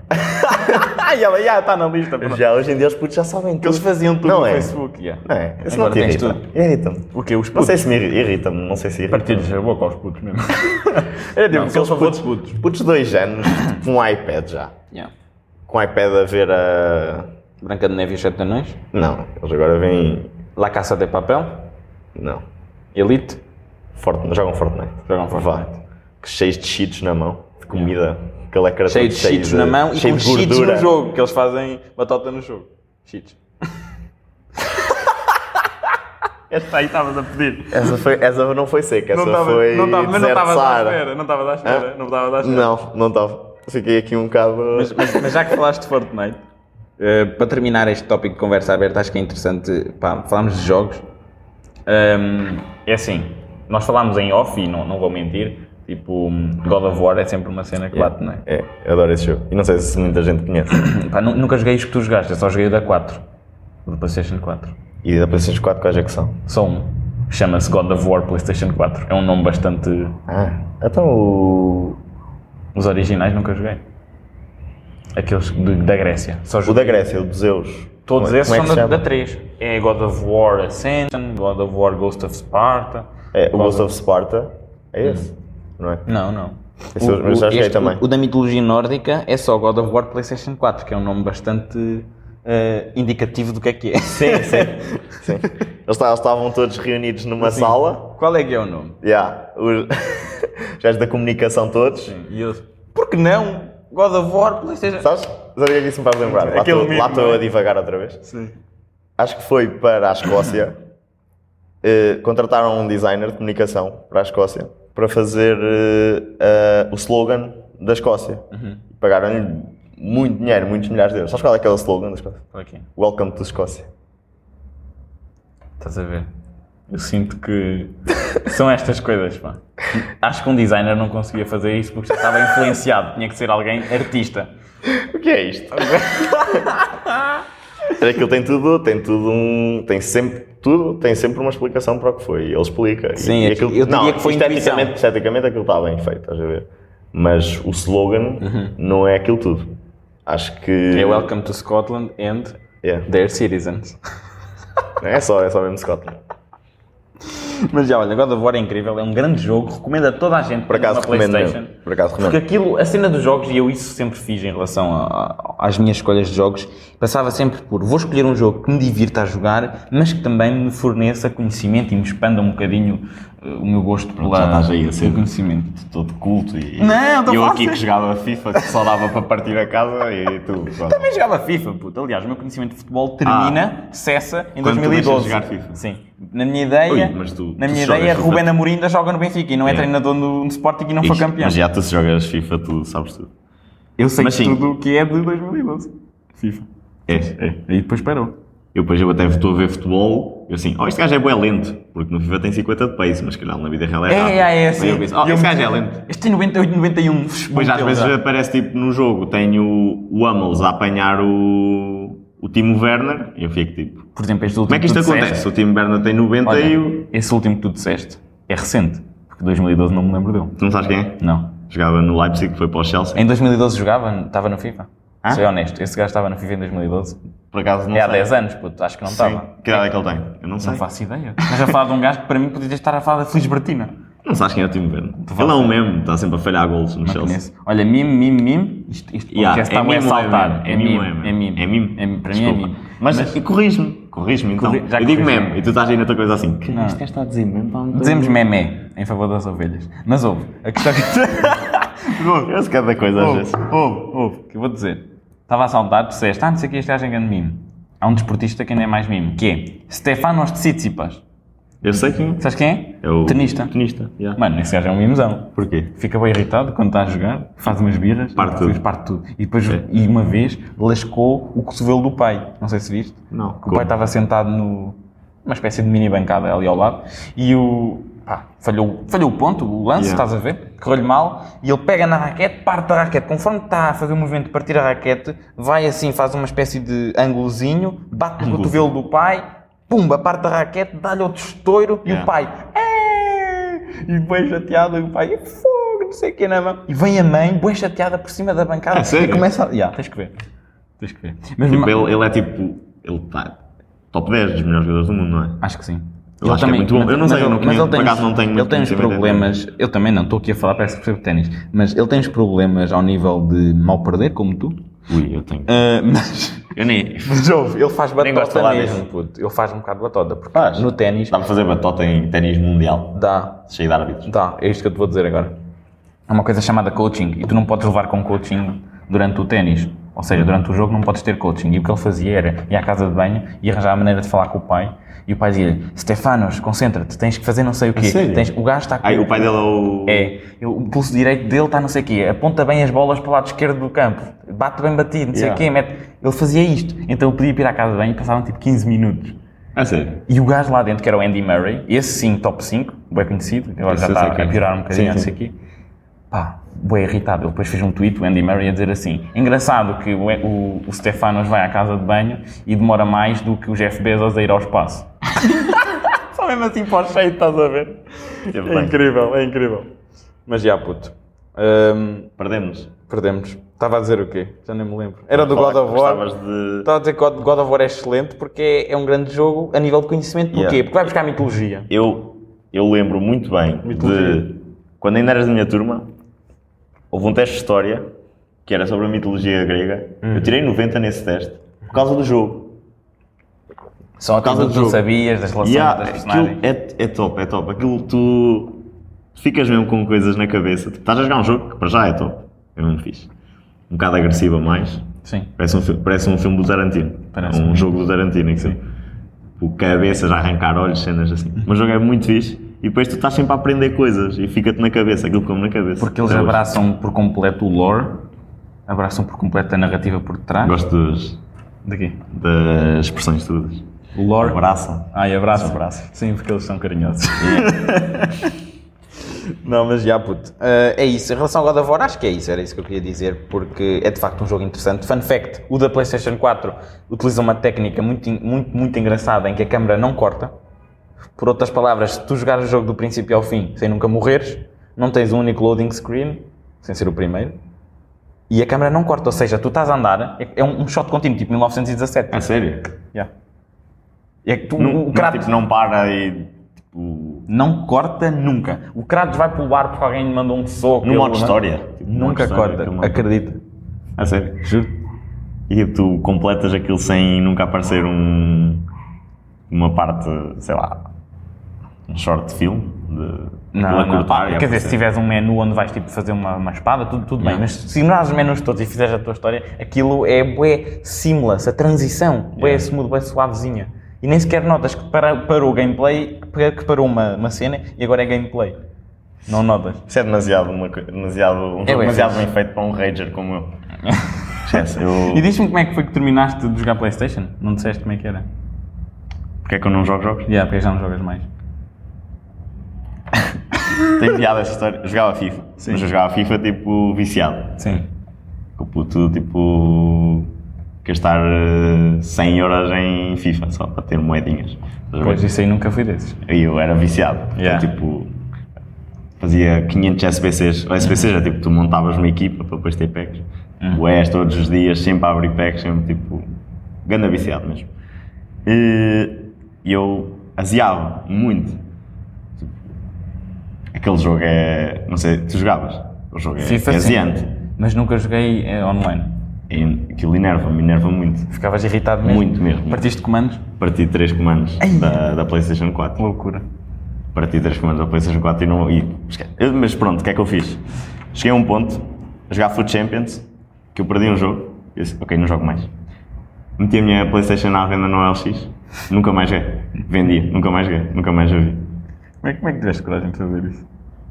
S2: e ela, já está tá na lista. Porque
S1: Já hoje em dia os putos já sabem tudo.
S2: eles faziam tudo
S1: Não
S2: no
S1: é?
S2: Facebook. Yeah.
S1: Não é? Isso não
S2: Agora
S1: te
S2: tens
S1: irrita.
S2: tudo.
S1: Irrita-me.
S2: O quê? Os
S1: Não
S2: putos?
S1: sei se me irri- irrita-me, não sei se irrita.
S2: Partilhos a boca aos putos mesmo. Era tipo,
S1: Não,
S2: aqueles
S1: são
S2: favores putos.
S1: Putos de dois anos, com um iPad já.
S3: Yeah.
S1: Com um iPad a ver a.
S3: Branca de Neve e os Sete Anões.
S1: Não, eles agora vêm.
S3: La Caça de Papel.
S1: Não.
S3: Elite.
S1: Fortnite, jogam Fortnite.
S3: Jogam Fortnite.
S1: Vá. Que Cheios de cheats na mão, de comida. Aquele é
S3: Cheio de cheats na mão e
S1: cheio
S3: com
S1: de
S3: cheats
S1: gordura.
S3: no jogo, que eles fazem batota no jogo. Cheats.
S2: Esta aí estavas a pedir.
S1: Essa, foi, essa não foi seca, essa
S2: Não tava-
S1: foi.
S2: não tava- mas não estavas à
S1: desertizada.
S2: espera, não estavas à espera,
S1: Hã?
S2: não estavas à espera.
S1: Não, não estava. Fiquei aqui um bocado.
S3: Mas, mas- mas já que falaste de Fortnite, eh, para terminar este tópico de conversa aberta, acho que é interessante pá, falarmos de jogos.
S2: Hum, é assim, nós falámos em off e não, não vou mentir, tipo, God of War é sempre uma cena que bate, não é?
S1: É, eu adoro esse jogo. E não sei se muita gente conhece.
S2: Pá, nu- nunca joguei isto que tu jogaste, eu só joguei o da 4, do PlayStation 4.
S1: E da PS4 quais é que são?
S2: Só um. Chama-se God of War PlayStation 4. É um nome bastante.
S1: Ah, então o.
S2: Os originais nunca joguei. Aqueles de- da Grécia. Só
S1: O
S2: joguei.
S1: da Grécia, o de Zeus.
S2: Todos
S1: Como é-
S2: esses
S1: como é que se
S2: são da,
S1: chama?
S2: da 3. É God of War Ascension, God of War Ghost of Sparta.
S1: É, o Ghost of Sparta é
S3: Uhum.
S1: esse, não é?
S2: Não, não.
S1: Esse eu eu já joguei
S3: este-
S1: também.
S3: o da mitologia nórdica é só God of War PlayStation 4, que é um nome bastante eh, indicativo do que é que é.
S1: Sim, sim. sim. Eles ta- eles estavam todos reunidos numa sala.
S3: Qual é que é o nome?
S1: Yeah, os os gajos da comunicação todos.
S3: E eu, por que não? God of War PlayStation
S1: Sabes? Sabes o que é que isso me faz lembrar? Lá
S2: Aquele
S1: estou-
S2: meme,
S1: Lá estou
S2: não é?
S1: a divagar outra vez. Acho que foi para a Escócia. Eh, contrataram um designer de comunicação para a Escócia para fazer eh, eh, o slogan da Escócia.
S2: Uhum.
S1: Pagaram-lhe muito dinheiro, muitos milhares de euros. Sabes qual é aquele slogan da Escócia?
S2: Qual é que é?
S1: Welcome to Escócia.
S2: Estás a ver? Eu sinto que são estas coisas, pá. Acho que um designer não conseguia fazer isso porque já estava influenciado. Tinha que ser alguém artista.
S1: O que é isto? Era que ele tem tudo, tem tudo um. tem sempre tudo, tem sempre uma explicação para o que foi. Ele explica. E-
S3: Sim,
S1: e
S3: eu- eu diria que foi
S1: esteticamente,
S3: intuição.
S1: esteticamente aquilo está bem feito, estás a ver? Mas o slogan
S3: Uhum.
S1: não é aquilo tudo. Acho que.
S2: É Welcome to Scotland and
S1: Yeah.
S2: their citizens.
S1: Não É só, é só mesmo Scotland.
S3: Mas já olha, God of War é incrível, é um grande jogo, recomendo a toda a gente
S1: Por acaso
S2: Uma
S1: recomendo
S2: PlayStation.
S1: mesmo. Por acaso
S3: Porque
S1: recomendo.
S3: aquilo, a cena dos jogos, e eu isso sempre fiz em relação a- a- às minhas escolhas de jogos, passava sempre por vou escolher um jogo que me divirta a jogar, mas que também me forneça conhecimento e me expanda um bocadinho eh, o meu gosto pela,
S2: já estás aí a ser
S3: pelo conhecimento.
S1: Todo culto e.
S3: Não, tô eu aqui fácil. que
S1: jogava FIFA, que só dava para partir a casa e tudo.
S3: Também jogava FIFA, puto. Aliás, o meu conhecimento de futebol termina, cessa em
S1: Ah. Quando tu
S3: 2012.
S1: deixas de jogar FIFA.
S3: Sim. Na minha é ideia,
S1: Ui, mas tu-
S3: na
S1: tu
S3: minha
S1: jogas
S3: ideia,
S1: FIFA.
S3: Rubén Amorim ainda joga no Benfica e não é, treinador no, no Sporting e não foi campeão.
S1: já tu se jogas FIFA, tu sabes tudo.
S3: Eu sei
S1: Mas sim.
S3: tudo o que é de 2012. FIFA.
S1: É, é.
S3: E depois parou.
S1: Eu depois eu até estou a ver futebol, eu assim, oh, este gajo é bué lento, porque no FIFA tem 50 de pace, mas calhar na vida real é
S3: É,
S1: rápido.
S3: é, é,
S1: Mas
S3: assim.
S1: eu penso, oh,
S3: E eu
S1: este
S3: me-
S1: gajo é lento.
S3: Este tem 98, 91.
S1: Depois às
S3: Bom,
S1: vezes
S3: ele já.
S1: aparece tipo no jogo, tenho o Hummels a apanhar o, o Timo Werner, e eu fico tipo,
S3: Por exemplo, este último
S1: como é que isto
S3: tu disseste-
S1: acontece? O Timo Werner tem 90 e o...
S2: Olha, esse último que tu disseste é recente. Porque 2012 não me lembro dele.
S1: Tu não sabes quem é?
S2: Não.
S1: Jogava no Leipzig, foi para o Chelsea.
S2: Em 2012 jogava, estava no FIFA. Sou honesto, esse gajo estava no FIFA em 2012.
S1: Por acaso Ah? não
S2: é há
S1: sei.
S2: 10 anos, puto, acho que não estava.
S1: Sim. Que idade é que ele tem? Eu não sei.
S2: Não faço ideia. Mas a falar de um gajo que para mim podia estar a falar da Felisbertina.
S1: Não sabes quem é o Timo Werner.
S2: fazes
S1: Ele é o mesmo, está sempre a falhar golos no
S2: Não
S1: Chelsea.
S2: conheço. Olha, mime, mime, mime. Isto, isto
S1: Yeah,
S2: podcast está
S1: é
S2: bem a
S1: mimo ou é
S2: saltar.
S1: meme? É mimo ou é
S2: É
S1: meme?
S2: mime.
S1: É mime?
S2: Para mim é
S1: Desculpa.
S2: mime.
S1: Mas, e corrige-me, corrige-me então.
S2: Corri- já
S1: eu digo
S2: corrigi.
S1: meme e tu estás aí na tua coisa assim. Que
S2: Não.
S1: isto que está a dizer meme? Pá, não tô-
S2: Dizemos memé em favor das ovelhas. Mas ouve, a questão é que. ouve,
S1: Eu sei cada coisa às vezes.
S2: ouve, ouve, que eu vou dizer. Estava a saltar, tu disseste, ah, não sei o que, este gajo é grande mime. Há um desportista que ainda é mais mime, que é Stefanos Tsitsipas.
S1: Eu sei quem
S2: Sabes quem é?
S1: é o
S2: Tenista.
S1: Tenista, yeah.
S2: Mano, esse gajo é um mimozão.
S1: Porquê?
S2: Fica bem irritado quando está a jogar, faz umas birras,
S1: Parte
S2: depois
S1: tudo.
S2: parte tudo. E depois,
S1: É.
S2: e uma vez, lascou o cotovelo do pai. Não sei se viste.
S1: Não.
S2: Que o pai estava sentado no, numa espécie de mini bancada ali ao lado e o. pá, falhou, falhou o ponto, o lance,
S1: Yeah.
S2: estás a ver? Correu-lhe mal e ele pega na raquete, parte a raquete. Conforme está a fazer o movimento de partir a raquete, vai assim, faz uma espécie de ângulozinho, bate no cotovelo do pai, pumba, parte a raquete, dá-lhe outro estouro e
S1: Yeah.
S2: o pai. "É!" E bem chateado, e o pai, "É fogo, não sei o que na mão. E vem a mãe, bem chateada por cima da bancada
S1: É sério?
S2: e começa a. Yeah, tens que ver. Tens que ver. Mas ma-
S1: Tipo, ele, ele é tipo. Ele está top 10 dos melhores jogadores do mundo, não é?
S2: Acho que sim.
S1: Eu acho que é muito bom. Eu não sei, eu não conheço, por acaso não tenho
S3: Ele
S1: muito
S3: tem uns
S1: conhecimento em
S3: problemas. Eu também não, estou aqui a falar, parece que percebo de ténis. Mas ele tem uns problemas ao nível de mal perder, como tu.
S1: Ui, eu tenho.
S3: Ah, mas.
S1: Eu nem.
S3: Mas ouve, ele faz
S1: Nem gosto de falar
S3: batota mesmo,
S1: disso.
S3: puto. Ele faz um bocado de batota. Porque
S1: Faz.
S3: no ténis.
S1: Dá para fazer batota em ténis mundial,
S3: Dá.
S1: cheio de árbitros.
S3: Dá. É isto que eu te vou dizer agora.
S2: Há É uma coisa chamada coaching e tu não podes levar com coaching durante o ténis. Ou seja, durante o jogo não podes ter coaching. E o que ele fazia era ir à casa de banho e arranjar a maneira de falar com o pai. E o pai dizia-lhe: Stefanos, concentra-te, tens que fazer não sei o quê.
S1: sério?
S2: Tens- O gajo está com.
S1: Ai, o pai dele é o.
S2: É, ele- o pulso direito dele está não sei o quê, aponta bem as bolas para o lado esquerdo do campo, bate bem batido, não sei o
S1: Yeah.
S2: quê, mete. Ele fazia isto. Então eu podia ir à casa de banho e passavam tipo 15 minutos.
S1: É sério.
S2: E o gajo lá dentro, que era o Andy Murray, esse sim, top 5, bem conhecido, agora
S1: Esse
S2: já
S1: eu
S2: está
S1: sei quem
S2: a
S1: é.
S2: piorar um bocadinho,
S1: Sim,
S2: não sei o quê. Pá, bem irritado. Ele depois fez um tweet, o Andy Murray, a dizer assim: engraçado que o, o, o Stefanos vai à casa de banho e demora mais do que o Jeff Bezos a ir ao espaço. Só mesmo assim para o cheio, estás a ver?
S1: Teve bem.
S2: incrível, é incrível. Mas já, puto. Ahm,
S1: Perdemos.
S2: perdemos. Estava a dizer o quê? Já nem me lembro. Era do
S1: Falar
S2: God
S1: que
S2: of War.
S1: gostavas de-
S2: Estava a dizer que God God of War é excelente porque é- é um grande jogo a nível de conhecimento. Porquê?
S1: Yeah.
S2: Porque vai buscar mitologia.
S1: Eu, eu lembro muito bem
S2: Mitologia.
S1: de quando ainda eras da minha turma, houve um teste de história que era sobre a mitologia grega. Eu tirei 90 nesse teste por causa do jogo.
S4: Só a
S1: causa
S4: coisa que
S1: do
S4: tu
S1: jogo.
S4: sabias, das relações
S1: E há-
S4: das
S1: aquilo
S4: personagens.
S1: é, é top, é top. Aquilo tu ficas mesmo com coisas na cabeça. Tipo, estás a jogar um jogo que para já é top. Eu não me fiz. Um bocado agressiva mais.
S4: Sim.
S1: Parece um, fi- parece um filme do Tarantino.
S4: Parece.
S1: Um jogo do Tarantino. Assim. O cabeças a arrancar olhos, cenas assim.
S4: Uhum.
S1: Mas o jogo é muito fixe e depois tu estás sempre a aprender coisas e fica-te na cabeça, aquilo como na cabeça.
S4: Porque eles
S1: Até hoje.
S4: abraçam por completo o lore, abraçam por completo a narrativa por trás.
S1: Gosto dos-
S4: Daqui.
S1: das expressões todas.
S4: O lore.
S1: Abraça.
S4: Ai, abraço.
S1: Abraço.
S4: Sim, porque eles são carinhosos.
S2: Não, mas já, puto. Ah, é isso. Em relação ao God of War, acho que é isso. Era isso que eu queria dizer, porque é de facto um jogo interessante. Fun fact: o da PlayStation 4 utiliza uma técnica muito, en- muito, muito engraçada em que a câmera não corta. Por outras palavras, se tu jogares o jogo do princípio ao fim sem nunca morreres, não tens um único loading screen, sem ser o primeiro, e a câmera não corta. Ou seja, tu estás a andar, é, é um, um shot contínuo, tipo 1917.
S4: Ah,
S1: É sério?
S2: Yeah. É que tu,
S4: Um
S1: Não,
S2: o Kratos
S1: tipo, não para e tipo.
S4: Não corta nunca.
S2: O Kratos vai para o bar porque alguém lhe mandou um soco.
S1: No
S2: ele-
S1: modo história. Tipo, no modo
S2: Nunca
S1: história,
S2: corta,
S1: aquele modo-
S2: acredita.
S1: É sério.
S2: Juro.
S1: E tipo, tu completas aquilo sem nunca aparecer um. uma parte, sei lá. um short film de. de
S4: Não,
S1: lá
S4: não.
S1: cortar
S4: Quer
S1: e
S4: dizer, se
S1: aparecer.
S4: tiveres um menu onde vais tipo, fazer uma, uma espada, tudo, tudo bem.
S2: Não.
S4: Mas
S2: Se ignorares os menus todos e fizeres a tua história, aquilo é bué seamless, a transição, bué smooth, bué suavezinha. E nem sequer notas que para, parou o gameplay, que parou uma, uma cena e agora é gameplay. Não notas.
S1: Isso é demasiado, uma, co- demasiado, um jogo
S2: É bem
S1: demasiado
S2: fixe.
S1: bem feito para um Rager como eu. Esquece, eu.
S4: E diz-me como é que foi que terminaste de jogar Playstation? Não disseste como é que era?
S1: Porquê é que eu não jogo jogos?
S4: Já, porque já não jogas mais.
S1: Tem piada essa história. Eu jogava FIFA, mas eu jogava FIFA tipo viciado.
S4: Sim.
S1: Com o puto, tipo. gastar eh, 100 euros em FIFA só para ter moedinhas. Estás a ver?
S4: Pois isso aí nunca fui desses.
S1: E eu era viciado.
S4: Yeah.
S1: Eu, tipo, fazia 500 SBCs. O SBCs é tipo, tu montavas uma equipa para depois ter packs.
S4: Uhum.
S1: Ué, todos os dias, sempre a abrir packs, sempre tipo. Ganda viciado mesmo. E eu aziava muito. Tipo, Aquele jogo é. Não sei, tu jogavas? O jogo é,
S4: FIFA,
S1: é
S4: sim.
S1: aziante.
S4: Mas nunca joguei eh, online.
S1: E aquilo enerva-me, enerva muito.
S4: Ficavas irritado mesmo.
S1: Muito mesmo.
S4: Partiste comandos?
S1: Parti três comandos da, da PlayStation 4.
S4: Loucura.
S1: parti três comandos da PlayStation 4 e não. E, esquece. Eu- mas pronto, o que é que eu fiz? Cheguei a um ponto, a jogar Foot Champions, que eu perdi um jogo, e disse, ok, não jogo mais. Meti a minha PlayStation à venda no LX, nunca mais joguei. Vendi, nunca mais joguei, nunca mais a vi.
S4: Como é, como é que tiveste coragem de fazer isso?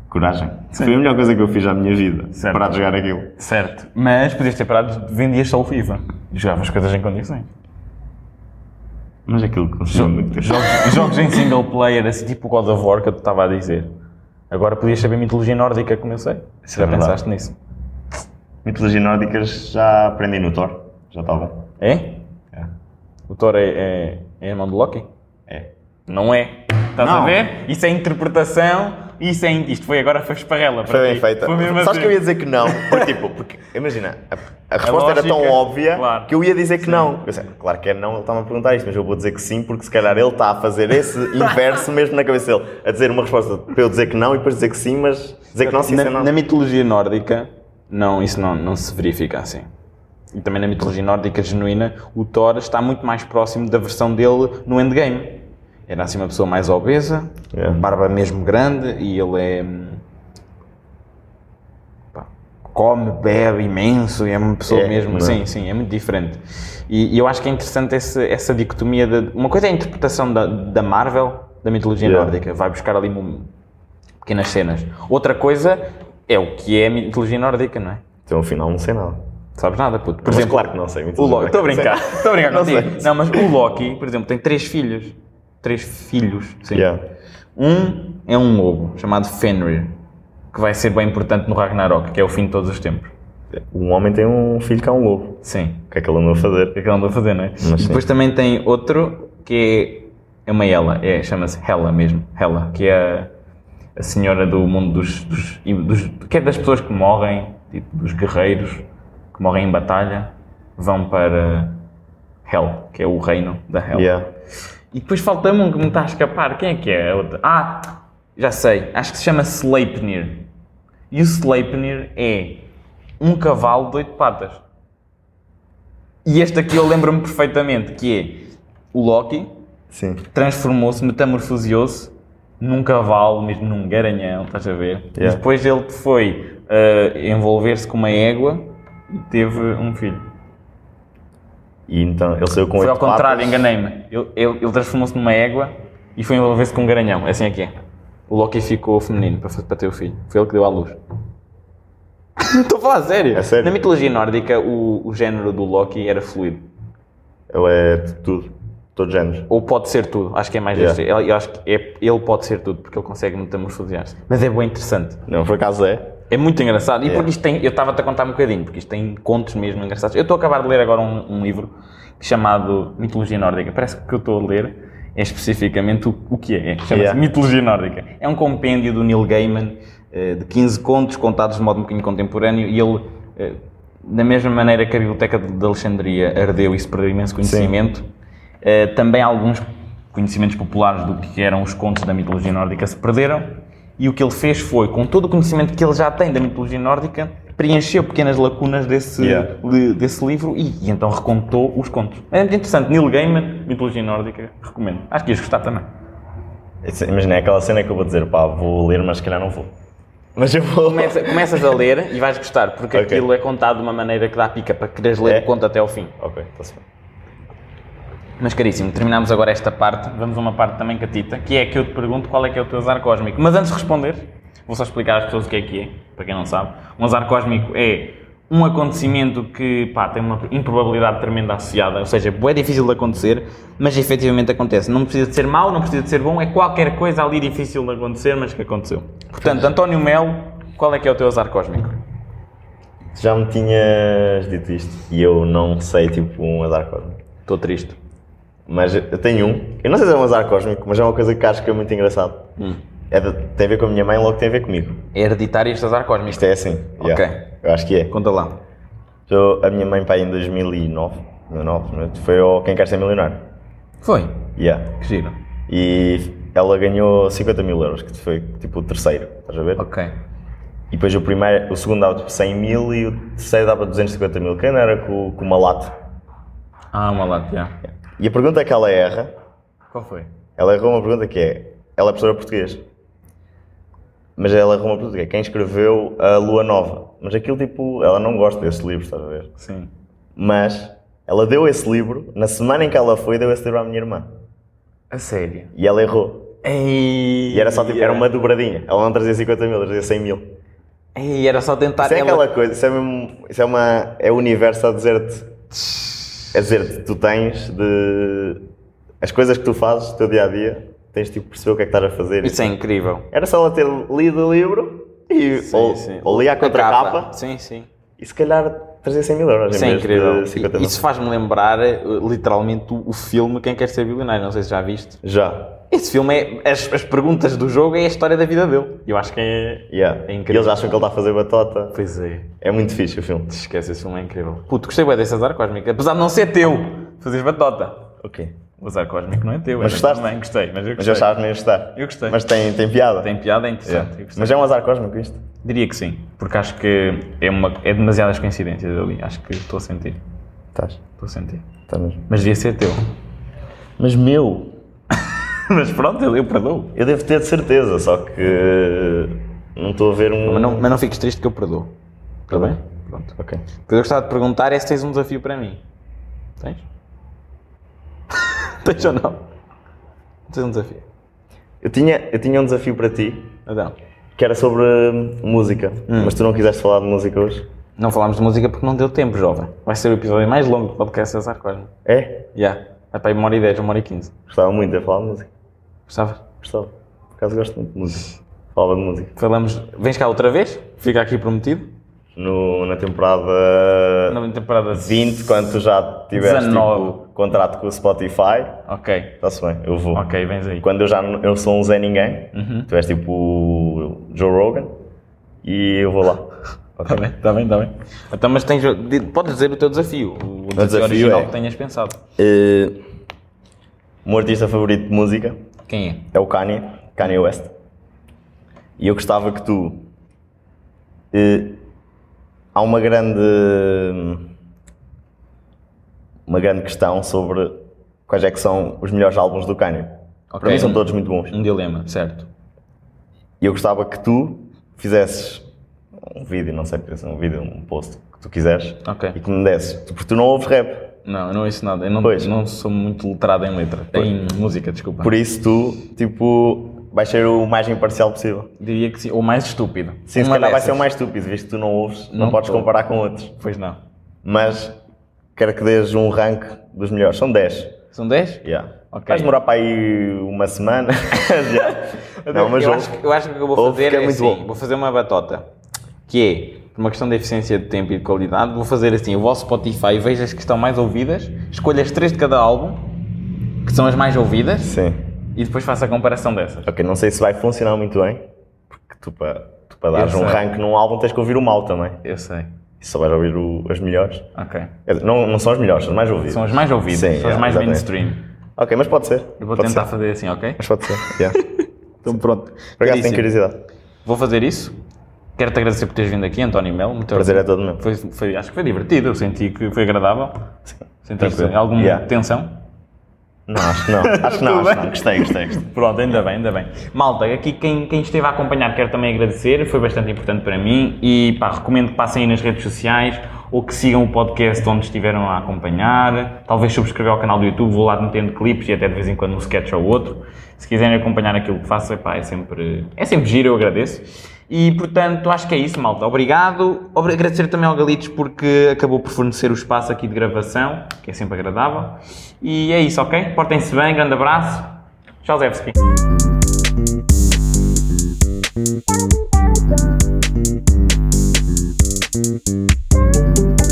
S1: Coragem. Foi a melhor coisa que eu fiz à minha vida,
S4: Certo.
S1: parar de jogar aquilo.
S4: Certo. Mas podias ter parado, vendias só o FIFA. E jogavas coisas em condições.
S1: Mas aquilo consumiu muito tempo.
S2: Jogos, jogos em single player, assim tipo o God of War que eu te estava a dizer. Agora podias saber mitologia nórdica como eu sei.
S1: é
S2: Já
S1: verdade.
S2: pensaste nisso?
S1: Mitologia nórdicas já aprendi no Thor, já está bom.
S2: É?
S1: É.
S2: O Thor é, é, é irmão do Loki?
S1: É.
S2: Não é. Estás
S1: Não.
S2: a ver? Isso é interpretação, isso é. Isto foi agora, foi esparrela. para
S1: Foi bem
S2: ti.
S1: feita.
S2: Foi mesmo
S1: Sabes
S2: assim.
S1: que eu ia dizer que não? Porque, tipo, porque, imagina, a, a resposta era
S2: lógica,
S1: tão óbvia
S2: claro.
S1: que eu ia dizer que não. Eu sei, claro que é não, ele estava a perguntar isto, mas eu vou dizer que sim, porque se calhar ele está a fazer esse inverso mesmo na cabeça dele. A dizer uma resposta para eu dizer que não e depois dizer que sim, mas dizer que não sim,
S2: na,
S1: ser não.
S2: na mitologia nórdica, não, isso não, não se verifica assim. E também na mitologia nórdica genuína, o Thor está muito mais próximo da versão dele no endgame. Era assim uma pessoa mais obesa,
S1: É.
S2: barba mesmo grande, e ele é. hum, pá, come, bebe imenso, e é uma pessoa
S1: É,
S2: mesmo.
S1: não é?
S2: Sim, sim, é muito diferente. E, e eu acho que é interessante esse- essa dicotomia. De, uma coisa é a interpretação da, da Marvel, da mitologia
S1: Yeah.
S2: nórdica, vai buscar ali um- pequenas cenas. Outra coisa é o que é a mitologia nórdica, não é?
S1: Então, afinal, não sei nada.
S2: Sabes nada, puto. Por
S1: Mas
S2: exemplo,
S1: claro que não sei.
S2: o
S1: mitologia
S2: Loki. Estou a
S1: nórdica,
S2: brincar,
S1: não sei.
S2: estou a brincar
S1: Não
S2: contigo.
S1: sei.
S2: Não, mas o Loki, por exemplo, tem três filhos. Três filhos, sim.
S1: Yeah.
S2: Um é um lobo, chamado Fenrir, que vai ser bem importante no Ragnarok, que é o fim de todos os tempos.
S1: Um homem tem um filho que é um lobo.
S2: Sim.
S1: O que é que ele andou a
S4: Que é
S1: fazer?
S4: que eu ando a fazer, não é?
S1: Mas, sim.
S2: Depois também tem outro que é, é uma ela, é, chama-se Hela mesmo, Hela, que é a senhora do mundo dos, dos, dos quer das pessoas que morrem, tipo dos guerreiros que morrem em batalha, vão para Hell, que é o reino da Hell.
S1: Yeah.
S2: E depois falta-me um que me está a escapar. Quem é que é a outra? Ah, já sei. Acho que se chama Sleipnir. E o Sleipnir é um cavalo de oito patas. E este aqui eu lembro-me perfeitamente, que é o Loki
S1: Sim.
S2: transformou-se, metamorfoseou-se num cavalo, mesmo num garanhão, estás a ver? E
S1: Yeah.
S2: depois ele foi ah, envolver-se com uma égua e teve um filho.
S1: E então ele saiu com
S2: Foi
S1: oito
S2: ao contrário,
S1: patas.
S2: enganei-me. Ele, ele- ele transformou-se numa égua e foi envolver-se com um garanhão. Assim é que é. O Loki ficou feminino para, fa- para ter o filho. Foi ele que deu à luz. Estou a falar a sério.
S1: É sério?
S2: Na mitologia nórdica, o, o género do Loki era fluido.
S1: Ele é de tudo. Todos os géneros.
S2: Ou pode ser tudo. Acho que é mais
S1: Yeah.
S2: este. Eu, eu acho que é- ele pode ser tudo, porque ele consegue metamorfosear-se. Mas é bem interessante.
S1: Não, por acaso é.
S2: É muito engraçado. E
S1: Yeah.
S2: porque isto tem. Eu estava-te a contar um bocadinho, porque isto tem contos mesmo engraçados. Eu estou a acabar de ler agora um, um livro chamado Mitologia Nórdica. Parece que o que eu estou a ler é especificamente o, o que é. é Chama-se
S1: Yeah.
S2: Mitologia Nórdica. É um compêndio do Neil Gaiman eh, de 15 contos contados de modo um bocadinho contemporâneo e ele. eh, da mesma maneira que a Biblioteca de de Alexandria ardeu e se perdeu imenso conhecimento, eh, também alguns conhecimentos populares do que eram os contos da mitologia nórdica se perderam. E o que ele fez foi, com todo o conhecimento que ele já tem da mitologia nórdica, preencheu pequenas lacunas desse,
S1: Yeah.
S2: li- desse livro e, e então recontou os contos. É muito interessante. Neil Gaiman, mitologia nórdica, recomendo. Acho que ias gostar também.
S1: Isso- Imagina, é aquela cena que eu vou dizer, pá, vou ler, mas se calhar não vou. Mas eu vou.
S2: Começa- começas a ler e vais gostar, porque
S1: Ok.
S2: aquilo é contado de uma maneira que dá pica para quereres ler
S1: É?
S2: o conto até ao fim.
S1: Ok, está-se bem.
S2: Mas caríssimo, terminamos agora esta parte, vamos a uma parte também catita, que é que eu te pergunto qual é que é o teu azar cósmico. Mas antes de responder, vou só explicar às pessoas o que é que é, para quem não sabe. Um azar cósmico é um acontecimento que pá, tem uma improbabilidade tremenda associada, ou seja, é difícil de acontecer, mas efetivamente acontece. Não precisa de ser mau, não precisa de ser bom, é qualquer coisa ali difícil de acontecer, mas que aconteceu. Portanto, António Melo, qual é que é o teu azar cósmico?
S1: Tu Já me tinhas dito isto e eu não sei, tipo, um azar cósmico.
S2: Estou triste.
S1: Mas eu tenho um. Eu não sei se é um azar cósmico, mas é uma coisa que acho que é muito engraçado. É de- tem a ver com a minha mãe, logo tem a ver comigo.
S2: É hereditário este azar cósmico.
S1: Isto é assim.
S2: Ok.
S1: Eu acho que é.
S2: Conta lá.
S1: Eu- a minha mãe, pá, em 2009, 2009 né, foi ao Quem Quer Ser Milionário.
S2: Foi.
S1: Yeah.
S2: Que giro.
S1: E ela ganhou 50 mil euros, que foi tipo o terceiro, estás a ver?
S2: Ok.
S1: E depois o, primeiro, o segundo dava tipo 100 mil e o terceiro dava 250 mil. Quem não era com, com uma lata?
S2: Ah, uma lata, já.
S1: E a pergunta que ela erra,
S2: Qual foi?
S1: ela errou uma pergunta que é: ela é professora de português. Mas ela errou uma pergunta que é: quem escreveu A Lua Nova? Mas aquilo tipo, ela não gosta desse livro, estás a ver?
S2: Sim.
S1: Mas ela deu esse livro, na semana em que ela foi, deu esse livro à minha irmã.
S2: A sério?
S1: E ela errou.
S2: Ei,
S1: E era só tipo, era uma dobradinha. Ela não trazia 50 mil, trazia 100 mil.
S2: Ei, era só tentar...
S1: Isso é
S2: ela-
S1: aquela coisa, isso é mesmo, isso é uma, é o universo a dizer-te, a dizer-te, tu tens de, as coisas que tu fazes, do teu dia-a-dia, tens de perceber o que é que estás a fazer.
S2: Isso é incrível.
S1: Era só ela ter lido o livro, e,
S2: Sim,
S1: ou,
S2: sim.
S1: ou lia a contracapa,
S2: Sim, sim.
S1: e se calhar trazia 100 mil euros
S2: Isso
S1: em
S2: é
S1: vez
S2: incrível.
S1: de 50
S2: E-
S1: mil.
S2: Isso faz-me lembrar, eh, literalmente, o o filme Quem Quer Ser Bilionário. Não sei se já viste.
S1: Já,
S2: Esse filme é... As, as perguntas do jogo é a história da vida dele. Eu acho que é...
S1: yeah.
S2: É
S1: E
S2: incrível.
S1: eles acham que ele está a fazer batota.
S2: Pois é.
S1: É muito fixe o filme.
S2: Esquece, esse filme é incrível. Puto, gostei bem desse azar cósmico. Apesar de não ser teu. Fazes batota.
S1: Ok.
S2: O azar cósmico não é teu.
S1: Mas
S2: é
S1: gostaste?
S2: Também. Gostei, mas eu gostei.
S1: Mas eu achava que não ia gostar.
S2: Eu gostei.
S1: Mas tem, tem piada.
S2: Tem piada, é
S1: Yeah.
S2: interessante. Eu gostei.
S1: Mas é um azar cósmico isto.
S2: Diria que sim, porque acho que é, uma, é demasiadas coincidências ali. Acho que estou a sentir.
S1: Estás,
S2: Estou a sentir.
S1: estás mesmo.
S2: Mas devia ser teu.
S1: Mas meu,
S2: Mas pronto, eu, eu perdoo.
S1: Eu devo ter de certeza, só que não estou a ver um.
S2: Mas não, mas não fiques triste que eu perdoo. Está Tá bem? Pronto.
S1: Ok.
S2: O que eu gostava de perguntar é se tens um desafio para mim. Tens? tens ou não? Tens um desafio.
S1: Eu tinha, eu tinha um desafio para ti,
S2: Adão.
S1: que era sobre hum, música, mas tu não quiseste falar de música hoje.
S2: Não falámos de música porque não deu tempo, jovem. Vai ser o episódio mais longo do podcast César Cosmo.
S1: É?
S2: Já. Vai para aí uma hora e dez, uma hora e quinze.
S1: Gostava muito de falar de música.
S2: Gostavas?
S1: Gostava. Por acaso gosto muito de música. Falava de música.
S2: Falamos. Vens cá outra vez? Fica aqui prometido.
S1: no- na temporada
S2: Na temporada
S1: 20, quando tu já tiveste tipo,
S2: 19.
S1: contrato com o Spotify,
S2: tipo, Ok,
S1: está-se bem, eu vou.
S2: ok, Uhum. vens aí.
S1: Quando eu já não- eu sou um Zé Ninguém, tu és tipo o Joe Rogan e eu vou lá.
S2: Está Tá bem,
S1: Tá
S2: está bem, está bem. Então, mas tens, di- podes dizer o teu desafio, o desafio,
S1: desafio
S2: original
S1: é-
S2: que tenhas pensado.
S1: Eh, o meu artista favorito de música
S2: Quem é?
S1: é o Kanye, Kanye West. E eu gostava que tu. eh, há uma grande. Uma grande questão sobre quais é que são os melhores álbuns do Kanye. Para
S2: Ok.
S1: mim são todos muito bons.
S2: Um dilema, certo.
S1: E eu gostava que tu fizesses um vídeo, não sei, um vídeo, um post, o que tu quiseres.
S2: Ok.
S1: E que me desses. Porque tu não ouves rap.
S2: Não, eu não ouço nada. Eu não,
S1: Pois.
S2: não sou muito letrado em letra. Em música, desculpa.
S1: Por isso tu, tipo, vais ser o mais imparcial possível.
S2: Diria que sim. Ou mais estúpido.
S1: Sim, se
S2: Uma
S1: calhar vai ser o
S2: dessas.
S1: mais estúpido, visto que tu não ouves, não,
S2: Não
S1: podes
S2: tô.
S1: comparar com outros.
S2: Pois não.
S1: Mas quero que dês um rank dos melhores. São 10.
S2: São 10?
S1: Yeah.
S2: Ok.
S1: Vais demorar para aí uma semana. Já. Não, mas
S2: eu,
S1: ouve.
S2: acho que, eu acho que o que eu vou
S1: Ouve
S2: fazer
S1: que é
S2: é,
S1: muito
S2: assim,
S1: bom.
S2: vou fazer uma batota, que é, por uma questão de eficiência de tempo e de qualidade, vou fazer assim, o vosso Spotify, vejo as que estão mais ouvidas, escolho as três de cada álbum, que são as mais ouvidas,
S1: Sim.
S2: e depois faço a comparação dessas.
S1: Ok, não sei se vai funcionar muito bem, porque tu para, tu para dares
S2: Eu
S1: um
S2: sei.
S1: rank num álbum tens que ouvir o mal também.
S2: Eu sei.
S1: E só vais ouvir o- as melhores.
S2: Ok.
S1: Quer dizer, não, não são as melhores, são as mais ouvidas.
S2: São as mais ouvidas,
S1: Sim,
S2: são as
S1: é,
S2: mais
S1: exatamente.
S2: mainstream.
S1: Ok, mas pode ser.
S2: Eu vou
S1: pode
S2: tentar
S1: Ser.
S2: fazer assim, ok?
S1: Mas pode ser. Yeah.
S2: Então pronto.
S1: Por acaso tenho
S2: Caríssimo.
S1: curiosidade.
S2: Vou fazer isso. Quero-te agradecer por teres vindo aqui, António Melo. Muito
S1: Prazer é todo meu.
S2: Foi, foi- acho que foi divertido, eu senti que foi agradável. Sentiste
S1: Tranquilo.
S2: alguma
S1: Yeah.
S2: tensão?
S1: Não, acho que não. Acho que não, acho que não. Gostei, gostei, gostei.
S2: Pronto, ainda bem, ainda bem. Malta, aqui quem, quem esteve a acompanhar quero também agradecer, foi bastante importante para mim e pá, recomendo que passem aí nas redes sociais ou que sigam o podcast onde estiveram a acompanhar. Talvez subscrevam ao canal do YouTube, vou lá metendo clipes e até de vez em quando um sketch ou outro. Se quiserem acompanhar aquilo que faço, epá, é, sempre, é sempre giro, eu agradeço. E portanto, acho que é isso, malta. Obrigado. Obri- Agradecer também ao Galitos porque acabou por fornecer o espaço aqui de gravação, que é sempre agradável. E é isso, ok? Portem-se bem, grande abraço. Tchau, Zevski.
S5: Thank you.